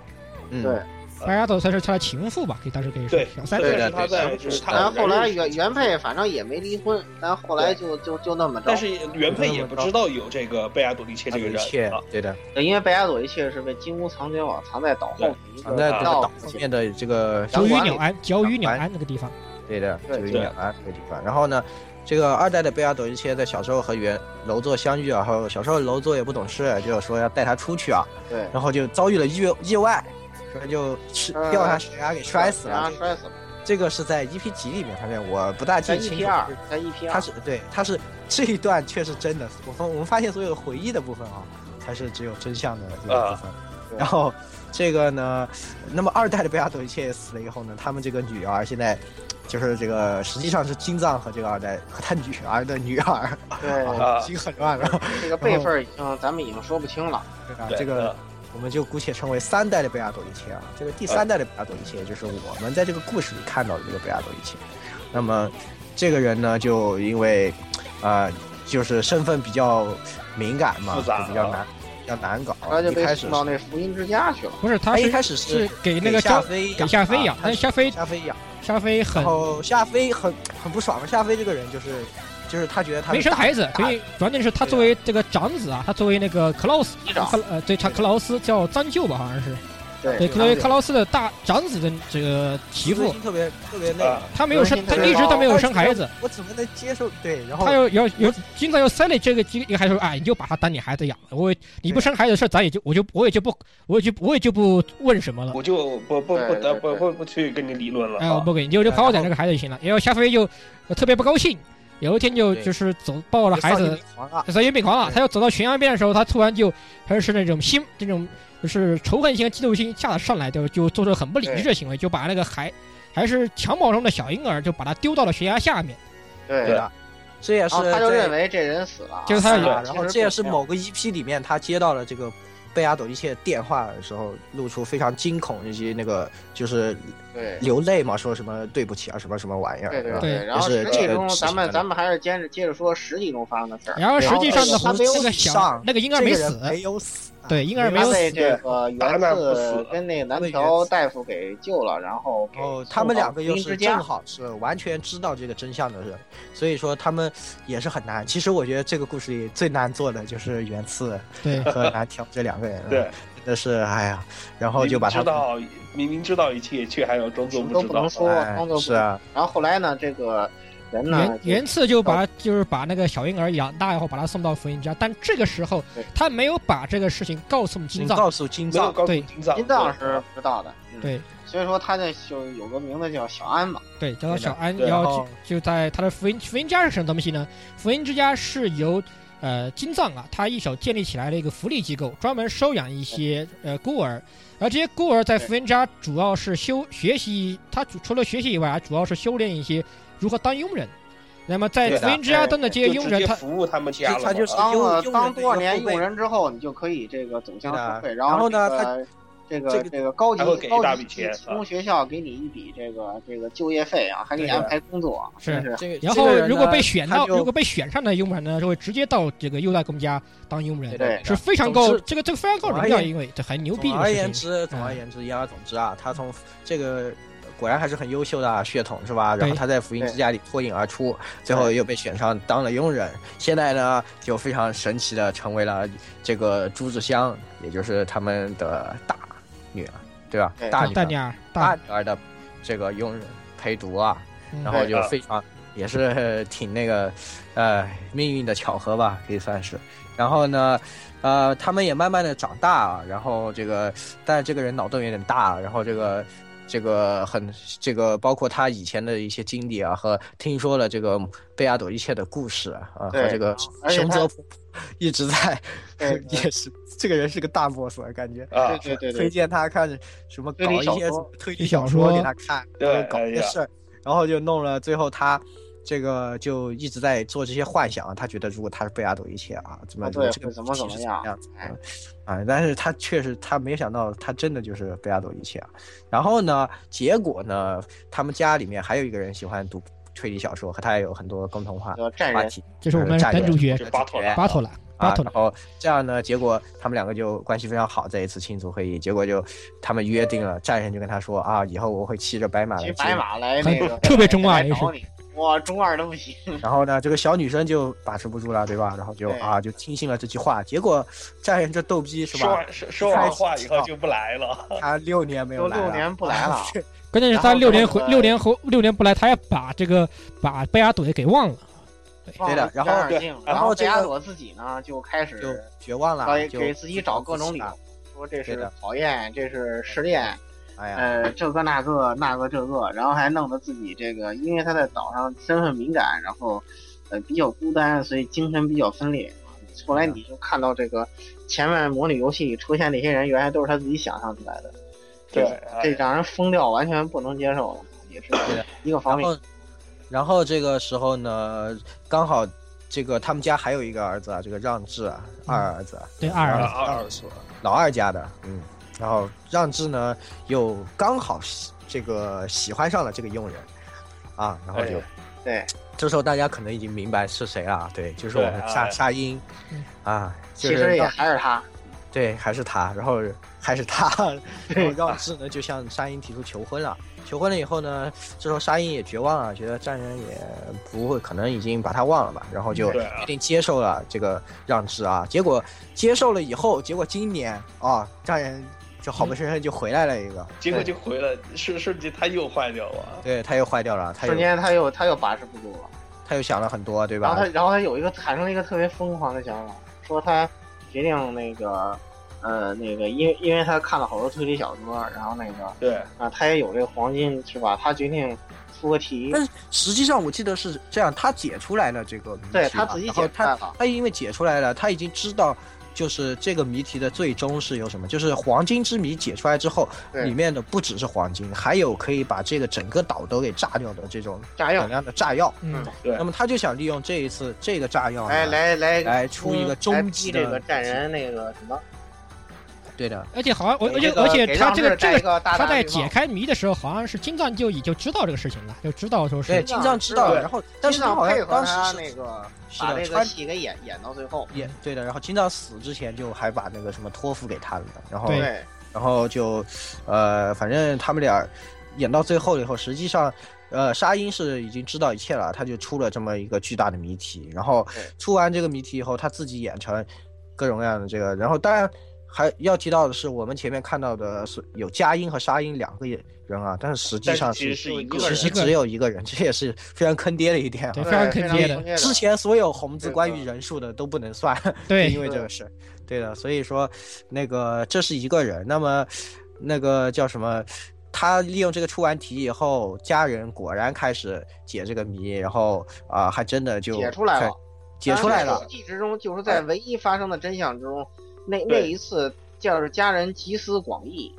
Speaker 2: 嗯
Speaker 3: 对
Speaker 1: 贝阿德算是他的情妇吧，可以当时可以说
Speaker 4: 对，
Speaker 1: 小
Speaker 4: 这
Speaker 1: 三
Speaker 2: 对
Speaker 4: 个
Speaker 2: 的
Speaker 4: 是他在就是他
Speaker 3: 然后后来
Speaker 4: 认
Speaker 3: 原
Speaker 4: 识
Speaker 3: 原配反正也没离婚，但后来就就就那么着，
Speaker 4: 但是原配也不知道有这个贝阿杜利切这个
Speaker 2: 一
Speaker 4: 人
Speaker 2: 切
Speaker 4: 啊，
Speaker 2: 对的，
Speaker 3: 对因为贝亚朵一切是被金屋藏娇网藏在岛后一
Speaker 2: 藏在
Speaker 3: 个
Speaker 2: 啊这个
Speaker 3: 道
Speaker 2: 岛
Speaker 3: 里
Speaker 2: 后
Speaker 3: 去
Speaker 2: 面的这个
Speaker 1: 九
Speaker 3: 然后
Speaker 1: 羽
Speaker 3: 管理
Speaker 1: 鸟安，九羽鸟安那个地方，
Speaker 2: 对的，
Speaker 3: 对
Speaker 2: 就是两岸啊这个地方。然后呢，这个二代的贝阿朵一切在小时候和原楼座相遇，然后小时候楼座也不懂事，啊就说要带他出去啊，
Speaker 3: 对，
Speaker 2: 然后就遭遇了意意外，所以就吃
Speaker 3: 嗯
Speaker 2: 掉下悬崖给摔死
Speaker 3: 然
Speaker 2: 了
Speaker 3: 后。啊摔死了，
Speaker 2: 这个是在 EP 几里面发现，我不大
Speaker 3: 在
Speaker 2: 记清
Speaker 3: EP
Speaker 2: 楚。
Speaker 3: 二，在 EP
Speaker 2: 他
Speaker 3: 二，
Speaker 2: 是对，他是这一段却是真的。我发我们发现所有回忆的部分啊，才是只有真相的这个部分。
Speaker 3: 对
Speaker 2: 然后这个呢，那么二代的贝亚朵一切死了以后呢，他们这个女儿现在就是这个实际上是金藏和这个二代和他女儿的女儿，
Speaker 3: 对，
Speaker 2: 啊，已经很乱了。
Speaker 3: 这个辈分已经咱们已经说不清了，
Speaker 2: 对吧
Speaker 4: 对
Speaker 2: 啊
Speaker 4: 啊呃
Speaker 2: 这个我们就姑且称为三代的贝亚朵一切啊。这个第三代的贝亚朵一切，就是我们在这个故事里看到的这个贝亚朵一切。那么这个人呢，就因为啊、呃就是身份比较敏感嘛，
Speaker 4: 复杂啊
Speaker 2: 就比较难，比较难搞。
Speaker 3: 他就
Speaker 2: 哦一
Speaker 3: 被
Speaker 2: 开始
Speaker 3: 送到
Speaker 2: 是
Speaker 3: 那福音之家去了，
Speaker 1: 不是他
Speaker 2: 他一
Speaker 1: 是
Speaker 2: 开始
Speaker 1: 是
Speaker 2: 是
Speaker 1: 给那个
Speaker 2: 夏
Speaker 1: 夏
Speaker 2: 飞
Speaker 1: 给夏飞
Speaker 2: 养
Speaker 1: 养
Speaker 2: 啊，
Speaker 1: 但是夏飞
Speaker 2: 夏飞养，
Speaker 1: 夏飞很
Speaker 2: 然后夏飞很很不爽嘛。夏飞这个人就是就是他觉得他
Speaker 1: 没
Speaker 2: 是
Speaker 1: 生
Speaker 2: 大
Speaker 1: 孩子，
Speaker 2: 大
Speaker 1: 所以关键是他作为这个长子啊，他作为那个克劳斯
Speaker 3: 机长，
Speaker 1: 克呃对，他克劳斯叫张舅吧，好像是
Speaker 3: 对
Speaker 1: 对，
Speaker 2: 对
Speaker 1: 作为
Speaker 2: 张舅
Speaker 1: 克劳斯的大长子的这个媳
Speaker 2: 自尊
Speaker 1: 妇
Speaker 2: 心，特别特别那
Speaker 4: 啊
Speaker 2: 个。
Speaker 1: 他没有生，他一直都没有生孩子，
Speaker 2: 我怎么能接受？对，然后
Speaker 1: 他又要有经常要塞了这个这个一个孩子说，哎，你就把他当你孩子养了，我你不生孩子的事，咱也就我就我也就不我也就我也就不问什么了。
Speaker 4: 我就不不不
Speaker 3: 对
Speaker 4: 得
Speaker 3: 对
Speaker 4: 不
Speaker 3: 对
Speaker 4: 不不去跟你理论了
Speaker 1: 哎，我
Speaker 4: 啊，
Speaker 1: 不给你，就就好好养这个孩子就行了。然后夏飞就呃特别不高兴，有一天就
Speaker 2: 对
Speaker 1: 就是走抱
Speaker 2: 我
Speaker 1: 了孩子，所以病狂了。啊
Speaker 2: 对
Speaker 1: 他又走到悬崖边的时候，他突然就还是那种心这种就是仇恨心、嫉妒心下上来，就就做出很不理智的行为，就把那个孩还是襁褓中的小婴儿就把他丢到了悬崖下面。
Speaker 3: 对
Speaker 2: 对的，啊这也
Speaker 3: 然
Speaker 2: 是
Speaker 3: 哦后他就
Speaker 2: 在
Speaker 3: 认为这人死了，
Speaker 1: 就是他
Speaker 3: 死了
Speaker 2: 啊然后这也是某个 EP 里面他接到了这个贝阿朵一切电话的时候，露出非常惊恐以及那个就是
Speaker 3: 对
Speaker 2: 流泪嘛，说什么对不起啊，什么什么玩意儿，
Speaker 3: 对
Speaker 2: 是吧
Speaker 1: 对
Speaker 3: 对，然后
Speaker 2: 就是
Speaker 3: 实际中
Speaker 2: 这个
Speaker 3: 咱
Speaker 2: 是
Speaker 3: 们
Speaker 2: 的
Speaker 3: 咱们还是接着接着说实际中发生的事儿，
Speaker 1: 然后实际上呢
Speaker 3: 然，后
Speaker 1: 那个小那个婴儿
Speaker 2: 这
Speaker 1: 没
Speaker 2: 个人
Speaker 1: 死，
Speaker 2: 没有死，啊
Speaker 1: 对，婴儿没
Speaker 3: 他
Speaker 1: 有死。
Speaker 3: 被这个
Speaker 4: 达
Speaker 3: 原
Speaker 4: 纳不死，
Speaker 3: 子跟那个南条大夫给救了，然后给
Speaker 2: 然后哦他们两个又
Speaker 3: 送到
Speaker 2: 是
Speaker 3: 福音之家
Speaker 2: 正好是完全知道这个真相的人，所以说他们也是很难。其实我觉得这个故事里最难做的就是原次
Speaker 1: 对，
Speaker 2: 和南条这两个人
Speaker 4: 对，，
Speaker 2: 真的是哎呀，然嗯后就把他
Speaker 4: 明明知道明明知道一切，却还要装作
Speaker 3: 什么都
Speaker 4: 不知
Speaker 3: 不
Speaker 4: 道
Speaker 3: 能
Speaker 4: 啊。
Speaker 3: 说
Speaker 2: 哎
Speaker 3: 装作不
Speaker 2: 是啊，
Speaker 3: 然后后来呢，这个人呢
Speaker 1: 原，原次就把就是把那个小婴儿养大以后，把他送到福音家，但这个时候
Speaker 3: 对
Speaker 1: 他没有把这个事情告诉金
Speaker 2: 请
Speaker 1: 藏，
Speaker 2: 嗯告诉金
Speaker 4: 没有
Speaker 2: 藏，
Speaker 4: 告诉
Speaker 1: 对
Speaker 4: 金藏，
Speaker 3: 金藏是不知道的，嗯
Speaker 1: 对，
Speaker 3: 所以说他这就有个名字叫小安嘛，
Speaker 1: 对，叫他小安，
Speaker 4: 对
Speaker 1: 要
Speaker 2: 然
Speaker 1: 就
Speaker 2: 后
Speaker 1: 就在他的福音福音家是什么东西呢？福音之家是由呃金藏啊他一手建立起来的一个福利机构，专门收养一些呃孤儿，而这些孤儿在
Speaker 3: 对
Speaker 1: 福音家主要是修学习，他除除了学习以外，还主要是修炼一些如何当佣人。那么在
Speaker 4: 对
Speaker 1: 福
Speaker 4: 的
Speaker 1: 音之
Speaker 2: 哎
Speaker 1: 家中的这些
Speaker 4: 就
Speaker 1: 佣
Speaker 4: 直
Speaker 1: 人，
Speaker 4: 接
Speaker 1: 他
Speaker 4: 服务他们家了嘛，啊
Speaker 2: 他就是
Speaker 3: 当
Speaker 2: 佣
Speaker 3: 了
Speaker 2: 佣人
Speaker 3: 当
Speaker 2: 的
Speaker 3: 多少
Speaker 2: 一个
Speaker 3: 年
Speaker 2: 后辈
Speaker 3: 佣人之后，你就可以这个走向社会，
Speaker 2: 对的
Speaker 3: 然后
Speaker 2: 然后呢
Speaker 3: 这个这个
Speaker 2: 这
Speaker 3: 这
Speaker 2: 个
Speaker 3: 个、高级
Speaker 4: 还会给一大
Speaker 3: 高
Speaker 4: 笔
Speaker 3: 级
Speaker 4: 钱
Speaker 3: 职工学校给你一笔这个这个就业费啊，还给你
Speaker 1: 对的
Speaker 3: 安排工作啊，
Speaker 1: 是
Speaker 3: 真是
Speaker 2: 这个
Speaker 1: 然
Speaker 2: 这
Speaker 1: 后
Speaker 2: 个人呢
Speaker 1: 如果被选
Speaker 2: 他
Speaker 1: 到，
Speaker 2: 就
Speaker 1: 如果被选上的佣人呢，就会直接到这个优待公家当佣人
Speaker 2: 对，的
Speaker 1: 是非常高
Speaker 2: 总之
Speaker 1: 这个这个非常高
Speaker 2: 总
Speaker 1: 荣
Speaker 2: 而
Speaker 1: 耀，
Speaker 2: 言
Speaker 1: 因为这很牛逼
Speaker 2: 总
Speaker 1: 的
Speaker 2: 而
Speaker 1: 事
Speaker 2: 言
Speaker 1: 情。
Speaker 2: 之，总而言之，言而总之啊，他从这个果然还是很优秀的啊血统是吧？然后
Speaker 1: 对
Speaker 2: 他在福音之家里脱颖而出，最后又被选上当了佣人，现在呢就非常神奇的成为了这个朱志香，也就是他们的大女儿，对吧？
Speaker 3: 对
Speaker 2: 大女
Speaker 1: 嗯大
Speaker 2: 儿
Speaker 1: 点儿，
Speaker 2: 大
Speaker 1: 大
Speaker 2: 女儿的这个佣人陪读啊，
Speaker 1: 嗯
Speaker 2: 然后就非常也是挺那个，呃，命运的巧合吧，可以算是。然后呢，呃，他们也慢慢的长大啊，然后这个，但是这个人脑洞有点大，啊然后这个。这个很，这个包括他以前的一些经历啊，和听说了这个贝亚朵一切的故事啊，啊和
Speaker 3: 对
Speaker 2: 这个
Speaker 3: 而且
Speaker 2: 熊
Speaker 3: 他
Speaker 2: 泽普一直在，
Speaker 3: 对
Speaker 2: 也是这个人是个大 boss 啊，感觉。
Speaker 4: 啊，
Speaker 3: 对对
Speaker 2: 推
Speaker 3: 对
Speaker 2: 荐他看什么
Speaker 3: 推
Speaker 2: 搞
Speaker 3: 理
Speaker 2: 一
Speaker 3: 小
Speaker 2: 些什
Speaker 3: 说
Speaker 2: 么推理
Speaker 1: 小
Speaker 2: 小说
Speaker 1: 说
Speaker 2: 给他看，
Speaker 4: 对
Speaker 2: 然后搞
Speaker 4: 哎
Speaker 2: 一些
Speaker 4: 呀
Speaker 2: 事儿，然后就弄了，最后他这个就一直在做这些幻想啊，他觉得如果他是贝亚朵一切啊，怎么
Speaker 3: 啊
Speaker 2: 如果
Speaker 3: 对
Speaker 2: 这个
Speaker 3: 会怎么
Speaker 2: 体
Speaker 3: 怎
Speaker 2: 是
Speaker 3: 么
Speaker 2: 怎
Speaker 3: 样
Speaker 2: 样子
Speaker 3: 哎
Speaker 2: 啊啊，但是他确实他没想到他真的就是贝亚朵一切啊，然后呢，结果呢，他们家里面还有一个人喜欢读推理小说，和他也有很多共同话
Speaker 3: 对，叫战
Speaker 2: 话
Speaker 3: 人，
Speaker 2: 题，
Speaker 1: 这是我们
Speaker 2: 战
Speaker 1: 男主角
Speaker 4: 是巴托拉
Speaker 1: 巴托拉，巴
Speaker 2: 啊，
Speaker 1: 托拉
Speaker 2: 然。后这样呢，结果他们两个就关系非常好。在一次庆祝会议，结果就他们约定了，战神就跟他说啊，以后我会骑着白马来
Speaker 3: 骑
Speaker 2: 接
Speaker 3: 白
Speaker 2: 你。
Speaker 3: 马来那个
Speaker 1: 特别中二
Speaker 3: 来找你，哇，中二的不行，
Speaker 2: 然后呢，这个小女生就把持不住了，对吧？然后就
Speaker 3: 对
Speaker 2: 啊，就听信了这句话。结果战神这逗逼是
Speaker 4: 说
Speaker 2: 吧？
Speaker 4: 完说说完话以后就不来了，
Speaker 2: 他六年没有
Speaker 3: 都
Speaker 2: 来了，
Speaker 3: 六年不来了，
Speaker 1: 关键是
Speaker 3: 然
Speaker 1: 他
Speaker 3: 后
Speaker 1: 六年
Speaker 3: 他
Speaker 1: 回
Speaker 3: 们
Speaker 1: 六年后六年不来，他也把这个把贝亚朵也给忘了。
Speaker 2: 对的然后
Speaker 3: 忘了干净
Speaker 2: 然
Speaker 3: 然
Speaker 2: 后这
Speaker 3: 贝
Speaker 2: 个
Speaker 3: 亚朵自己呢就开始
Speaker 2: 就绝望了，
Speaker 3: 给
Speaker 2: 就
Speaker 3: 给自己找各种理由
Speaker 2: 啊。
Speaker 3: 说这
Speaker 2: 对
Speaker 3: 是
Speaker 2: 的
Speaker 3: 讨厌，这是失恋，
Speaker 2: 哎呀，
Speaker 3: 呃，这个那个那个这个，然后还弄得自己这个，因为他在岛上身份敏感，然后呃比较孤单，所以精神比较分裂。后来你就看到这个前面模拟游戏出现那些人，原来都是他自己想象出来的，
Speaker 4: 对哎
Speaker 3: 这，这让人疯掉，完全不能接受了，也是
Speaker 2: 的
Speaker 3: 一个方
Speaker 2: 啊然
Speaker 3: 面。
Speaker 2: 后，然后这个时候呢，刚好这个他们家还有一个儿子啊，这个让智啊，
Speaker 1: 嗯
Speaker 2: 二儿子啊，
Speaker 1: 对，二
Speaker 4: 二
Speaker 1: 儿子，
Speaker 4: 二说，
Speaker 2: 老二家的，嗯，然后让智呢又刚好喜这个喜欢上了这个佣人，啊，然后就、
Speaker 4: 哎
Speaker 3: 对，
Speaker 2: 这时候大家可能已经明白是谁了，啊对，就是我
Speaker 4: 对
Speaker 2: 们夏
Speaker 4: 哎
Speaker 2: 夏英
Speaker 1: 嗯，
Speaker 2: 啊，就
Speaker 3: 其
Speaker 2: 是
Speaker 3: 实也
Speaker 2: 让
Speaker 3: 还是他，
Speaker 2: 对，还是他，然后还是他，然后让智呢就向沙鹰提出求婚了。求婚了以后呢，这时候沙鹰也绝望啊了，觉得战人也不会，可能已经把他忘了吧，然后就
Speaker 4: 对啊
Speaker 2: 决定接受了这个让智啊。结果接受了以后，结果今年啊，战人就好不生生就回来了一个，
Speaker 4: 结果就回了，瞬瞬间他又坏掉了，
Speaker 2: 对，他又坏掉了，他
Speaker 3: 瞬
Speaker 2: 又
Speaker 3: 间他又他又把持不住了。
Speaker 2: 他又想了很多，对
Speaker 3: 然后
Speaker 2: 吧
Speaker 3: 他，？然后他有一个产生了一个特别疯狂的想法，说他决定那个，呃，那个，因为因为他看了好多推理小说，然后那个啊、
Speaker 4: 对，
Speaker 3: 他也有这个黄金是吧？他决定出个题，
Speaker 2: 但是实际上我记得是这样，他解出来了这个谜
Speaker 3: 对
Speaker 2: 题
Speaker 3: 他
Speaker 2: 了
Speaker 3: 自己
Speaker 2: 然后
Speaker 3: 解
Speaker 2: 他
Speaker 3: 开了，
Speaker 2: 他因为解出来了，他已经知道就是这个谜题的最终是有什么，就是黄金之谜解出来之后，
Speaker 3: 对
Speaker 2: 里面的不只是黄金，还有可以把这个整个岛都给炸掉的这种
Speaker 3: 炸药
Speaker 2: 等，量的炸药。
Speaker 1: 嗯，
Speaker 4: 对
Speaker 2: 那么他就想利用这一次这个炸药呢
Speaker 3: 哎来来来
Speaker 2: 来出一个
Speaker 3: 来
Speaker 2: 终
Speaker 3: 逼
Speaker 2: 极
Speaker 3: 这
Speaker 2: 的
Speaker 3: 个战人那个什么，
Speaker 2: 对的，
Speaker 1: 而且好像我而
Speaker 3: 给
Speaker 1: 且
Speaker 3: 这个
Speaker 1: 而且
Speaker 3: 给
Speaker 1: 他
Speaker 3: 让
Speaker 1: 这个
Speaker 3: 日戴
Speaker 1: 这
Speaker 3: 一个大
Speaker 1: 他
Speaker 3: 大
Speaker 1: 在
Speaker 3: 绿帽
Speaker 1: 解开谜的时候，好像是金藏就已经知道这个事情了，就知道说
Speaker 2: 对
Speaker 1: 是
Speaker 2: 金藏知道了，
Speaker 4: 对
Speaker 2: 然后但是
Speaker 3: 经
Speaker 2: 他
Speaker 3: 常
Speaker 2: 好
Speaker 3: 配
Speaker 2: 像
Speaker 3: 合
Speaker 2: 当
Speaker 3: 他
Speaker 2: 时
Speaker 3: 那
Speaker 2: 是
Speaker 3: 个
Speaker 2: 是
Speaker 3: 把
Speaker 2: 的
Speaker 3: 这个
Speaker 2: 穿
Speaker 3: 戏给演演到最后，
Speaker 2: 也对的，然后金藏死之前就还把那个什么托付给他了，然后
Speaker 1: 对
Speaker 3: 对
Speaker 2: 然后就，呃，反正他们俩演到最后了以后，实际上，呃，沙鹰是已经知道一切了，他就出了这么一个巨大的谜题。然后
Speaker 3: 对
Speaker 2: 出完这个谜题以后，他自己演成各种各样的这个。然后当然还要提到的是，我们前面看到的是有佳音和沙鹰两个人啊，但是实际
Speaker 4: 但是
Speaker 2: 上
Speaker 4: 其实
Speaker 2: 是
Speaker 4: 是一个
Speaker 2: 其
Speaker 4: 人，
Speaker 2: 实只有一个人，这也是非常坑爹的一点啊
Speaker 1: 对。非
Speaker 3: 对
Speaker 1: 常
Speaker 3: 非
Speaker 1: 坑
Speaker 3: 常
Speaker 1: 爹
Speaker 3: 坑
Speaker 1: 的，
Speaker 3: 爹
Speaker 2: 之前所有红字
Speaker 3: 对
Speaker 2: 关
Speaker 3: 的
Speaker 2: 于人数的都不能算，就因
Speaker 1: 对
Speaker 2: 为这
Speaker 3: 对
Speaker 2: 个事儿，对的，所以说那个这是一个人，那么那个叫什么？他利用这个出完题以后，家人果然开始解这个谜，然后啊、还真的就
Speaker 3: 解出来
Speaker 2: 开
Speaker 3: 了，
Speaker 2: 解出来了，。
Speaker 3: 戏之中就是在唯一发生的真相之中，那那
Speaker 4: 对
Speaker 3: 一次就是家人集思广益。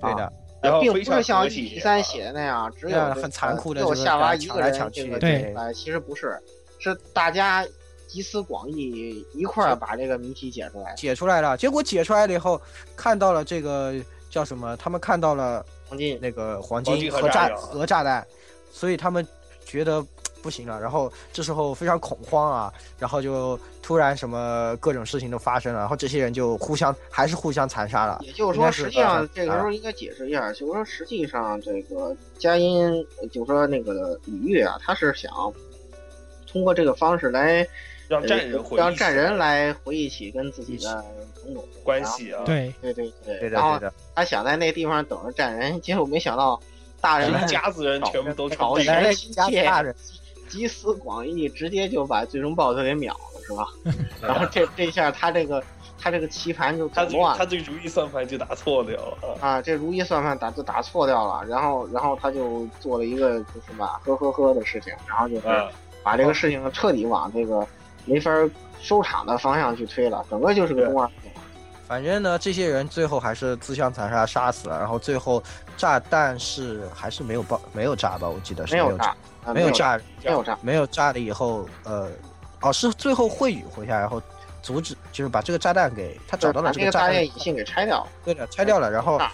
Speaker 2: 对
Speaker 3: 啊
Speaker 2: 的，
Speaker 4: 然后
Speaker 3: 并
Speaker 4: 非
Speaker 3: 不
Speaker 4: 常
Speaker 3: 是像
Speaker 4: 和
Speaker 3: 一
Speaker 4: 谐啊
Speaker 3: 比三写的那样，只有
Speaker 2: 那
Speaker 3: 这个
Speaker 2: 啊很残酷的
Speaker 3: 只有
Speaker 2: 就是
Speaker 3: 夏娃一
Speaker 2: 抢
Speaker 3: 个
Speaker 2: 来
Speaker 3: 人
Speaker 2: 抢
Speaker 3: 这
Speaker 2: 去
Speaker 3: 个
Speaker 1: 对
Speaker 3: 解出来，其实不是，是大家集思广益一块儿把这个谜题解出来。
Speaker 2: 解出来了，结果解出来了以后，看到了这个叫什么？他们看到了
Speaker 3: 黄金
Speaker 2: 那个黄
Speaker 4: 黄
Speaker 2: 金
Speaker 4: 金和
Speaker 2: 和
Speaker 4: 炸
Speaker 2: 炸
Speaker 4: 药
Speaker 2: 和炸弹，所以他们觉得不行啊了，然后这时候非常恐慌啊，然后就突然什么各种事情都发生了，然后这些人就互相还是互相残杀了，
Speaker 3: 也就是
Speaker 2: 应
Speaker 3: 说，
Speaker 2: 该是
Speaker 3: 实际上
Speaker 2: 呃
Speaker 3: 这个时候应该解释一下，就是说实际上这个佳音，呃就是说那个李煜啊，他是想通过这个方式来呃
Speaker 4: 让战人回忆
Speaker 3: 让战人来回忆起跟自己的种种
Speaker 4: 关系啊，，
Speaker 1: 对
Speaker 3: 对对对
Speaker 2: 对的
Speaker 3: 然后
Speaker 2: 对的，
Speaker 3: 他想在那地方等着战人，结果没想到大人
Speaker 4: 一家子人全部都
Speaker 3: 搞
Speaker 4: 成
Speaker 3: 一
Speaker 4: 病
Speaker 3: 下
Speaker 4: 了，
Speaker 2: 来家大人
Speaker 3: 集思广益，直接就把最终 BOSS 给秒了，是吧？ 然后这这下他这个他这个棋盘就
Speaker 4: 他
Speaker 3: 走
Speaker 4: 这
Speaker 3: 乱
Speaker 4: 他
Speaker 3: 了
Speaker 4: 这个如意算盘就打错了啊。
Speaker 3: 啊，这如意算盘打就打错掉了，然后然后他就做了一个就是嘛呵呵呵的事情，然后就是
Speaker 4: 嗯，
Speaker 3: 把这个事情彻底往这个没法收场的方向去推了，整个就是个公二品。
Speaker 2: 反正呢，这些人最后还是自相残杀杀死了，然后最后炸弹是还是没有爆，没有炸吧？我记得是
Speaker 3: 没有炸，，啊
Speaker 2: 没有，炸，
Speaker 3: 没有炸，
Speaker 2: 没有炸了以后，呃，哦，是最后惠宇回下来，然后阻止，就是把这个炸弹给他找到了
Speaker 3: 就是把这个
Speaker 2: 这个炸
Speaker 3: 大
Speaker 2: 弹
Speaker 3: 雁，引信给拆掉了。
Speaker 2: 对的，拆掉了，然后
Speaker 3: 炸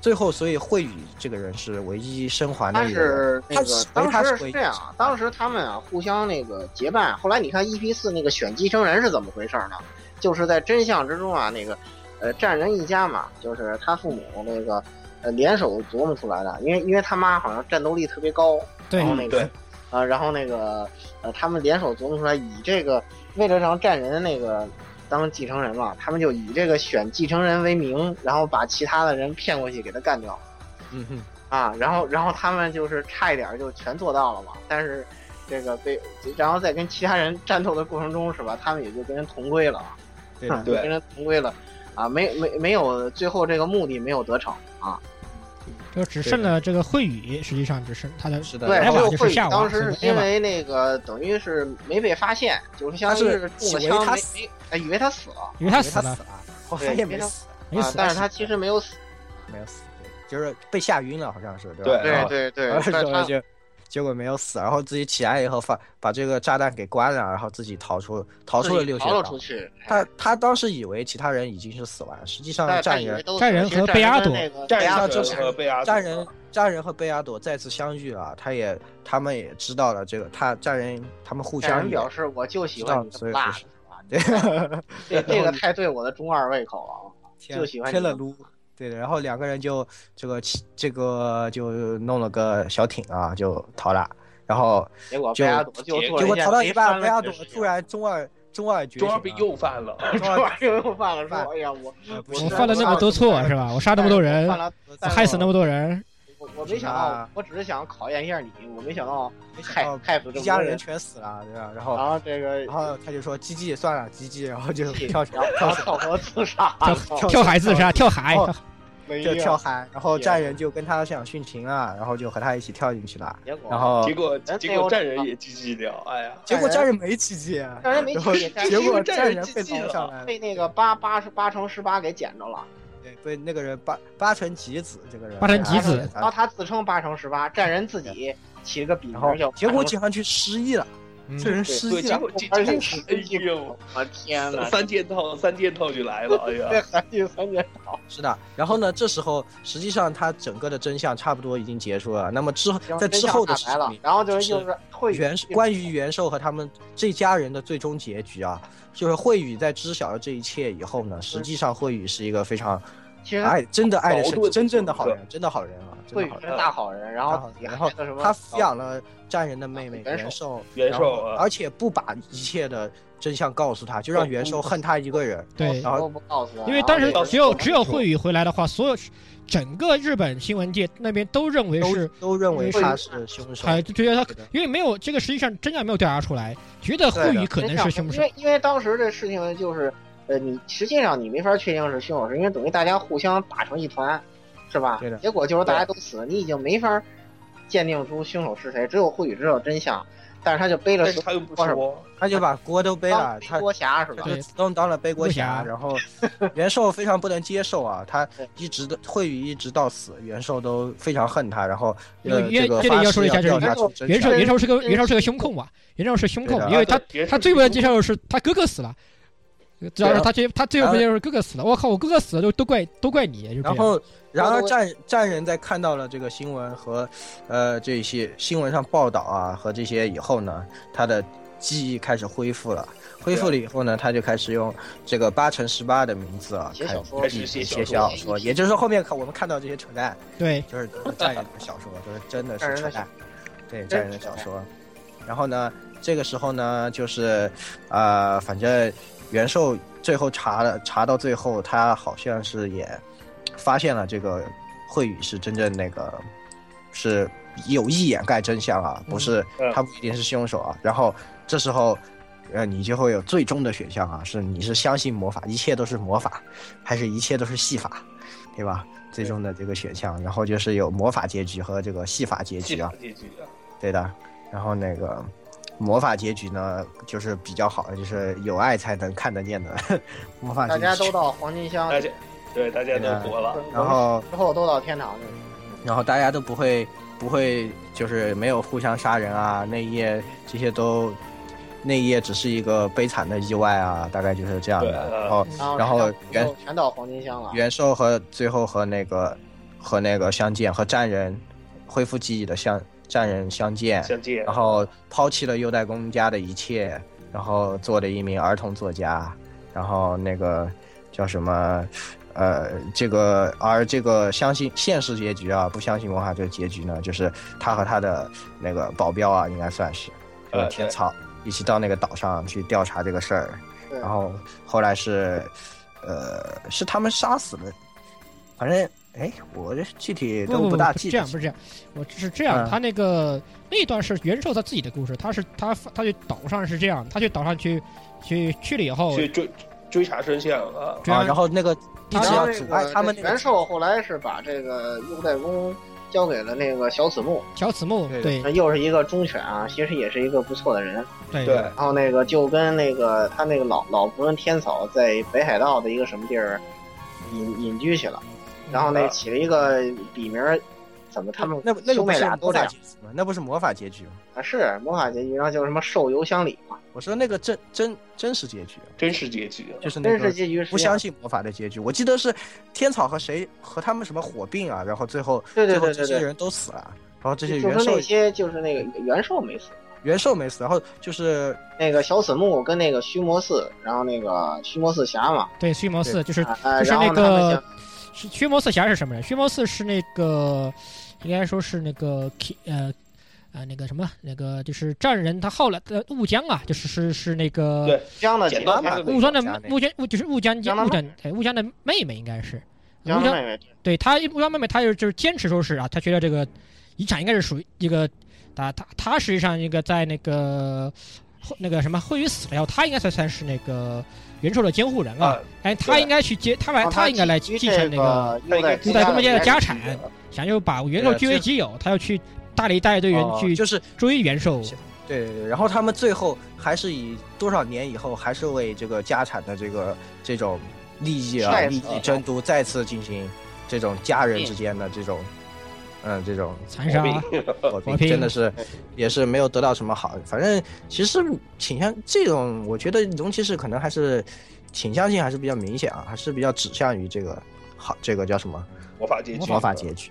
Speaker 2: 最后，所以惠宇这个人是唯一生还的
Speaker 3: 但
Speaker 2: 一个人。
Speaker 3: 是那个
Speaker 2: 他
Speaker 3: 当
Speaker 2: 他
Speaker 3: 时
Speaker 2: 是
Speaker 3: 是这样啊，当时他们啊互相那个结拜。后来你看 EP 四那个选继承人是怎么回事呢？就是在真相之中啊，那个呃战人一家嘛，就是他父母那个呃联手琢磨出来的，因为因为他妈好像战斗力特别高，
Speaker 1: 对
Speaker 3: 然，后那个
Speaker 4: 嗯对
Speaker 3: 啊、然后那个呃他们联手琢磨出来，以这个为了让战人那个。当继承人嘛，他们就以这个选继承人为名，然后把其他的人骗过去给他干掉。
Speaker 2: 嗯哼，
Speaker 3: 啊，然后然后他们就是差一点儿就全做到了嘛，但是这个被然后在跟其他人战斗的过程中是吧，他们也就跟人同归了，
Speaker 2: 对的，
Speaker 3: 就跟人同归了，啊，没没没有最后这个目的没有得逞啊，
Speaker 1: 就只剩了这个惠宇，实际上只剩他的
Speaker 2: 是的。
Speaker 3: 对，
Speaker 1: 来
Speaker 3: 最
Speaker 1: 往
Speaker 3: 后
Speaker 1: 就是
Speaker 3: 会议
Speaker 1: 下
Speaker 3: 当
Speaker 1: 网
Speaker 3: 时
Speaker 1: 是
Speaker 3: 是因
Speaker 1: 来往
Speaker 3: 为那个等于是没被发现，就是相当于
Speaker 2: 他是
Speaker 3: 中了
Speaker 2: 以为
Speaker 3: 枪
Speaker 2: 他
Speaker 3: 没
Speaker 2: 死
Speaker 3: 没，哎以为他死了
Speaker 1: 因为他
Speaker 2: 以为
Speaker 1: 死
Speaker 2: 他
Speaker 1: 了，
Speaker 2: 死了，后来也没死，
Speaker 1: 没
Speaker 3: 啊
Speaker 1: 死，，
Speaker 3: 但是他其实没有死，
Speaker 2: 没有死，对就是被吓晕了，好像是，对吧？
Speaker 4: 对
Speaker 3: 对
Speaker 4: 啊
Speaker 3: 对对
Speaker 2: 然，后
Speaker 3: 但
Speaker 2: 之后
Speaker 3: 他
Speaker 2: 就结果没有死，然后自己起来以后把把这个炸弹给关了，然后自己逃出逃
Speaker 3: 自
Speaker 2: 出了
Speaker 3: 己
Speaker 2: 六
Speaker 3: 逃
Speaker 2: 仙
Speaker 3: 了
Speaker 2: 岛。
Speaker 3: 出去，
Speaker 2: 他他当时以为其他人已经是死完，实际上
Speaker 3: 但他
Speaker 2: 战
Speaker 3: 以为
Speaker 2: 人
Speaker 3: 都死
Speaker 1: 战人
Speaker 3: 其实
Speaker 1: 和贝阿
Speaker 3: 跟
Speaker 1: 朵
Speaker 3: 那个
Speaker 4: 战
Speaker 3: 贝阿
Speaker 2: 人
Speaker 4: 人
Speaker 3: 朵
Speaker 2: 就是
Speaker 4: 和贝阿
Speaker 2: 战人战人和贝阿朵再次相遇了，他也他们也知道了这个，他战人他们互
Speaker 3: 战
Speaker 2: 相
Speaker 3: 人
Speaker 2: 也
Speaker 3: 表示我就喜
Speaker 2: 知
Speaker 3: 欢
Speaker 2: 道
Speaker 3: 你这
Speaker 2: 所
Speaker 3: 么
Speaker 2: 以
Speaker 3: 辣
Speaker 2: 不
Speaker 3: 的，
Speaker 2: 是
Speaker 3: 是吧？这这个太对我的中二胃口了。啊
Speaker 2: 天
Speaker 3: 就喜欢你
Speaker 2: 天了撸。对的，然后两个人就这个起这个就弄了个小艇啊，就逃了。然后
Speaker 3: 结果
Speaker 2: 就
Speaker 3: 贝阿朵就做
Speaker 2: 结
Speaker 3: 了
Speaker 2: 果
Speaker 3: 一件
Speaker 2: 逃到
Speaker 3: 贼
Speaker 2: 一半，
Speaker 3: 翻
Speaker 2: 贝阿
Speaker 3: 了的
Speaker 2: 朵
Speaker 3: 事情
Speaker 2: 突然中二中二觉醒
Speaker 4: 中
Speaker 2: 了
Speaker 4: 二病又犯了，
Speaker 2: 中
Speaker 3: 中
Speaker 2: 二
Speaker 3: 二又又犯了
Speaker 2: 犯
Speaker 3: 说：“哎呀，我啊
Speaker 2: 呃不
Speaker 1: 我
Speaker 2: 是
Speaker 1: 犯了那么多错是吧？我杀那么多人，
Speaker 3: 犯了，
Speaker 1: 我害死那么
Speaker 3: 多。
Speaker 1: 多人，
Speaker 3: 我我没想到，我只是想考验一下你，我没想到
Speaker 2: 啊没想
Speaker 3: 害
Speaker 2: 到
Speaker 3: 害死这啊
Speaker 2: 一
Speaker 3: 么
Speaker 2: 家
Speaker 3: 多
Speaker 2: 人。全死了，对吧？然后
Speaker 3: 然后这个，
Speaker 2: 然后他就说鸡鸡算了，鸡鸡，然后就
Speaker 3: 鸡鸡
Speaker 2: 跳
Speaker 3: 然后然
Speaker 2: 跳
Speaker 3: 后
Speaker 2: 水
Speaker 3: 跳河自杀，
Speaker 1: 跳
Speaker 3: 操
Speaker 2: 跳
Speaker 1: 跳海自杀，跳海，
Speaker 2: 哦
Speaker 1: 跳海
Speaker 3: 没
Speaker 2: 就
Speaker 3: 用
Speaker 2: 跳。海，然后
Speaker 3: 也
Speaker 2: 战人就跟他想殉情啊，然后就和他一起跳进去了，
Speaker 3: 结果，
Speaker 2: 然后
Speaker 4: 结果
Speaker 3: 哎
Speaker 4: 结果战人也积极了，哎呀，
Speaker 2: 结果战人没鸡鸡， 然
Speaker 3: 让人没
Speaker 2: 后
Speaker 3: 踢，但
Speaker 2: 结
Speaker 3: 是
Speaker 2: 果
Speaker 4: 战
Speaker 2: 战
Speaker 4: 人
Speaker 2: 人
Speaker 4: 鸡
Speaker 2: 被
Speaker 4: 鸡
Speaker 2: 捞
Speaker 4: 了
Speaker 2: 上来了，
Speaker 3: 被那个八八十八乘十八给捡着了。
Speaker 2: 对被那个人八八成吉子这个人
Speaker 1: 八成吉子
Speaker 2: 给
Speaker 3: 然后他
Speaker 2: 他
Speaker 3: 自称八乘十八，战人自己起了个笔
Speaker 2: 然
Speaker 3: 名叫
Speaker 2: 后
Speaker 3: 八
Speaker 2: 结
Speaker 3: 乘
Speaker 2: 果井上去失忆了，
Speaker 1: 嗯
Speaker 2: 这人
Speaker 3: 对
Speaker 2: 失
Speaker 4: 对，
Speaker 2: 忆
Speaker 4: 结
Speaker 2: 了，
Speaker 4: 果结
Speaker 3: 而且
Speaker 4: 结果是哎呦，，
Speaker 3: 我天哪！
Speaker 4: 三件套三件套就来了，哎
Speaker 3: 这
Speaker 4: 呀，
Speaker 3: 韩剧三年
Speaker 2: 是的。然后呢，这时候实际上他整个的真相差不多已经结束了。那么之后在之后的事
Speaker 3: 来
Speaker 2: 情
Speaker 3: 了
Speaker 2: 里，，
Speaker 3: 然后就是就是会
Speaker 2: 元关于元寿和他们这家人的最终结局啊，就是惠宇在知晓了这一切以后呢，实际上惠宇是一个非常
Speaker 3: 其实
Speaker 2: 爱，真的爱的
Speaker 4: 矛
Speaker 2: 是
Speaker 4: 盾
Speaker 2: 真正的好人，真的好人啊，真
Speaker 3: 会
Speaker 2: 的好
Speaker 3: 是
Speaker 2: 人。
Speaker 3: 大好人，然后
Speaker 2: 然后
Speaker 3: 什么哦
Speaker 2: 他抚养了战人的妹妹
Speaker 3: 元
Speaker 2: 元寿，
Speaker 4: 元
Speaker 2: 然
Speaker 4: 寿
Speaker 2: 后
Speaker 4: 啊
Speaker 2: 而且不把一切的真相告诉他，就让元寿恨他一个人。
Speaker 1: 对。
Speaker 3: 然后不告诉他，
Speaker 1: 因为当时
Speaker 2: 啊
Speaker 1: 只有
Speaker 4: 然后
Speaker 1: 只有惠宇回来的话，所有整个日本新闻界那边都认为
Speaker 2: 都
Speaker 1: 是
Speaker 2: 都认为他是凶手。
Speaker 1: 他，就觉得
Speaker 2: 是
Speaker 1: 他
Speaker 2: 的，
Speaker 1: 因为没有这个实际上真相没有调查出来，觉得惠宇可能是凶
Speaker 3: 因
Speaker 1: 手。
Speaker 3: 为因为当时这事情就是，呃，你实际上你没法确定是凶手，是因为等于大家互相打成一团，是吧？
Speaker 2: 对的
Speaker 3: 结果就是大家都死了，你已经没法鉴定出凶手是谁，只有惠宇知道真相，但是他就背了
Speaker 4: 但是他又不
Speaker 3: 或者
Speaker 4: 说，
Speaker 2: 他就把锅都背了，他
Speaker 3: 郭侠是
Speaker 2: 他
Speaker 3: 吧？
Speaker 2: 就自动当了背锅侠，
Speaker 1: 对
Speaker 2: 然后袁寿非常不能接受啊，他
Speaker 3: 对
Speaker 2: 一直的惠宇一直到死，袁寿都非常恨他，然后
Speaker 1: 因为
Speaker 2: 呃
Speaker 1: 袁
Speaker 2: 这个
Speaker 1: 这里
Speaker 2: 发
Speaker 1: 要说
Speaker 2: 誓
Speaker 1: 一下
Speaker 2: 要
Speaker 1: 就是
Speaker 2: 调查
Speaker 3: 袁
Speaker 2: 出
Speaker 3: 寿
Speaker 2: 真
Speaker 1: 袁绍，
Speaker 2: 相
Speaker 3: 真
Speaker 1: 袁绍是个
Speaker 3: 真
Speaker 1: 袁绍是个胸控嘛，袁绍是胸控
Speaker 2: 对，的
Speaker 1: 因为他
Speaker 4: 对
Speaker 1: 他最不能接受的是他哥哥死了，主
Speaker 2: 啊
Speaker 1: 要是他觉他最不能接受是哥哥死了。我靠，我哥哥死了就都怪都怪你，就这
Speaker 2: 然
Speaker 1: 样。
Speaker 2: 后，然而战战人在看到了这个新闻和，呃，这些新闻上报道啊和这些以后呢，他的记忆开始恢复了。恢复了以后呢，他就开始用这个八乘十八的名字啊，
Speaker 3: 写小说
Speaker 2: 开
Speaker 4: 开
Speaker 2: 始
Speaker 4: 始
Speaker 2: 写
Speaker 4: 写
Speaker 2: 写
Speaker 4: 小
Speaker 2: 小
Speaker 4: 说
Speaker 2: 说，也就是说后面看我们看到这些扯淡，
Speaker 1: 对，
Speaker 2: 就是都是战人的小说，就是真的是扯淡，对
Speaker 3: 真
Speaker 2: 战
Speaker 3: 是
Speaker 2: 人的
Speaker 3: 扯
Speaker 2: 小
Speaker 3: 淡
Speaker 2: 说。然后呢，这个时候呢，就是，呃，反正袁寿最后查了，查到最后，他好像是也发现了这个惠宇是真正那个是有意掩盖真相啊，不是
Speaker 4: 嗯
Speaker 2: 他不一定是凶手啊。然后这时候，呃，你就会有最终的选项啊，是你是相信魔法，一切都是魔法，还是一切都是戏法，对吧？最终的这个选项，然后就是有魔法结局和这个戏法结
Speaker 4: 技
Speaker 2: 局啊
Speaker 4: 法，结局啊，
Speaker 2: 对的。然后那个魔法结局呢，就是比较好，就是有爱才能看得见的魔法结
Speaker 3: 大家
Speaker 2: 局。
Speaker 3: 都到黄金箱
Speaker 4: 大
Speaker 2: 哎
Speaker 4: 家对大家都活了，
Speaker 2: 然后
Speaker 3: 之后都到天堂去。
Speaker 2: 然后大家都不会不会就是没有互相杀人啊，内页这些都内页只是一个悲惨的意外啊，大概就是这样的。
Speaker 4: 对呃
Speaker 2: 然后
Speaker 3: 然
Speaker 2: 然后
Speaker 3: 全
Speaker 2: 原
Speaker 3: 到全到黄金箱了。
Speaker 2: 元兽和最后和那个和那个相见，和战人恢复记忆的相战人相见，
Speaker 4: 相见
Speaker 2: 然后抛弃了优待公家的一切，然后做了一名儿童作家，然后那个叫什么，呃，这个而这个相信现实结局啊，不相信魔法这个结局呢，就是他和他的那个保镖啊，应该算是这个
Speaker 4: 呃
Speaker 2: 天
Speaker 4: 对
Speaker 2: 草一起到那个岛上去调查这个事儿，
Speaker 3: 对
Speaker 2: 然后后来是，呃，是他们杀死了，反正哎，我这具体
Speaker 1: 不
Speaker 2: 都
Speaker 1: 不
Speaker 2: 大
Speaker 1: 不
Speaker 2: 记
Speaker 1: 是
Speaker 2: 得。啊
Speaker 1: 这样，不是这样，我是这样，
Speaker 2: 嗯
Speaker 1: 他那个那段是元兽他自己的故事，他是他他去岛上是这样，他去岛上去去去了以后，
Speaker 4: 去追追查真相啊，
Speaker 1: 这
Speaker 2: 啊，
Speaker 1: 样
Speaker 2: 然后那个一
Speaker 1: 他
Speaker 2: 直
Speaker 3: 然后
Speaker 2: 要
Speaker 3: 那
Speaker 2: 阻碍
Speaker 3: 个
Speaker 2: 他们那个
Speaker 3: 元兽后来是把这个优代工交给了那个小子木，
Speaker 1: 小子木
Speaker 2: 对
Speaker 1: 对
Speaker 3: 那又是一个忠犬啊，其实也是一个不错的人。
Speaker 1: 对
Speaker 4: 对
Speaker 3: 然后那个就跟那个他那个老老仆人天草在北海道的一个什么地儿隐隐居去了，
Speaker 1: 嗯
Speaker 3: 然后那起了一个笔名儿，怎么他们
Speaker 2: 那那个
Speaker 3: 兄
Speaker 2: 不
Speaker 3: 妹
Speaker 2: 是
Speaker 3: 俩都
Speaker 2: 魔
Speaker 3: 这
Speaker 2: 法
Speaker 3: 样
Speaker 2: 结局吗？那不是魔法结局吗？
Speaker 3: 啊？是魔法结局，然后就是什么兽游乡里嘛，
Speaker 2: 我说那个真真真实结局，
Speaker 4: 真实结局啊，
Speaker 2: 就是那
Speaker 3: 真实
Speaker 2: 个
Speaker 3: 结局是啊
Speaker 2: 不相信魔法的结局。我记得是天草和谁和他们什么火并啊，然后最后
Speaker 3: 对对
Speaker 2: 最后
Speaker 3: 对
Speaker 2: 这
Speaker 3: 对
Speaker 2: 些
Speaker 3: 对，
Speaker 2: 人都死了，然后这些
Speaker 1: 嗯
Speaker 3: 就
Speaker 2: 元
Speaker 3: 是
Speaker 2: 兽
Speaker 3: 那些就是那个元兽没死，
Speaker 2: 元兽没死，然后就是
Speaker 3: 那个小子木跟那个须磨寺，然后那个须磨寺侠嘛，
Speaker 1: 对，驱魔四就是
Speaker 3: 啊呃，
Speaker 1: 就是
Speaker 3: 然后
Speaker 1: 那
Speaker 3: 他们
Speaker 1: 个
Speaker 3: 想
Speaker 1: 是驱魔四侠是什么人？驱魔四是那个应该说是那个 K 呃。啊，那个什么，那个就是战人，他后来的雾江啊，就是是是那个
Speaker 4: 对
Speaker 3: 江的姐
Speaker 4: 捡到
Speaker 3: 妹
Speaker 4: 他的
Speaker 1: 雾江的
Speaker 2: 那个
Speaker 1: 雾江，雾就是雾江
Speaker 3: 江的
Speaker 1: 雾江哎雾江的妹妹应该是雾
Speaker 3: 江
Speaker 1: 江
Speaker 3: 的妹妹，
Speaker 1: 对他，乌鸦妹妹，他就就是坚持说是啊，他觉得这个遗产应该是属于一个，他他他实际上一个在那个后那个什么惠宇死了以后，他应该才算是那个元兽的监护人啊
Speaker 4: 啊，
Speaker 1: 哎，他
Speaker 4: 对
Speaker 1: 应该去接，他来
Speaker 3: 然后
Speaker 1: 他应该来继
Speaker 3: 继
Speaker 1: 承那
Speaker 3: 这
Speaker 1: 个，
Speaker 4: 他应该
Speaker 1: 古代
Speaker 3: 他
Speaker 1: 公
Speaker 3: 们
Speaker 1: 家
Speaker 3: 家
Speaker 1: 的
Speaker 3: 家
Speaker 1: 家产，想就把元兽
Speaker 2: 对
Speaker 1: 据为
Speaker 2: 这
Speaker 1: 己有，他要去大力带一队人
Speaker 2: 哦
Speaker 1: 去
Speaker 2: 就是
Speaker 1: 追元兽，
Speaker 2: 对对对，然后他们最后还是以多少年以后，还是为这个家产的这个这种利益啊、
Speaker 3: 再次
Speaker 2: 利益争夺再次进行这种家人之间的这种，嗯，这种
Speaker 1: 残杀
Speaker 4: 我
Speaker 2: 火拼
Speaker 1: 火拼
Speaker 2: 真的是也是没有得到什么好。反正其实倾向这种，我觉得龙骑士可能还是倾向性还是比较明显啊，还是比较指向于这个好这个叫什么
Speaker 4: 魔法结局，
Speaker 2: 魔法结局。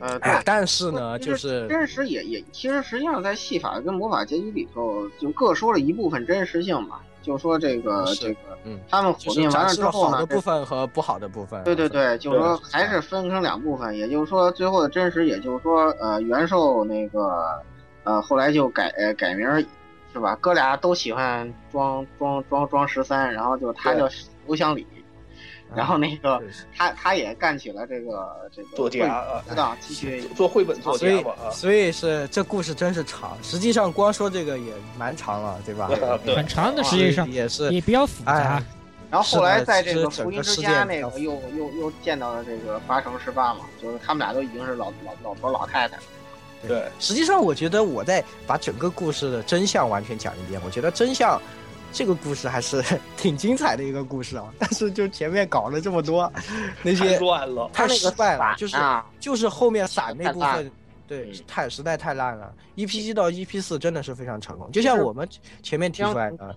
Speaker 3: 呃，
Speaker 2: 哎
Speaker 3: 对
Speaker 2: 呀，，但是呢，
Speaker 3: 不
Speaker 2: 就
Speaker 3: 其
Speaker 2: 是
Speaker 3: 实真实也也，其实实际上在戏法跟魔法结局里头，就各说了一部分真实性嘛，就说这个
Speaker 2: 是
Speaker 3: 这个，
Speaker 2: 嗯
Speaker 3: 他们
Speaker 2: 就
Speaker 3: 火
Speaker 2: 是
Speaker 3: 并完
Speaker 2: 展
Speaker 3: 了
Speaker 2: 示
Speaker 3: 之
Speaker 2: 了
Speaker 3: 后
Speaker 2: 好
Speaker 3: 呢
Speaker 2: 的，部分和不好的部分。
Speaker 3: 对对对，就是说
Speaker 2: 对
Speaker 3: 还是分成两部分，也就是说最后的真实，也就是说呃元兽那个呃后来就改、呃改名儿是吧？哥俩都喜欢装装装装十三，然后就他
Speaker 4: 对
Speaker 3: 叫刘香里，然后那个
Speaker 2: 嗯对是
Speaker 3: 他他也干起了这个这个
Speaker 4: 作家啊，
Speaker 3: 知道继 续
Speaker 4: 做做绘本作
Speaker 2: 所
Speaker 4: 家
Speaker 2: 以
Speaker 4: 嘛啊，？
Speaker 2: 所以是这故事真是长，实际上光说这个也蛮长了，对吧
Speaker 4: 对
Speaker 1: 很长的
Speaker 3: 啊
Speaker 1: 实际上
Speaker 2: 也是
Speaker 1: 也比较复杂
Speaker 2: 哎，
Speaker 3: 然后后来
Speaker 2: 是的
Speaker 3: 在这
Speaker 2: 其
Speaker 3: 个
Speaker 2: 实整
Speaker 3: 福音
Speaker 2: 个
Speaker 3: 之
Speaker 2: 世
Speaker 3: 家
Speaker 2: 界
Speaker 3: 那
Speaker 2: 比
Speaker 3: 个
Speaker 2: 较
Speaker 3: 又又又见到了这个八乘十八嘛，就是他们俩都已经是老老老头老太太了。
Speaker 4: 对，
Speaker 2: 实际上，我觉得我在把整个故事的真相完全讲一遍，我觉得真相这个故事还是 挺精彩的一个故事啊。但是就前面搞了这么多，那
Speaker 4: 太
Speaker 2: 些
Speaker 4: 乱了，
Speaker 2: 太
Speaker 3: 那
Speaker 2: 失
Speaker 3: 个
Speaker 2: 败了
Speaker 3: 伞，
Speaker 2: 就是
Speaker 3: 啊，
Speaker 2: 就是后面散那部
Speaker 3: 太烂
Speaker 2: 分，对
Speaker 3: 嗯，
Speaker 2: 太实在太烂了。EP 一到 EP 四真的是非常成功，就像我们前面提出来的，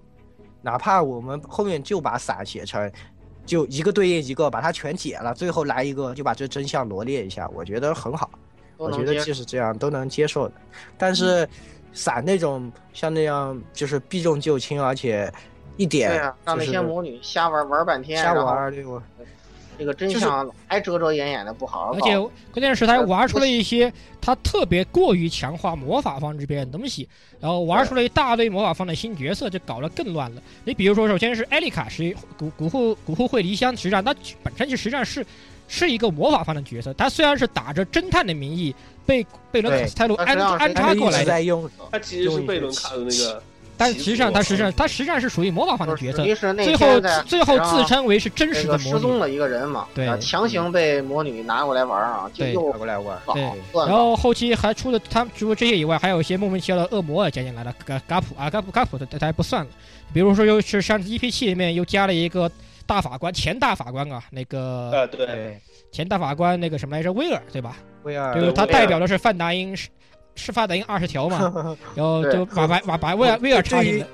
Speaker 2: 哪怕我们后面就把伞写成。就一个对应一个，把它全解了，最后来一个就把这真相罗列一下，我觉得很好。
Speaker 3: 都
Speaker 2: 我
Speaker 3: 能接
Speaker 2: 觉
Speaker 3: 嗯
Speaker 2: 得即使这样都能接受的。但是伞那种像那样就是避重就轻，而且一
Speaker 3: 对
Speaker 2: 点
Speaker 3: 啊，让那
Speaker 2: 就是
Speaker 3: 些魔女瞎玩玩半天，
Speaker 2: 瞎
Speaker 3: 然后
Speaker 2: 玩儿，对我
Speaker 3: 这个真
Speaker 2: 就是
Speaker 3: 相还遮遮掩掩的不好好呃
Speaker 1: 而
Speaker 3: 搞。
Speaker 1: 且关键是他玩出了一些他特别过于强化魔法方这边的东西，然后玩出了一大堆魔法方的新角色，就搞得更乱了。你比如说，首先是艾丽卡是一古古护古护会离香，实际上它本身就实际上是是一个魔法方的角色，他虽然是打着侦探的名义被贝伦卡斯泰罗
Speaker 3: 对
Speaker 1: 安
Speaker 3: 但实际上
Speaker 1: 安
Speaker 3: 是
Speaker 1: 插
Speaker 2: 他
Speaker 1: 过
Speaker 2: 一
Speaker 1: 来
Speaker 2: 直
Speaker 1: 的，
Speaker 2: 在用
Speaker 4: 他其实是贝伦卡的那个，
Speaker 1: 但实际上他实际上他实际上是属于魔法方的角色
Speaker 3: 嗯就，是那
Speaker 1: 最后
Speaker 3: 天在
Speaker 1: 最后自称为是真
Speaker 3: 那
Speaker 1: 实
Speaker 3: 个
Speaker 1: 的
Speaker 3: 失
Speaker 1: 魔
Speaker 3: 踪
Speaker 1: 女，
Speaker 3: 了一个人嘛，
Speaker 1: 对
Speaker 3: 啊强行被魔女拿过来玩儿啊，就
Speaker 1: 对
Speaker 3: 又
Speaker 2: 过来玩。
Speaker 3: 搞
Speaker 1: 对
Speaker 3: 乱
Speaker 1: 然
Speaker 3: 了。
Speaker 1: 后后期还出了他除了这些以外，还有一些莫名其妙的恶魔也加进来了，嘎嘎普啊嘎普嘎普的他还不算了，比如说又是像 EP 里面又加了一个大法官前大法官啊那个
Speaker 4: 呃，对，
Speaker 2: 对，
Speaker 1: 前大法官那个什么来着威尔对吧？
Speaker 2: 啊威尔
Speaker 1: 就是他
Speaker 4: 威尔
Speaker 1: 代表的是范达因是是范达因二十条 嘛，然后就把把把把威尔威尔插进来，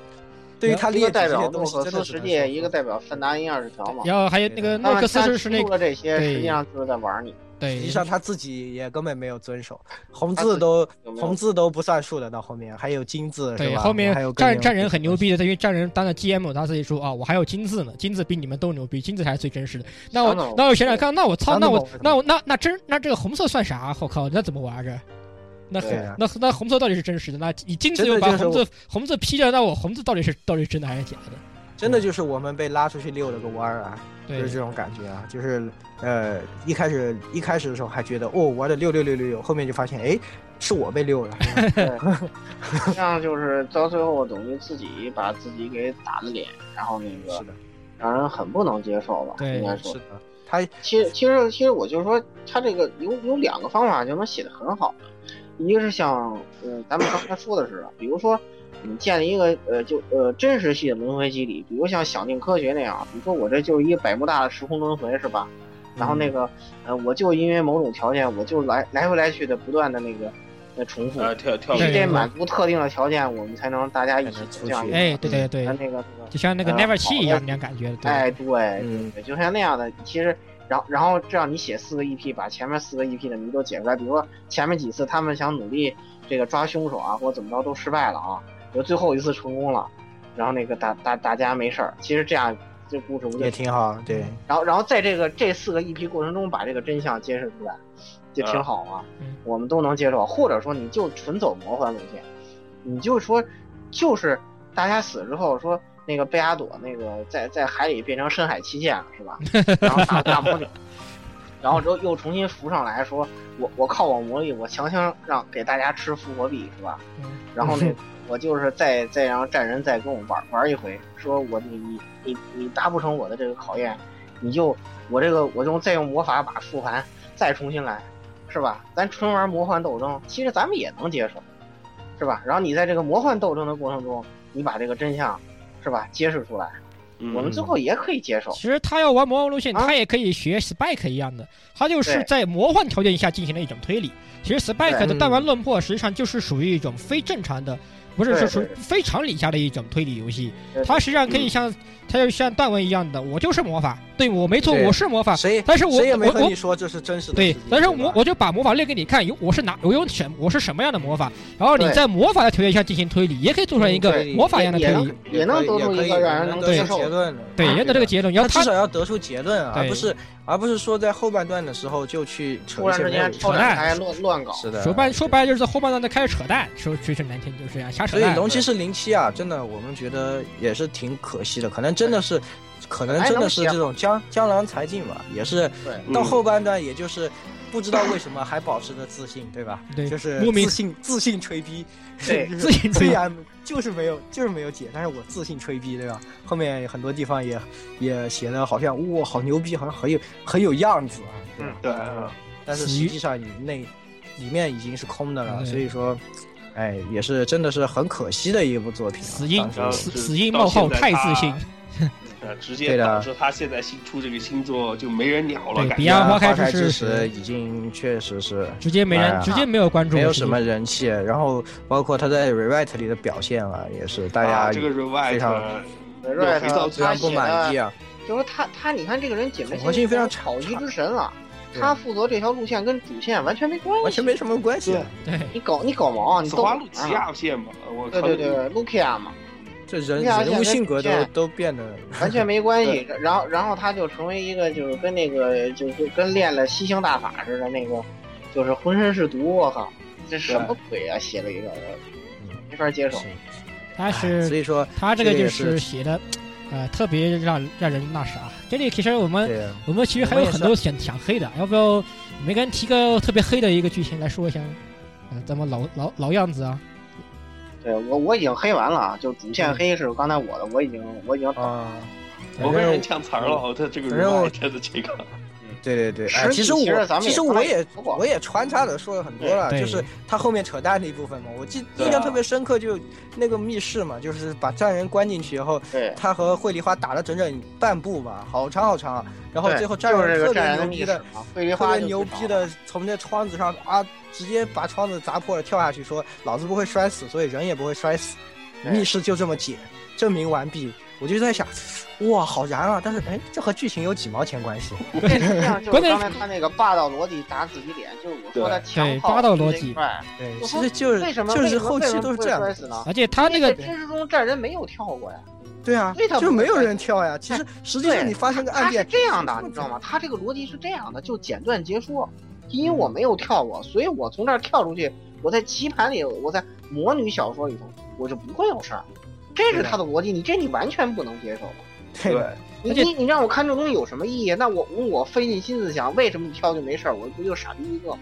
Speaker 2: 对于他
Speaker 3: 一个
Speaker 2: 列
Speaker 3: 代
Speaker 2: 代
Speaker 3: 表
Speaker 2: 表
Speaker 3: 诺
Speaker 2: 东西
Speaker 3: 克
Speaker 2: 真
Speaker 3: 斯
Speaker 2: 的是
Speaker 3: 世界，一个代表范达因二十条嘛。
Speaker 1: 然后还有那个
Speaker 3: 那
Speaker 1: 诺克斯是是那
Speaker 3: 个
Speaker 1: 个
Speaker 3: 这些，
Speaker 1: 对
Speaker 3: 实际上就是在玩你，
Speaker 1: 对
Speaker 2: 实际上他自己也根本没有遵守，红字都
Speaker 3: 有没有
Speaker 2: 红？字都不算数的，到后面还有金字是
Speaker 1: 对
Speaker 2: 吧？
Speaker 1: 后面
Speaker 2: 还有更
Speaker 1: 战
Speaker 2: 牛
Speaker 1: 战人很牛逼的，他因为战人当了 GM，他自己说啊，我还有金字呢，金字比你们都牛逼，金字才是最真实的。那我
Speaker 3: 想懂
Speaker 1: 那我想想看，那我操，
Speaker 2: 想
Speaker 1: 那
Speaker 2: 懂
Speaker 1: 我
Speaker 2: 是吧
Speaker 1: 那我那那真那这个红色算啥？我靠，那怎么玩儿这？那
Speaker 3: 对
Speaker 2: 啊
Speaker 1: 那那红色到底是真实的？那你金字
Speaker 2: 真的
Speaker 1: 又把
Speaker 2: 就是
Speaker 1: 红字红字 P 掉，那我红字到底是到底是真的还是假的？
Speaker 2: 真的就是我们被拉出去溜了个弯儿啊，就
Speaker 1: 对
Speaker 2: 是这种感觉啊，就是呃一开始一开始的时候还觉得哦玩的六六六六六，后面就发现哎是我被 溜了，
Speaker 3: 实际上就是到最后等于自己把自己给打了脸，然后那个
Speaker 2: 是的，
Speaker 3: 让人很不能接受吧，
Speaker 1: 对
Speaker 3: 应该说
Speaker 2: 是。的，他
Speaker 3: 其实，其实，其实我就说，他这个有有两个方法就能写的很好的，一个是像呃咱们刚才说的似的，比如说你建立一个呃就呃真实系的轮回机理，比如像想尽科学那样，比如说我这就是一个百慕大的时空轮回是吧？然后
Speaker 2: 嗯
Speaker 3: 那个呃我就因为某种条件，我就来来回来去的不断的那个呃重复，
Speaker 4: 呃，跳跳
Speaker 3: 必
Speaker 1: 对
Speaker 4: 舞
Speaker 3: 须
Speaker 1: 对
Speaker 3: 得
Speaker 1: 对
Speaker 3: 满足特定的条件，我们才能大家一起这样一个
Speaker 1: 哎，对对对
Speaker 2: 嗯
Speaker 3: 呃，那个那个
Speaker 1: 就像那个
Speaker 3: 呃
Speaker 2: 啊
Speaker 1: Never 七一样
Speaker 3: 好的
Speaker 1: 那样感觉，对。
Speaker 3: 哎对
Speaker 2: 嗯
Speaker 3: 对，就像那样的，其实，然后然后这样你写四个 EP，把前面四个 EP 的谜都解出来，比如说前面几次他们想努力这个抓凶手啊，或者怎么着都失败了啊，比如最后一次成功了，然后那个大大大家没事儿，其实这样这故事不就
Speaker 2: 也挺好，对，
Speaker 3: 然后然后在这个这四个 EP 过程中把这个真相揭示出来，就挺好啊，
Speaker 1: 嗯
Speaker 3: 我们都能接受，或者说你就纯走魔幻路线，你就说就是大家死之后说。那个贝阿朵，那个在在海里变成深海七剑了，是吧？然后大大魔女， 然后之后又重新浮上来说，我我靠我魔力，我强行让给大家吃复活币，是吧？
Speaker 1: 嗯
Speaker 3: 然后 呢，我就是再再让战人再跟我玩玩一回，说我你你你你达不成我的这个考验，你就我这个我用再用魔法把复盘再重新来，是吧？咱纯玩魔幻斗争，其实咱们也能接受，是吧？然后你在这个魔幻斗争的过程中，你把这个真相，是吧？揭示出来，
Speaker 4: 嗯
Speaker 3: 我
Speaker 2: 嗯
Speaker 3: 们最后也可以接受。
Speaker 1: 其实他要玩魔幻路线，
Speaker 3: 啊
Speaker 1: 他也可以学 Spike 一样的，他就是
Speaker 3: 对
Speaker 1: 在魔幻条件下进行了一种推理。其实 Spike 的
Speaker 2: 嗯
Speaker 1: 弹丸论破实际上就是属于一种非正常的，不是
Speaker 3: 对
Speaker 1: 说
Speaker 3: 对
Speaker 1: 属于
Speaker 3: 对
Speaker 1: 非常理下的一种推理游戏
Speaker 2: 嗯
Speaker 3: 对。对
Speaker 1: 他实际上可以像，他就像弹丸一样的，我就是魔法，对我没错，
Speaker 2: 对
Speaker 1: 我是魔法。
Speaker 2: 谁
Speaker 1: 嗯但是我
Speaker 2: 谁也没
Speaker 1: 我
Speaker 2: 和
Speaker 1: 我
Speaker 2: 你说这是真实的事
Speaker 1: 对
Speaker 2: 情，，
Speaker 1: 但是
Speaker 2: 对吧
Speaker 1: 我我就把魔法列给你看，有我是哪我用什我是什么样的魔法，然后你
Speaker 3: 对
Speaker 1: 在魔法的条件下进行推理，也可以做出来一个
Speaker 2: 嗯对
Speaker 1: 魔法一样的
Speaker 3: 也
Speaker 1: 推
Speaker 3: 能
Speaker 1: 理。
Speaker 3: 也能得出
Speaker 2: 也可以
Speaker 3: 一个让人
Speaker 2: 也
Speaker 3: 能
Speaker 2: 得
Speaker 1: 对
Speaker 3: 接
Speaker 2: 出
Speaker 3: 受
Speaker 2: 结论的，啊
Speaker 1: 对，人家这个结论，然后
Speaker 2: 他
Speaker 1: 他
Speaker 2: 至少要得出结论啊，
Speaker 1: 对
Speaker 2: 而不是而不是说在后半段的时候就去扯
Speaker 3: 突
Speaker 2: 一
Speaker 3: 然
Speaker 2: 些
Speaker 3: 之
Speaker 2: 没有
Speaker 3: 间超
Speaker 1: 扯淡
Speaker 3: 展开乱乱搞，
Speaker 2: 是的，
Speaker 1: 说白说白了就是在后半段在开始扯淡，说说句难听就是这样瞎扯
Speaker 2: 所以
Speaker 1: 淡。
Speaker 2: 龙骑士零七啊，真的我们觉得也是挺可惜的，可能真的是，可
Speaker 1: 哎
Speaker 2: 能真的是这种江江郎才尽吧，也是
Speaker 3: 对。
Speaker 1: 嗯
Speaker 2: 到后半段，也就是不知道为什么还保持着自信，对吧？
Speaker 1: 对
Speaker 2: 就是
Speaker 1: 莫名
Speaker 2: 自信自信吹逼，
Speaker 3: 对
Speaker 2: 就是
Speaker 1: 自信吹
Speaker 2: 虽然就是没有就是没有解，但是我自信吹逼，对吧？后面很多地方也也写的好像哇、好牛逼，好像很有很有样子啊，对吧？
Speaker 4: 嗯对，
Speaker 2: 但是
Speaker 1: 死
Speaker 2: 实
Speaker 1: 于
Speaker 2: 际上你内里面已经是空的了，
Speaker 1: 对
Speaker 2: 所以说，哎，也是真的是很可惜的一部作品、啊。
Speaker 1: 死因
Speaker 2: 当时
Speaker 4: 然
Speaker 3: 嗯
Speaker 4: 后
Speaker 1: 死
Speaker 4: 就
Speaker 1: 死因
Speaker 4: 到
Speaker 1: 冒号
Speaker 4: 现在
Speaker 1: 太
Speaker 4: 他
Speaker 1: 自信，
Speaker 4: 呃，直接
Speaker 2: 对的
Speaker 4: 导致他现在新出这个新作就没人鸟了，
Speaker 1: 对
Speaker 4: 感
Speaker 1: 比
Speaker 4: 觉
Speaker 1: 亚花
Speaker 2: 啊
Speaker 1: 开
Speaker 2: 之
Speaker 1: 之
Speaker 2: 时
Speaker 1: 时
Speaker 2: 已经确实是
Speaker 1: 直接没
Speaker 2: 哎
Speaker 1: 人，
Speaker 2: 呀
Speaker 1: 直接没有关注，
Speaker 2: 没有
Speaker 1: 直
Speaker 2: 什
Speaker 1: 接
Speaker 2: 么。人气，然后包括他在 Rewrite 里的表现啊，也是大
Speaker 4: 啊
Speaker 2: 家
Speaker 4: 这个
Speaker 2: 非
Speaker 4: Revite
Speaker 2: 常
Speaker 3: 对
Speaker 4: 有肥皂
Speaker 3: Riot
Speaker 2: 非常
Speaker 4: 他
Speaker 3: 他
Speaker 2: 不
Speaker 3: 写
Speaker 2: 满意
Speaker 3: 的，
Speaker 2: 啊。
Speaker 3: 就是他他，你看这个人简直
Speaker 2: 统合性非常差
Speaker 3: 草鸡之神了，
Speaker 2: 对
Speaker 3: 他负责这条路线跟主线完全没关系，
Speaker 2: 完全没什么关系啊，
Speaker 1: 对，
Speaker 3: 你搞你搞毛啊，你
Speaker 4: 斯
Speaker 3: 逗
Speaker 4: 华
Speaker 3: 我
Speaker 4: 路
Speaker 3: 玩
Speaker 4: 奇
Speaker 3: 儿啊
Speaker 4: 亚线嘛，我
Speaker 3: 对
Speaker 4: 靠，
Speaker 3: 对对，卢克亚嘛，
Speaker 2: 这人
Speaker 3: 对啊
Speaker 2: 人物
Speaker 3: 现在
Speaker 2: 性格都
Speaker 3: 现在
Speaker 2: 都变得
Speaker 3: 完全没关系。然后然后他就成为一个就是跟那个就就跟练了吸星大法似的那个，就是浑身是毒，我靠，这什么鬼啊？写了一个，我没法接受。
Speaker 2: 是
Speaker 1: 他
Speaker 2: 哎所
Speaker 1: 是
Speaker 2: 以说
Speaker 1: 他这个
Speaker 2: 这个
Speaker 1: 就
Speaker 2: 也
Speaker 1: 是
Speaker 2: 是
Speaker 1: 写的呃，特别让让人那啥。这里其实我们
Speaker 2: 对，
Speaker 1: 我们其实还有很多想想黑的，要不要每个人提个特别黑的一个剧情来说一下？嗯、咱们老老老样子啊，
Speaker 3: 对我我已经黑完了，啊，就主
Speaker 2: 嗯
Speaker 3: 线黑是刚才我的，我已经我已经
Speaker 2: 啊，
Speaker 4: 我
Speaker 2: 反
Speaker 4: 被人
Speaker 2: 正
Speaker 4: 抢词儿了，他这个
Speaker 2: 反正我
Speaker 4: 人真的这个，
Speaker 2: 对对对，哎
Speaker 3: 实，体
Speaker 2: 其实
Speaker 3: 其实咱
Speaker 2: 我
Speaker 3: 们
Speaker 2: 其
Speaker 3: 也
Speaker 2: 实
Speaker 3: 不太说
Speaker 2: 我也
Speaker 3: 过
Speaker 2: 我也穿插的说了很多了，
Speaker 1: 对
Speaker 2: 就是他后面扯淡的一部分嘛，我记
Speaker 4: 对啊
Speaker 2: 印象特别深刻，就那个密室嘛，就是把战人关进去以后，
Speaker 3: 对
Speaker 2: 他和惠梨花打了整整半部嘛，好长好长啊，然后
Speaker 3: 对
Speaker 2: 最后战
Speaker 3: 就是
Speaker 2: 人
Speaker 3: 这
Speaker 2: 特
Speaker 3: 个
Speaker 2: 别
Speaker 3: 战人
Speaker 2: 牛
Speaker 3: 的
Speaker 2: 逼
Speaker 3: 密
Speaker 2: 的
Speaker 3: 室嘛，桂林
Speaker 2: 特
Speaker 3: 花
Speaker 2: 别牛逼的从这窗子上啊，直接把窗子砸破了，跳下去说：“老子不会摔死，所以人也不会摔死。”
Speaker 3: 对
Speaker 2: 密室就这么解，证明完毕。我就在想，哇，好燃啊！但是，哎，这和剧情有几毛钱关系？
Speaker 3: 这 实际上就
Speaker 1: 关
Speaker 3: 是
Speaker 1: 键
Speaker 3: 刚
Speaker 1: 是
Speaker 3: 才他那个霸道逻辑打自己脸，就是我说的强
Speaker 1: 对
Speaker 3: 炮
Speaker 1: 霸道逻辑
Speaker 3: 这一块。
Speaker 2: 对，
Speaker 3: 我
Speaker 2: 其
Speaker 3: 说
Speaker 2: 实就是
Speaker 3: 为什么
Speaker 2: 就是后期都是这样
Speaker 3: 摔
Speaker 2: 的。
Speaker 3: 死呢？
Speaker 1: 而且他那
Speaker 3: 那
Speaker 1: 个
Speaker 3: 真实中战人没有跳过呀，
Speaker 2: 对啊
Speaker 3: 为什，么
Speaker 2: 就没有
Speaker 3: 会
Speaker 2: 人跳呀。其实实际
Speaker 3: 对
Speaker 2: 上你发生个
Speaker 3: 他
Speaker 2: 案
Speaker 3: 是
Speaker 2: 件，
Speaker 3: 这样的，你知道吗？？他这个逻辑是这样的，就简短截说。因为我没有跳过，所以我从这儿跳出去，我在棋盘里，我在魔女小说里头，我就不会有事儿。这是他的逻辑，你这你完全不能接受。
Speaker 2: 对
Speaker 4: 对，
Speaker 3: 你
Speaker 1: 而且
Speaker 3: 你你让我看这东西有什么意义？那我我费尽心思想，为什么你跳就没事儿？我不就傻逼一个吗？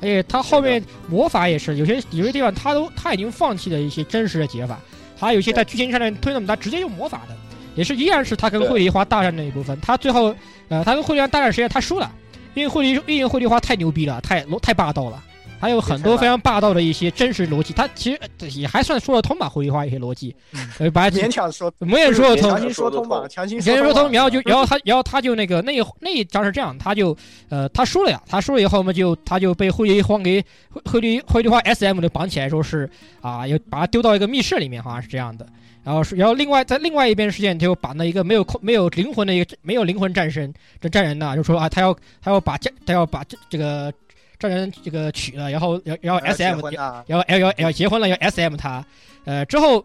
Speaker 1: 而且他后面魔法也是有些有些地方他都他已经放弃了一些真实的解法，他有些在剧情上面推动他直接用魔法的，也是依然是他跟
Speaker 4: 对
Speaker 1: 惠梨花大战那一部分，他最后呃他跟惠梨花大战时间他输了，因为惠梨因为惠梨花太牛逼了，太太霸道了。还有很多非常霸道的一些真实逻辑，他其实呃也还算说得通吧，惠梨花一些逻辑，呃，把
Speaker 2: 勉强说，
Speaker 1: 我们也说得通
Speaker 2: 强，行说通吧，强行
Speaker 1: 别人说
Speaker 2: 通
Speaker 1: 通，
Speaker 2: 吧。
Speaker 1: 然后就然后他然后他就那个那一那一张是这样，他就呃他输了呀，他输了以后我们就他就被惠梨荒给惠惠梨惠梨花 S M 的绑起来，说是啊要把他丢到一个密室里面，好像是这样的。然后是然后另外在另外一边事件就把那一个没有空没有灵魂的一个没有灵魂战神这战人呐，就说啊他要他要把战他要把这这个战人这个娶了，然后然后然后 S
Speaker 2: 结
Speaker 1: M
Speaker 2: 婚 啊，
Speaker 1: 要要要要结婚了，要 S M 他，呃，之后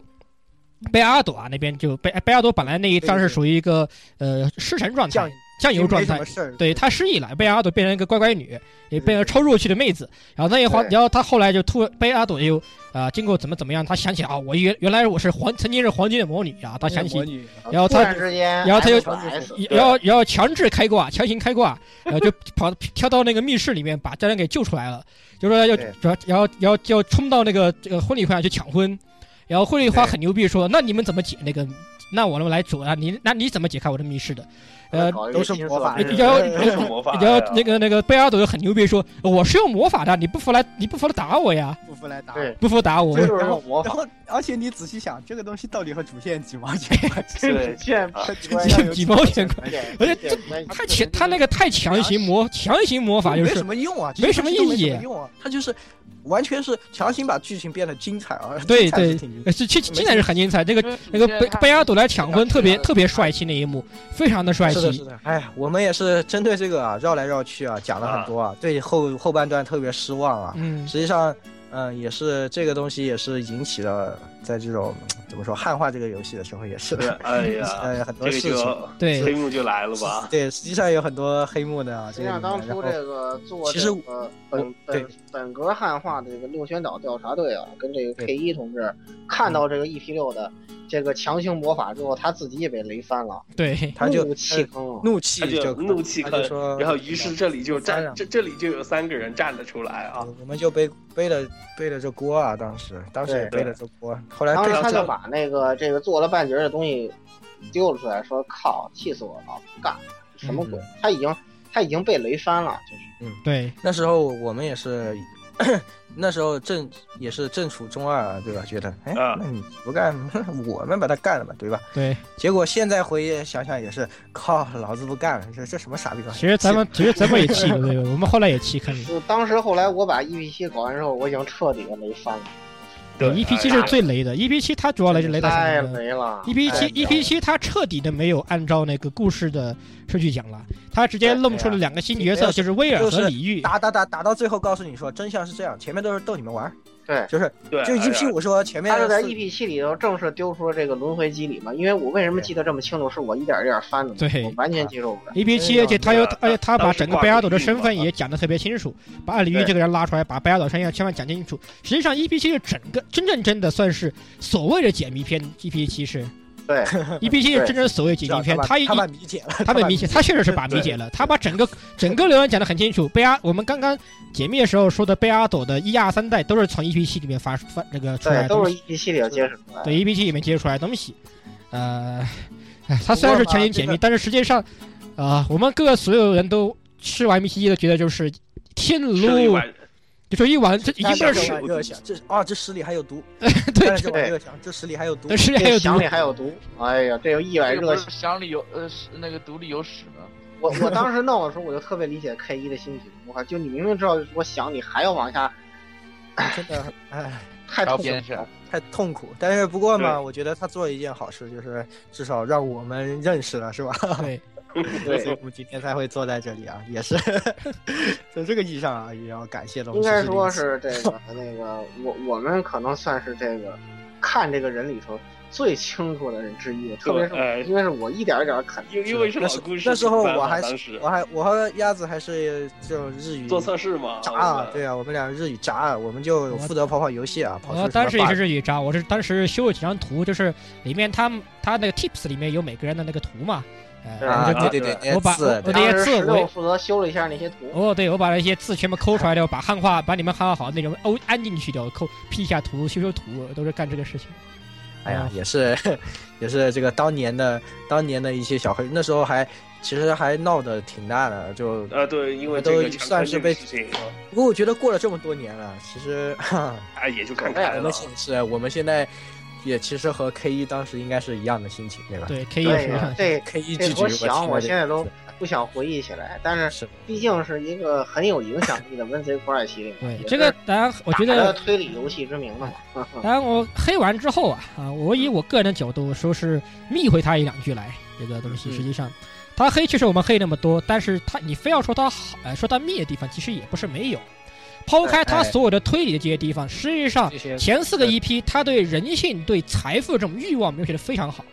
Speaker 1: 贝阿朵啊那边就贝贝阿朵本来那一张是属于一个呃失神状态
Speaker 2: 酱，
Speaker 1: 酱油状
Speaker 2: 没什
Speaker 1: 态
Speaker 2: 么，事儿。嗯
Speaker 1: 对她失忆了，贝阿朵变成一个乖乖女，也变成超弱去的妹子，然后那一环，
Speaker 3: 对
Speaker 1: 然后她后来就突然贝阿朵又啊、呃经过怎么怎么样，她想起啊我原原来我是黄曾经是黄金的魔女啊，她想起
Speaker 2: 魔女
Speaker 1: 然后
Speaker 3: 突
Speaker 1: 他
Speaker 3: 然之间，
Speaker 1: 然后他就
Speaker 3: S，
Speaker 1: 然后然后强制开挂，强行开挂，然后就跑跳到那个密室里面，把家人给救出来了。就说要
Speaker 2: 对
Speaker 1: 主要然后然后就冲到那个这个婚礼会上去抢婚，然后婚礼花
Speaker 2: 对
Speaker 1: 很牛逼说，那你们怎么解那个？那我们来主啊，你那你怎么解开我的密室的？呃，
Speaker 2: 都是魔法，
Speaker 1: 然后
Speaker 4: 这是魔法呀。
Speaker 1: 然后那个那个贝阿朵就很牛逼说，我是用魔法的，你不服来你不服来打我呀，
Speaker 2: 不服来打。
Speaker 3: 对，
Speaker 1: 不服打我
Speaker 3: 这。
Speaker 2: 对
Speaker 3: 就是用魔
Speaker 2: 然
Speaker 3: 法。
Speaker 2: 后，而且你仔细想，这个东西到底和主线几毛钱关系？
Speaker 4: 对，
Speaker 3: 现
Speaker 4: 啊
Speaker 1: 这几毛钱
Speaker 2: 关系？
Speaker 1: 而且这他强他那个太强行魔强行魔 法就
Speaker 2: 没
Speaker 1: 是
Speaker 2: 什么用啊，
Speaker 1: 没什么
Speaker 2: 这些东
Speaker 1: 意
Speaker 2: 西
Speaker 1: 义
Speaker 2: 都没什么用啊，他就是完全是强行把剧情变得精彩啊。
Speaker 1: 对
Speaker 2: 精彩是
Speaker 1: 对
Speaker 2: 挺牛
Speaker 1: 呃，是现现在是很精彩。那个那个贝贝阿朵来抢婚，特别特别帅气那一幕，非常的帅
Speaker 2: 是的，是
Speaker 1: 气。
Speaker 2: 的。哎，我们也是针对这个啊，绕来绕去啊，讲了很多啊，对后后半段特别失望啊。
Speaker 1: 嗯，
Speaker 2: 实际上，嗯，也是这个东西也是引起了在这种怎么说汉化这个游戏的时候也是，
Speaker 4: 对哎 呀，
Speaker 2: 呃，很
Speaker 4: 这
Speaker 2: 多
Speaker 4: 个
Speaker 2: 事情。
Speaker 4: 就黑
Speaker 1: 对，
Speaker 4: 幕就来了吧？
Speaker 2: 对，实际上有很多黑幕的啊，
Speaker 3: 实
Speaker 2: 这
Speaker 3: 际
Speaker 2: 个
Speaker 3: 上，
Speaker 2: 里面
Speaker 3: 当
Speaker 2: 然
Speaker 3: 初
Speaker 2: 后
Speaker 3: 这个做
Speaker 2: 其
Speaker 3: 这
Speaker 2: 实
Speaker 3: 个
Speaker 2: 我
Speaker 3: 本
Speaker 2: 对
Speaker 3: 本本格汉化的这个六宣岛调查队啊，跟这个 K 一同志看
Speaker 2: 嗯
Speaker 3: 到这个 EP 六的这个强行魔法之后，他自己也被雷翻了，
Speaker 1: 对，
Speaker 2: 他就呃
Speaker 3: 怒气坑啊。
Speaker 2: 怒气
Speaker 4: 他就怒气
Speaker 2: 他
Speaker 4: 可
Speaker 2: 就，说，哎
Speaker 4: 然后于是这里就
Speaker 2: 翻
Speaker 4: 站
Speaker 2: 了
Speaker 4: 这这里就有三个人站了出来啊。
Speaker 2: 我们就背背了背了这锅啊，当时当时也
Speaker 3: 对
Speaker 2: 背了这锅，后来
Speaker 3: 当
Speaker 2: 背
Speaker 3: 时
Speaker 2: 了
Speaker 3: 他就把那个这个做了半截儿的东西丢了出来，说：“靠，气死我了！不干，什么
Speaker 2: 嗯
Speaker 3: 鬼？”他已经他已经被雷翻了，就是
Speaker 1: 对，
Speaker 2: 那时候我们也是， 那时候正也是正处中二啊，对吧？觉得哎
Speaker 4: 啊，
Speaker 2: 那你不干， 我们把他干了吧，对吧？
Speaker 1: 对。
Speaker 2: 结果现在回忆想想也是，靠，老子不干了，这这什么傻逼啊东西？
Speaker 1: 其实咱们其实咱们也气了，对吧？我们后来也气坑了。
Speaker 3: 就当时后来我把 EP 七搞完之后，我已经彻底的雷翻了，
Speaker 1: 对
Speaker 4: 对
Speaker 1: ，EP 七是最雷的，EP 七它主要雷是雷到
Speaker 3: 太
Speaker 1: 什么呢？，E
Speaker 3: 雷了。
Speaker 1: EP 七
Speaker 3: 太雷了
Speaker 1: EP 七它彻底的没有按照那个故事的顺序讲了，它直接弄出了两个新角色，就是威尔和李玉。
Speaker 2: 打打打打到最后，告诉你说真相是这样，前面都是逗你们玩儿，
Speaker 3: 对
Speaker 2: 就是
Speaker 4: 对，
Speaker 2: 就
Speaker 4: 哎呀
Speaker 2: EP 我说前面
Speaker 3: 他就在
Speaker 2: 四
Speaker 3: EP 七里头正式丢出了这个轮回机理嘛，因为我为什么记得这么清楚，是我一点儿一点儿翻的嘛，
Speaker 1: 对
Speaker 3: 我完全接受不 了。
Speaker 1: EP
Speaker 2: 哎
Speaker 1: 七，而且他又，
Speaker 2: 啊
Speaker 1: 而且他把整个贝亚朵的身份也讲得特别清楚，把李玉这个人拉出来，把贝亚朵身上千万讲清楚。实际上，EP 七是整个真正真的算是所谓的解谜片，EP 七是
Speaker 3: 对，
Speaker 1: EPT 是真正所谓解
Speaker 2: 知
Speaker 1: 禁
Speaker 2: 道
Speaker 1: 片，
Speaker 2: 他把
Speaker 1: 已
Speaker 2: 他
Speaker 1: 经
Speaker 2: 把米解了，
Speaker 1: 他被
Speaker 2: 把
Speaker 1: 米解，他确实是把米
Speaker 2: 对
Speaker 1: 解了，他把整个整个流程讲得很清楚。贝阿，我们刚刚解密的时候说的贝阿朵的一二三代都是从 EPT 里面发发这个出来
Speaker 3: 对，
Speaker 1: 的
Speaker 3: 都
Speaker 1: 东
Speaker 3: 是
Speaker 1: 西，
Speaker 3: 一系列接触出来的。
Speaker 1: 对
Speaker 2: 啊
Speaker 1: EPT 里面接出来的东西。呃，哎他虽然是强行解密，但是实际上，呃，我们各个所有人都吃完 EPT 都觉得就是天
Speaker 4: 吃了一
Speaker 1: 路，
Speaker 4: 碗，
Speaker 1: 就说一碗，这已经
Speaker 2: 那
Speaker 1: 不
Speaker 2: 这
Speaker 1: 是
Speaker 2: 这
Speaker 1: 屎，
Speaker 2: 碗热 香，这啊这屎里还有毒，
Speaker 1: 对
Speaker 2: 但是这碗热香，这屎里还有毒
Speaker 1: 但，是还有
Speaker 3: 这
Speaker 1: 毒
Speaker 3: 想里还有毒，哎呀，这有一百
Speaker 5: 这个
Speaker 3: 热
Speaker 5: 不
Speaker 3: 血
Speaker 5: 是箱里有呃是那个毒里有屎吗？
Speaker 3: 我我当时弄的时候，我就特别理解 K 一的心情。我靠，就你明明知道我想你还要往下，
Speaker 2: 真的，哎，
Speaker 3: 太
Speaker 5: 然
Speaker 3: 痛
Speaker 5: 后
Speaker 3: 苦
Speaker 5: 边是
Speaker 3: 了。
Speaker 2: 太痛苦。但是不过嘛，我觉得他做了一件好事，就是至少让我们认识了，是吧？
Speaker 1: 对，
Speaker 2: 所 以
Speaker 3: 对，
Speaker 2: 我们今天才会坐在这里啊，也是 从这个意义上啊，也要感谢龙。
Speaker 3: 应该说是这 个那个，我我们可能算是这个看这个人里头最清楚的人之一，特别是
Speaker 4: 呃
Speaker 3: 我因为是我一点一点啃。
Speaker 4: 因因为是老故事，
Speaker 2: 那时候我还
Speaker 4: 当
Speaker 2: 是
Speaker 4: 时
Speaker 2: 我还我和鸭子还是这种日语
Speaker 4: 做测试嘛，
Speaker 2: 渣
Speaker 4: 我
Speaker 2: 嗯啊
Speaker 4: 们，
Speaker 2: 对啊，我们俩日语渣啊，我们就负责跑跑游戏啊，跑
Speaker 1: 我
Speaker 2: 出什么
Speaker 1: 呃当时也
Speaker 2: bug
Speaker 1: 是日语渣，我是当时修了几张图，就是里面他们他那个 tips 里面有每个人的那个图嘛，呃，
Speaker 3: 对
Speaker 2: 啊，
Speaker 1: 我就
Speaker 2: 对对对，
Speaker 1: 我把
Speaker 2: 字
Speaker 1: 我那
Speaker 2: 对
Speaker 3: 当
Speaker 1: 些字
Speaker 3: 时石
Speaker 1: 我
Speaker 3: 榴
Speaker 1: 也
Speaker 3: 负责修了一下那些图，
Speaker 1: 哦，对，我把那些字全部抠出来掉，把汉化把你们汉化好的内容哦安进去掉，抠 P 一下图，修修图，都是干这个事情。
Speaker 2: 哎
Speaker 4: 嗯
Speaker 2: 呀，也是也是这个当年的当年的一些小黑，那时候还其实还闹得挺大的，就
Speaker 4: 呃对，因为
Speaker 2: 我都
Speaker 4: 这个强
Speaker 2: 算
Speaker 4: 三
Speaker 2: 是
Speaker 4: 这
Speaker 2: 被
Speaker 4: 个事情
Speaker 2: 不过我觉得过了这么多年了，其实
Speaker 4: 啊也就看 开
Speaker 2: 我
Speaker 4: 了
Speaker 2: 们，现是我们现在也其实和 K 一当时应该是一样的心情，对吧？
Speaker 1: 对，K 哎一
Speaker 3: 对
Speaker 1: 是吧？
Speaker 3: 这
Speaker 2: K 一
Speaker 3: 这
Speaker 2: 拒绝
Speaker 3: 我想我现在都
Speaker 2: 听
Speaker 3: 不想回忆起来，但
Speaker 2: 了
Speaker 3: 是
Speaker 2: 这
Speaker 1: 啊
Speaker 2: 个
Speaker 3: 毕竟是一个很有影响力的温贼普尔麒麟，
Speaker 1: 对
Speaker 3: 也，
Speaker 1: 这个
Speaker 3: 是
Speaker 1: 当然，我觉
Speaker 3: 打着
Speaker 1: 得，
Speaker 3: 推理游戏之名的嘛。
Speaker 1: 当然我黑完之后啊，啊，我以我个人的角度说是密回他一两句来，这个东西
Speaker 2: 嗯
Speaker 1: 实际上，他黑确实我们黑那么多，但是他你非要说他好，呃，说他密的地方其实也不是没有，抛开他
Speaker 2: 哎
Speaker 1: 所有的推理的这些地方，实际上
Speaker 2: 这些
Speaker 1: 前四个 EP 他对人性、对财富这种欲望描写的非常好。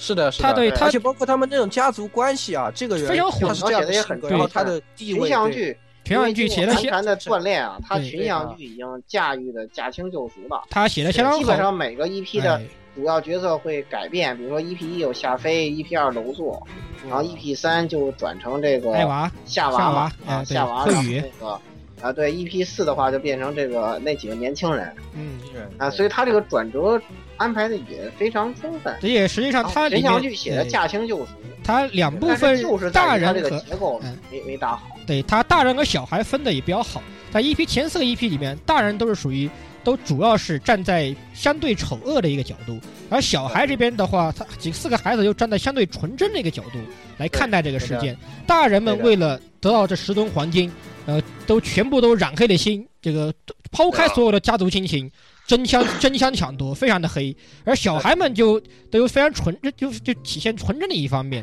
Speaker 2: 是的，是的，
Speaker 1: 他对
Speaker 2: 而
Speaker 1: 他
Speaker 2: 且包括他们那种家族关系啊，这个人
Speaker 1: 非常混
Speaker 2: 他是这样的性格，然后
Speaker 1: 对
Speaker 2: 他的地
Speaker 3: 群
Speaker 2: 位
Speaker 3: 像
Speaker 2: 对
Speaker 3: 剧，
Speaker 1: 群像剧写的
Speaker 3: 完
Speaker 1: 写
Speaker 3: 全的锻炼啊，他
Speaker 1: 对
Speaker 3: 群像剧已经驾驭的驾轻就熟了。
Speaker 1: 他写的相
Speaker 3: 基
Speaker 1: 当
Speaker 3: 本
Speaker 1: 好，
Speaker 3: 上每个 EP 的
Speaker 1: 哎
Speaker 3: 主要角色会改变，比如说 EP 一有夏飞，EP 二楼座，然
Speaker 2: 嗯
Speaker 3: 后 EP 三就转成这
Speaker 1: 哎艾
Speaker 3: 个
Speaker 1: 嗯娃，
Speaker 3: 夏娃嘛，
Speaker 1: 夏娃哎
Speaker 3: 啊
Speaker 1: 对
Speaker 3: 夏娃，
Speaker 1: 贺
Speaker 3: 然后
Speaker 1: 宇
Speaker 3: 那个啊对 EP 四的话就变成这个那几个年轻人
Speaker 1: 嗯，
Speaker 3: 啊，所以他这个转折安排的也非常充分。
Speaker 1: 而且实际上
Speaker 3: 然后
Speaker 1: 它里
Speaker 3: 群像剧
Speaker 1: 面
Speaker 3: 写的
Speaker 1: 对
Speaker 3: 驾轻就熟，
Speaker 1: 它两部
Speaker 3: 但
Speaker 1: 分
Speaker 3: 是就是在
Speaker 1: 大
Speaker 3: 于他
Speaker 1: 人
Speaker 3: 这个
Speaker 1: 和
Speaker 3: 结构
Speaker 1: 嗯
Speaker 3: 没没打好。
Speaker 1: 对他大人和小孩分的也比较好，在 EP 前四个 EP 里面，大人都是属于都主要是站在相对丑恶的一个角度，而小孩这边的话，他几四个孩子又站在相对纯真的一个角度来看待这个事件。大人们为了得到这十吨黄金，呃，都全部都染黑了心，这个抛开所有的家族亲情。争相争相抢夺，非常的黑，而小孩们就都有非常纯，就就体现纯真的一方面。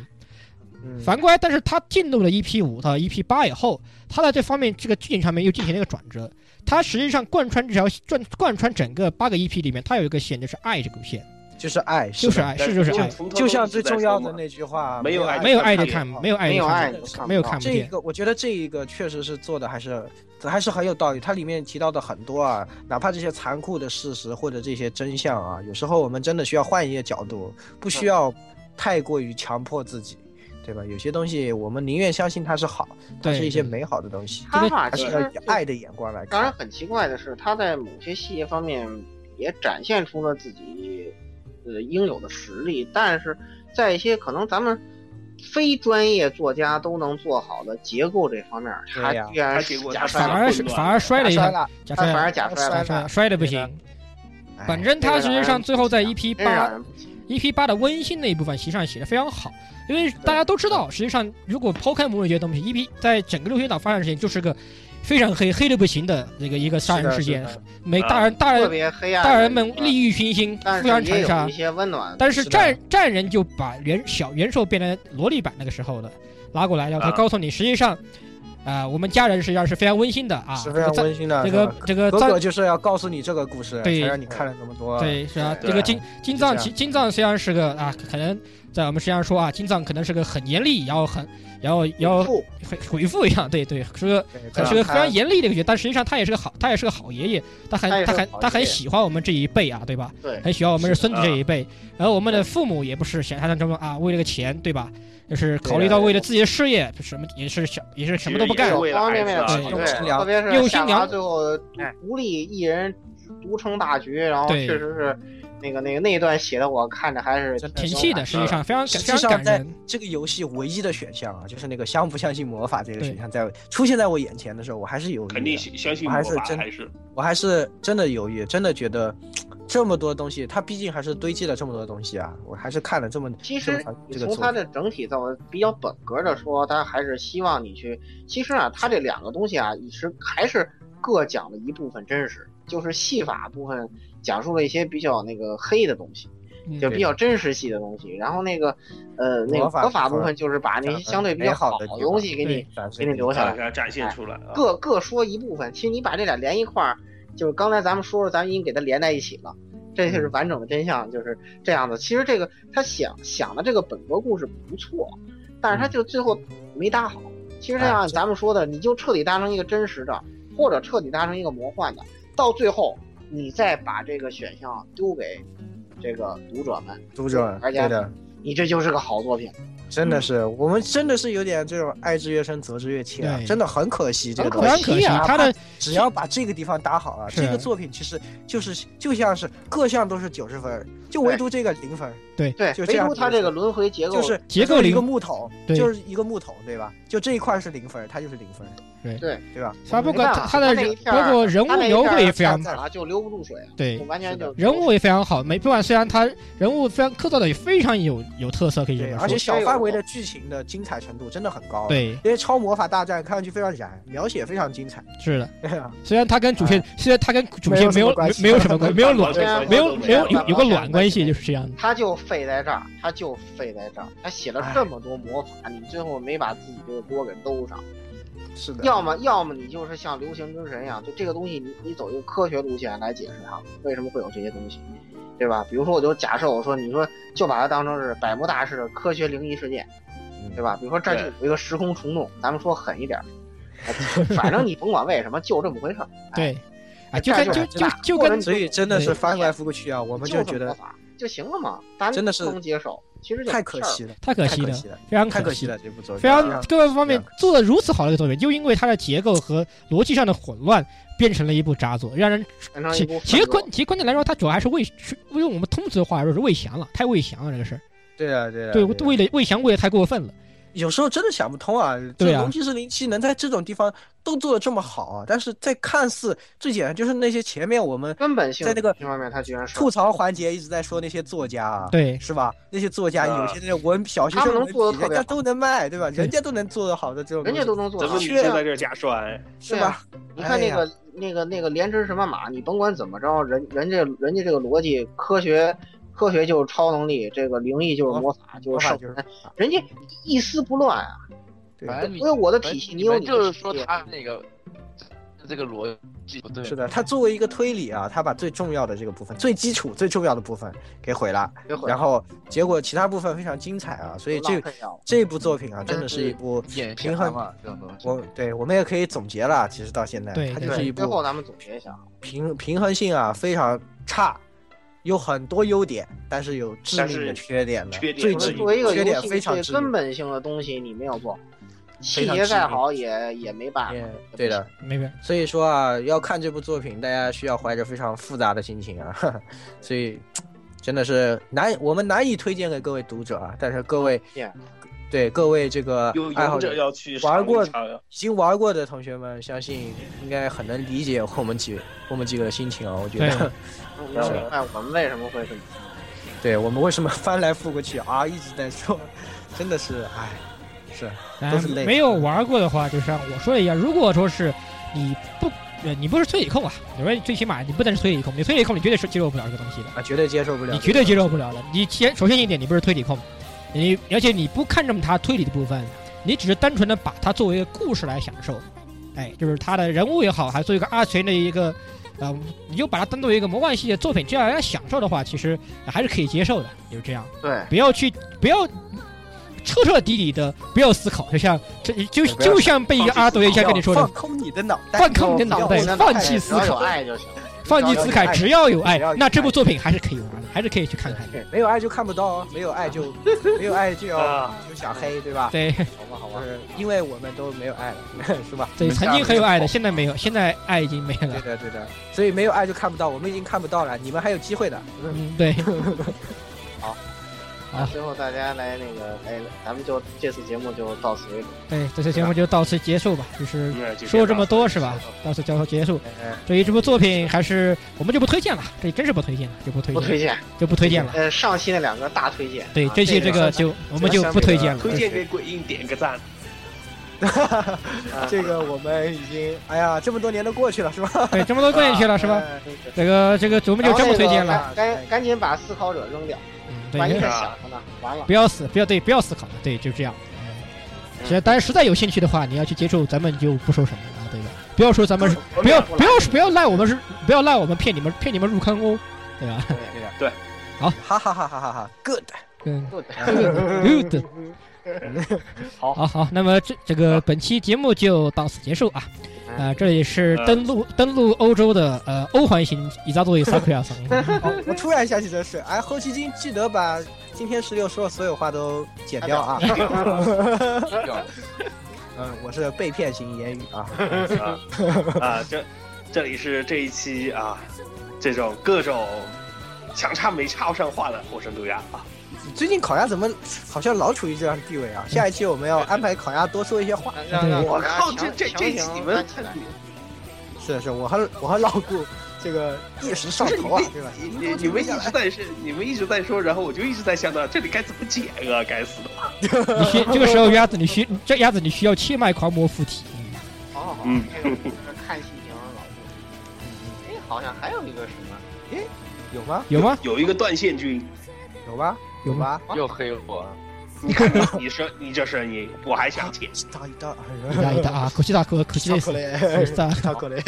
Speaker 2: 嗯
Speaker 1: 反过来，但是他进入了 EP 五到 EP 八以后，他在这方面这个剧情上面又进行了一个转折。他实际上贯穿这条贯贯穿整个八个 EP 里面，他有一个线就是爱这个线，
Speaker 2: 就是爱，
Speaker 1: 就是是
Speaker 2: 的，
Speaker 1: 爱，是就是爱，
Speaker 2: 就像最重要的那句话，啊
Speaker 4: 没有爱
Speaker 1: 没有爱的
Speaker 4: 的
Speaker 1: 看，啊
Speaker 2: 不到
Speaker 1: 没有爱
Speaker 3: 没
Speaker 1: 的
Speaker 3: 有爱
Speaker 1: 看
Speaker 3: 你
Speaker 1: 不
Speaker 3: 看
Speaker 1: 见，
Speaker 3: 不
Speaker 1: 没有
Speaker 3: 到
Speaker 1: 看不
Speaker 2: 啊这一
Speaker 1: 见。
Speaker 2: 个，我觉得这一个确实是做的还是还是很有道理。它里面提到的很多啊，哪怕这些残酷的事实或者这些真相啊，有时候我们真的需要换一些角度，不需要太过于强迫自己，对吧？有些东西我们宁愿相信它是好，它
Speaker 1: 对
Speaker 2: 是一些
Speaker 1: 对
Speaker 2: 美好的东西，
Speaker 3: 他吧，
Speaker 2: 还
Speaker 3: 其
Speaker 2: 是
Speaker 3: 实
Speaker 2: 要以爱的眼光来
Speaker 3: 当然，
Speaker 2: 看。
Speaker 3: 很奇怪的是，他在某些细节方面也展现出了自己呃应有的实力，但是在一些可能咱们非专业作家都能做好的结构这方面，他
Speaker 2: 对呀
Speaker 3: 居然
Speaker 4: 他结果
Speaker 3: 假
Speaker 4: 他
Speaker 3: 摔
Speaker 1: 反
Speaker 3: 了
Speaker 1: 而是
Speaker 4: 混乱
Speaker 1: 反而摔了一
Speaker 2: 打
Speaker 1: 下，
Speaker 2: 了，
Speaker 1: 假
Speaker 3: 他
Speaker 1: 摔
Speaker 3: 反
Speaker 1: 了
Speaker 3: 而假摔
Speaker 2: 摔
Speaker 3: 了。啊
Speaker 1: 摔
Speaker 2: 了
Speaker 1: 摔的不
Speaker 2: 对的
Speaker 1: 行。
Speaker 2: 哎
Speaker 1: 反正他实际上最后
Speaker 3: 啊
Speaker 1: 在 EP
Speaker 3: 真让
Speaker 1: 八
Speaker 3: 人不解
Speaker 1: EP ，E 八的温馨那一部分，实际上写的非常好，因为大家都知道，实际上如果抛开魔人节东西，EP 在整个六星岛发生的事情就是个非常黑黑的不行的那个一个杀人事件
Speaker 2: 是的是的，
Speaker 1: 每大人大
Speaker 3: 特
Speaker 1: 人
Speaker 3: 别黑暗的一个，
Speaker 1: 大人们利欲熏心，
Speaker 3: 但
Speaker 1: 互相
Speaker 3: 是
Speaker 1: 残
Speaker 3: 也
Speaker 1: 杀
Speaker 3: 有一。些温暖。
Speaker 1: 但是
Speaker 2: 是的
Speaker 1: 战战人就把元小元兽变成萝莉版那个时候了，拉过来了。他
Speaker 4: 啊
Speaker 1: 告诉你，实际上啊、我们家人实际上是非常温馨的啊，
Speaker 2: 是非常温馨的。
Speaker 1: 这
Speaker 2: 是吧
Speaker 1: 个这个
Speaker 2: 哥
Speaker 1: 藏
Speaker 2: 哥就是要告诉你这个故事，才
Speaker 1: 对
Speaker 2: 让你看了这么多。哎
Speaker 1: 对，是啊，
Speaker 2: 对
Speaker 1: 这个金金藏
Speaker 2: 就这
Speaker 1: 其金藏虽然是个啊，可能在我们实际上说啊，金藏可能是个很严厉，然后很然后然后
Speaker 2: 不，
Speaker 1: 回回复一样，对对，是个
Speaker 2: 对
Speaker 1: 很
Speaker 3: 啊
Speaker 2: 他
Speaker 1: 是个非
Speaker 2: 他
Speaker 1: 常严厉的一个角色，但实际上他也是个好，他也是个好爷爷，他很
Speaker 3: 他也是
Speaker 1: 他
Speaker 3: 个
Speaker 1: 很
Speaker 3: 好
Speaker 1: 他很
Speaker 3: 爷爷
Speaker 1: 喜欢我们这一辈啊，对吧？
Speaker 3: 对啊
Speaker 1: 很喜欢我们是孙子
Speaker 4: 是的
Speaker 1: 这一辈，然后我们的父母也不是想象中的啊，为了个钱，对吧？就是考虑
Speaker 2: 对啊
Speaker 1: 到为了自己的事业，什么也是想也是什么都不
Speaker 4: 其实
Speaker 1: 干
Speaker 4: 也是
Speaker 3: 有，
Speaker 4: 为了
Speaker 3: 方
Speaker 4: 孩
Speaker 3: 面
Speaker 4: 子
Speaker 3: 面
Speaker 4: 啊
Speaker 2: 对
Speaker 4: 对
Speaker 2: 用心
Speaker 3: 特
Speaker 2: 良
Speaker 3: 别
Speaker 1: 用
Speaker 3: 是
Speaker 1: 心
Speaker 3: 夏娃
Speaker 1: 良
Speaker 3: 最后独
Speaker 2: 哎
Speaker 3: 独立一人独撑大局，然后
Speaker 1: 对
Speaker 3: 确实是那个那个那一段写的，我看着还是
Speaker 1: 挺
Speaker 3: 受
Speaker 1: 气
Speaker 3: 感
Speaker 1: 的，实际上非常感
Speaker 3: 啊
Speaker 2: 实
Speaker 1: 非
Speaker 2: 际
Speaker 1: 常
Speaker 2: 上，
Speaker 1: 感
Speaker 2: 在
Speaker 1: 人，
Speaker 2: 这个游戏唯一的选项啊，就是那个相不相信魔法这个
Speaker 1: 对
Speaker 2: 选项，在出现在我眼前的时候，我还是犹豫的。
Speaker 4: 肯定相相信
Speaker 2: 我
Speaker 4: 魔
Speaker 2: 还是
Speaker 4: 法
Speaker 2: 真
Speaker 4: 还是
Speaker 2: 我还是真的犹豫，真的觉得这么多东西，它毕竟还是堆积了这么多东西啊，我还是看了这么
Speaker 3: 其
Speaker 2: 这么
Speaker 3: 实
Speaker 2: 长
Speaker 3: 你
Speaker 2: 这个
Speaker 3: 从
Speaker 2: 作
Speaker 3: 它
Speaker 2: 品，
Speaker 3: 的整体造比较本格的说，它还是希望你去。其实啊，它这两个东西啊，也是还是各讲了一部分真实，就是戏法部分讲述了一些比较那个黑的东西，
Speaker 1: 嗯
Speaker 3: 就比较真实系的东西。然后那个呃，那个
Speaker 2: 魔法
Speaker 3: 魔法部
Speaker 2: 部分
Speaker 3: 分就是把那些相对比
Speaker 2: 美
Speaker 3: 较
Speaker 2: 好
Speaker 3: 的
Speaker 2: 的地方
Speaker 3: 东西给你
Speaker 2: 展示
Speaker 3: 给你留下
Speaker 4: 把
Speaker 3: 来，
Speaker 4: 它展现出来啊。
Speaker 3: 各各说一部分。其实你把这俩连一块儿，就是刚才咱们说说，咱们已经给它连在一起了。这就是完整的真相，就是这样的。其实这个他想想的这个本格故事不错，但是他就最后没搭好。其实就
Speaker 2: 哎
Speaker 3: 像
Speaker 2: 这
Speaker 3: 咱们说的，你就彻底搭成一个真实的，或者彻底搭成一个魔幻的，到最后你再把这个选项丢给这个读者们，
Speaker 2: 读者，
Speaker 3: 而
Speaker 2: 对
Speaker 3: 且
Speaker 2: 的，
Speaker 3: 你这就是个好作品。
Speaker 2: 真的是、我们真的是有点这种爱之越深，责之越切啊
Speaker 1: 对，
Speaker 2: 真的很可惜这个
Speaker 3: 很
Speaker 2: 东
Speaker 1: 非
Speaker 2: 西。
Speaker 1: 常可惜，
Speaker 3: 啊
Speaker 1: 他的
Speaker 2: 只要把这个地方打好了，啊
Speaker 1: 是
Speaker 2: 这个作品其实就是就像是各项都是九十分，就唯独这个零分，
Speaker 3: 对，
Speaker 2: 就
Speaker 3: 唯
Speaker 2: 这样
Speaker 3: 独他
Speaker 2: 子
Speaker 3: 这个轮回结构
Speaker 2: 就是
Speaker 1: 结构
Speaker 2: 就是
Speaker 1: 零
Speaker 2: 一个木桶，
Speaker 1: 对
Speaker 2: 就是一个木桶，对吧？就这一块是零分，它就是零分，
Speaker 1: 对
Speaker 3: 对
Speaker 2: 对吧？
Speaker 1: 他不管
Speaker 3: 没办法
Speaker 1: 他的
Speaker 3: 他那
Speaker 1: 人
Speaker 3: 一片儿
Speaker 1: 包括人
Speaker 3: 他
Speaker 1: 物
Speaker 3: 那一
Speaker 1: 描
Speaker 3: 片儿
Speaker 1: 绘也非
Speaker 3: 太
Speaker 1: 常
Speaker 3: 惨了，就留不住水啊，
Speaker 1: 对
Speaker 3: 就完全就
Speaker 1: 人物也非常好，没不管虽然他人物非常刻造的也非常有有特色，可以这
Speaker 2: 对，
Speaker 1: 么
Speaker 2: 而
Speaker 1: 说
Speaker 2: 且。小范围的剧情的精彩程度真的很高，。
Speaker 1: 对，
Speaker 2: 因为超魔法大战看上去非常燃，描写非常精彩，
Speaker 1: 是的。
Speaker 2: 对啊，
Speaker 1: 虽然他跟主线，虽然他跟主
Speaker 2: 没
Speaker 1: 线
Speaker 2: 有
Speaker 1: 没
Speaker 2: 什
Speaker 1: 有
Speaker 2: 么关系
Speaker 1: 没有什 么关，没有卵，
Speaker 3: 虽然
Speaker 1: 没有
Speaker 3: 我
Speaker 1: 没有
Speaker 3: 我
Speaker 1: 有有个
Speaker 3: 我
Speaker 1: 卵关系，就是这样的。
Speaker 3: 他就废在这儿，他就废在这儿。他写
Speaker 2: 哎
Speaker 3: 了这么多魔法，你最后没把自己这个锅给兜上，
Speaker 2: 是的，
Speaker 3: 要么要么你就是像流行之神一样，就这个东西你你走一个科学路线来解释它为什么会有这些东西，对吧？比如说我就假设我说你说就把它当成是百慕大式的科学灵异事件，
Speaker 2: 嗯
Speaker 3: 对吧？比如说这儿就
Speaker 4: 对
Speaker 3: 有一个时空虫洞，咱们说狠一点儿， 反正你甭管为什么，就这么回事儿。哎，
Speaker 1: 对，啊，就
Speaker 3: 这
Speaker 1: 跟
Speaker 3: 就
Speaker 1: 就是就
Speaker 3: 这
Speaker 1: 就
Speaker 3: 或者
Speaker 1: 跟
Speaker 3: 你
Speaker 2: 所以真的是
Speaker 1: 对
Speaker 2: 翻过来覆过去啊，我们
Speaker 3: 就
Speaker 2: 就是觉
Speaker 3: 魔
Speaker 2: 得
Speaker 3: 法就行了嘛，咱
Speaker 2: 真的是
Speaker 3: 能接受。其实就
Speaker 2: 太
Speaker 3: 完
Speaker 2: 可
Speaker 3: 事儿了
Speaker 2: 惜了，
Speaker 1: 太可
Speaker 2: 太
Speaker 1: 惜
Speaker 2: 可
Speaker 1: 了，
Speaker 2: 惜了，
Speaker 1: 非常
Speaker 2: 太可惜
Speaker 1: 惜。
Speaker 2: 了这部作品，
Speaker 1: 非常各个方面
Speaker 2: 非
Speaker 1: 做的如此好的一个作品，就因为他的结构和逻辑上的混乱，变成了一部渣作，让人
Speaker 3: 变成一
Speaker 1: 其
Speaker 3: 部
Speaker 1: 其实
Speaker 3: 反
Speaker 1: 关其实关键来说，他主要还是为是用我们通俗的话来说是魏翔了，太魏翔了这个事儿。
Speaker 2: 对啊对啊，
Speaker 1: 对，
Speaker 2: 啊
Speaker 1: 为了魏翔为的太过分了。
Speaker 2: 有时候真的想不通啊，
Speaker 1: 对
Speaker 2: 这
Speaker 1: 啊
Speaker 2: 龙骑士零七能在这种地方都做的这么好啊，但是在看似最简单就是那些前面我们
Speaker 3: 根本性
Speaker 2: 在那个
Speaker 3: 这方面，他居然是
Speaker 2: 吐槽环节一直在说那些作家啊，
Speaker 1: 对，
Speaker 2: 是吧？那些作家
Speaker 4: 啊
Speaker 2: 有些那文小学
Speaker 3: 他
Speaker 2: 生
Speaker 3: 们能
Speaker 2: 文
Speaker 3: 做得
Speaker 2: 笔
Speaker 3: 特
Speaker 2: 人
Speaker 3: 别嗯
Speaker 2: 家都能卖，对吧？人家都能做得好的这种
Speaker 3: 人
Speaker 2: 东西，
Speaker 3: 家都能做
Speaker 4: 咱
Speaker 3: 到
Speaker 4: 们。女
Speaker 2: 啊
Speaker 4: 生在这儿加栓，
Speaker 2: 是吧？
Speaker 3: 你看那
Speaker 2: 哎
Speaker 3: 个、那个那个连吃什么马，你甭管怎么着，人人家人家这个逻辑科学。科学就是超能力，这个灵异就是魔法，就
Speaker 2: 魔
Speaker 3: 是
Speaker 2: 法
Speaker 3: 圣
Speaker 2: 就是
Speaker 3: 人，人家一丝不乱啊！
Speaker 2: 对
Speaker 5: 反正你
Speaker 3: 我有我的
Speaker 5: 反
Speaker 3: 体
Speaker 5: 正
Speaker 3: 系，
Speaker 5: 你
Speaker 3: 有
Speaker 5: 们
Speaker 3: 你
Speaker 5: 就是
Speaker 3: 的
Speaker 5: 说
Speaker 3: 体系。
Speaker 5: 他那个这个逻辑不对，
Speaker 2: 是的，他作为一个推理啊，他把最重要的这个部分、最基础、最重要的部分给毁了，
Speaker 3: 别混
Speaker 2: 然后结果其他部分非常精彩啊，所以
Speaker 3: 浪
Speaker 2: 这
Speaker 3: 费掉了嗯
Speaker 2: 这部作品啊，真的是一部
Speaker 5: 眼
Speaker 2: 平
Speaker 5: 平
Speaker 2: 衡
Speaker 5: 衡嘛，这种东西。
Speaker 2: 我对我们也可以总结了，其实到现在，
Speaker 1: 对
Speaker 2: 它
Speaker 1: 对
Speaker 2: 就是一
Speaker 3: 最后
Speaker 2: 部
Speaker 3: 咱们总结一下，
Speaker 2: 平平衡性啊非常差，有很多优点，但是有致
Speaker 4: 但
Speaker 2: 命的
Speaker 4: 是
Speaker 2: 缺点的，
Speaker 4: 缺点
Speaker 2: 最
Speaker 4: 不
Speaker 3: 就是
Speaker 2: 致
Speaker 3: 作为一个
Speaker 2: 缺
Speaker 3: 游
Speaker 2: 点
Speaker 3: 戏
Speaker 2: 非常
Speaker 3: 最
Speaker 2: 致
Speaker 3: 根
Speaker 2: 命。
Speaker 3: 本性的东西，你没有做，细
Speaker 2: 非常
Speaker 3: 节
Speaker 2: 致
Speaker 3: 再
Speaker 2: 命
Speaker 3: 好也也没办法。
Speaker 2: 嗯，对的，
Speaker 1: 没没
Speaker 2: 所以说啊，要看这部作品，大家需要怀着非常复杂的心情啊， 呵呵所以真的是难，我们难以推荐给各位读者啊，但是各位
Speaker 3: Yeah
Speaker 2: 对各位这个
Speaker 4: 有
Speaker 2: 爱好
Speaker 4: 勇
Speaker 2: 者
Speaker 4: 者要去
Speaker 2: 玩
Speaker 4: 尝一
Speaker 2: 过
Speaker 4: 尝
Speaker 2: 已经玩过的同学们，相信应该很能理解我们几 我们几个的心情啊，我觉
Speaker 1: 对
Speaker 2: 得。
Speaker 3: 我们明白我们为什么会是
Speaker 2: 对我们为什么翻来覆过去啊，一直在说， 真的是唉，是啊
Speaker 1: 嗯
Speaker 2: 都是，累
Speaker 1: 没有玩过的话，就像我说的一样，如果说是你不，呃，你不是推理控啊，你说最起码你不能是推理控，你推理控你绝对是接受不了这个东西的，
Speaker 2: 啊，绝对接受不了，
Speaker 1: 你绝对接受不了的。你先首先一点，你不是推理控，你而且你不看重他推理的部分，你只是单纯的把它作为一个故事来享受，哎，就是它的人物也好，还作为一个二次元的一个，呃，你就把它当做一个魔幻系的作品，这样来享受的话，其实呃还是可以接受的，就是这样。
Speaker 3: 对，
Speaker 1: 不要去，不要彻彻底底的不要思考，就像这就
Speaker 2: 不要
Speaker 1: 就像被一个阿斗一下跟你说的
Speaker 2: 放，空你的脑袋，
Speaker 1: 放空你的脑袋，
Speaker 2: 不要
Speaker 1: 放弃思
Speaker 3: 只要有
Speaker 1: 考，
Speaker 3: 爱就行。
Speaker 1: 放弃思考，只要有爱
Speaker 2: 只要有，爱
Speaker 1: 那这部作品还是可以玩的，还是可以去看看的。
Speaker 2: 没有爱就看不到哦，没有爱就没有爱就要
Speaker 4: 啊，
Speaker 2: 就想黑，对吧？
Speaker 1: 对，
Speaker 2: 好吧，好吧，就是因为我们都没有爱了，是吧？
Speaker 1: 对，曾经很有爱的，现在没有，现在爱已经没
Speaker 2: 对
Speaker 1: 了。
Speaker 2: 的，对的，所以没有爱就看不到，我们已经看不到了，你们还有机会的。
Speaker 1: 嗯，对，啊
Speaker 3: 最后大家来那个，哎，咱们就这次节目就到此为止。
Speaker 1: 对，这次节目就到此结束吧，就是
Speaker 4: 嗯就
Speaker 1: 说这么多是
Speaker 4: 这
Speaker 1: 吧
Speaker 4: 样吧？
Speaker 1: 到此交头结束。
Speaker 2: 嗯
Speaker 1: 所以这部作品还是我们就不推荐了，这真是不推荐了，就不推
Speaker 3: 不推
Speaker 1: 荐，
Speaker 3: 荐，
Speaker 1: 就不推荐了。
Speaker 3: 呃，上期那两个大推荐。
Speaker 1: 对
Speaker 3: 啊，
Speaker 1: 这期
Speaker 3: 个
Speaker 1: 这个就我们就不推荐了。
Speaker 4: 推荐给鬼印点个赞，
Speaker 3: 啊
Speaker 2: 这个我们已经，哎呀，这么多年都过去了，是吧？
Speaker 1: 对，这么多过进
Speaker 3: 啊
Speaker 1: 去了是吧？
Speaker 3: 呃
Speaker 2: 哎？
Speaker 1: 这个这个咱们就真不推荐了。
Speaker 3: 然后那个赶赶赶紧把思考者扔掉，
Speaker 1: 嗯，
Speaker 3: 万一
Speaker 1: 对
Speaker 3: 在
Speaker 4: 是，啊
Speaker 3: 想着呢，完了。
Speaker 1: 不要思，不要对，不要思考了，对，就这样。其实，当然实在有兴趣的话，你要去接触，咱们就不说什么了，对吧？不要说咱们是，不要不要不要赖我们是，不要赖我们骗你们骗你们入坑哦，对吧？
Speaker 2: 哈哈哈哈哈哈，good。
Speaker 1: 嗯，
Speaker 3: 不对，
Speaker 1: good，
Speaker 2: 好
Speaker 1: 好好，那么这这个本期节目就到此结束啊。啊、这里是
Speaker 4: 嗯
Speaker 1: 登陆、登陆欧洲的呃欧环型伊扎座伊萨克亚桑，
Speaker 2: 哦，我突然想起这事，哎，后期君记得把今天十六说的所有话都剪掉啊。
Speaker 5: 要
Speaker 2: 嗯，我是被骗型言语啊。
Speaker 1: 嗯
Speaker 4: 啊啊，这这里是这一期啊，这种各种强插没插上话的火神毒鸦啊，
Speaker 2: 最近烤鸭怎么好像老处于这样的地位啊？下一期我们要安排烤鸭多说一些话。
Speaker 1: 对
Speaker 4: 我靠
Speaker 3: 啊
Speaker 4: 这这这期你们
Speaker 2: 是是，我和我和老顾这个一时上头啊，对吧？
Speaker 4: 你你你们一直在是你们一直在说，然后我就一直在想到这里该怎么剪啊，该死的！
Speaker 1: 你需这个时候鸭子你需这鸭子你需要切脉狂魔附体，
Speaker 3: 好好好，
Speaker 4: 嗯
Speaker 3: 这个我是看心情老 顾。哎，好像还有一个什么，
Speaker 2: 有吗？
Speaker 1: 有吗？
Speaker 4: 有一个断线君，
Speaker 2: 有吗？
Speaker 1: 有吗？
Speaker 2: 吗？
Speaker 5: 又黑我，
Speaker 4: 你看你你声你这声音，我还想剪。
Speaker 2: 一刀一 刀，
Speaker 1: 一打一打啊，可惜大可可惜
Speaker 2: 辛
Speaker 1: 的
Speaker 2: 苦
Speaker 1: 死，
Speaker 2: 嘞，
Speaker 1: 可惜大
Speaker 2: 辛苦嘞。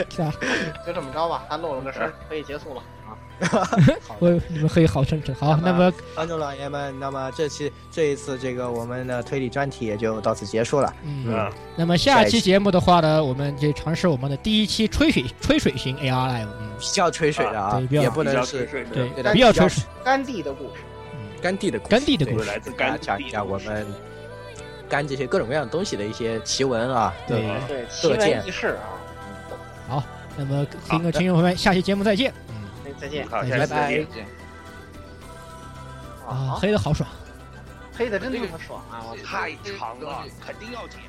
Speaker 3: 就这么着吧，他露了个声儿，可以结束了啊。
Speaker 1: 我你们可以好生存。好，那么
Speaker 2: 观众老爷们，那么这期这一次这个我们的推理专题也就到此结束了。
Speaker 1: 嗯
Speaker 4: 嗯，，
Speaker 1: 那么下期节目的话呢，我们就尝试我们的第一期吹水吹水型 AR live，嗯
Speaker 2: 比较吹水的啊
Speaker 1: 啊，对
Speaker 2: 也
Speaker 4: 比
Speaker 2: 不
Speaker 4: 较
Speaker 2: 能
Speaker 4: 顺
Speaker 2: 是
Speaker 4: 顺的，
Speaker 1: 对
Speaker 2: 对，的
Speaker 1: 比较吹水，
Speaker 3: 甘地的故事，
Speaker 2: 甘地的故事
Speaker 1: 甘地的故
Speaker 4: 我
Speaker 1: 事，
Speaker 4: 来自
Speaker 2: 给大家
Speaker 4: 甘
Speaker 2: 讲一下我
Speaker 4: 地的
Speaker 2: 们干这些各种各样的东西的一些奇闻啊。
Speaker 1: 对。
Speaker 3: 对奇闻异事啊。
Speaker 1: 那么听个听众朋友们，下期节目再见
Speaker 3: 哎再见
Speaker 4: 故事，好，
Speaker 1: 哎
Speaker 4: 下
Speaker 1: 拜
Speaker 4: 次再
Speaker 1: 拜
Speaker 4: 见。
Speaker 1: 啊，
Speaker 3: 啊！
Speaker 1: 黑的好爽。
Speaker 3: 黑的真他妈爽啊！我操！
Speaker 4: 太长了，肯定要剪。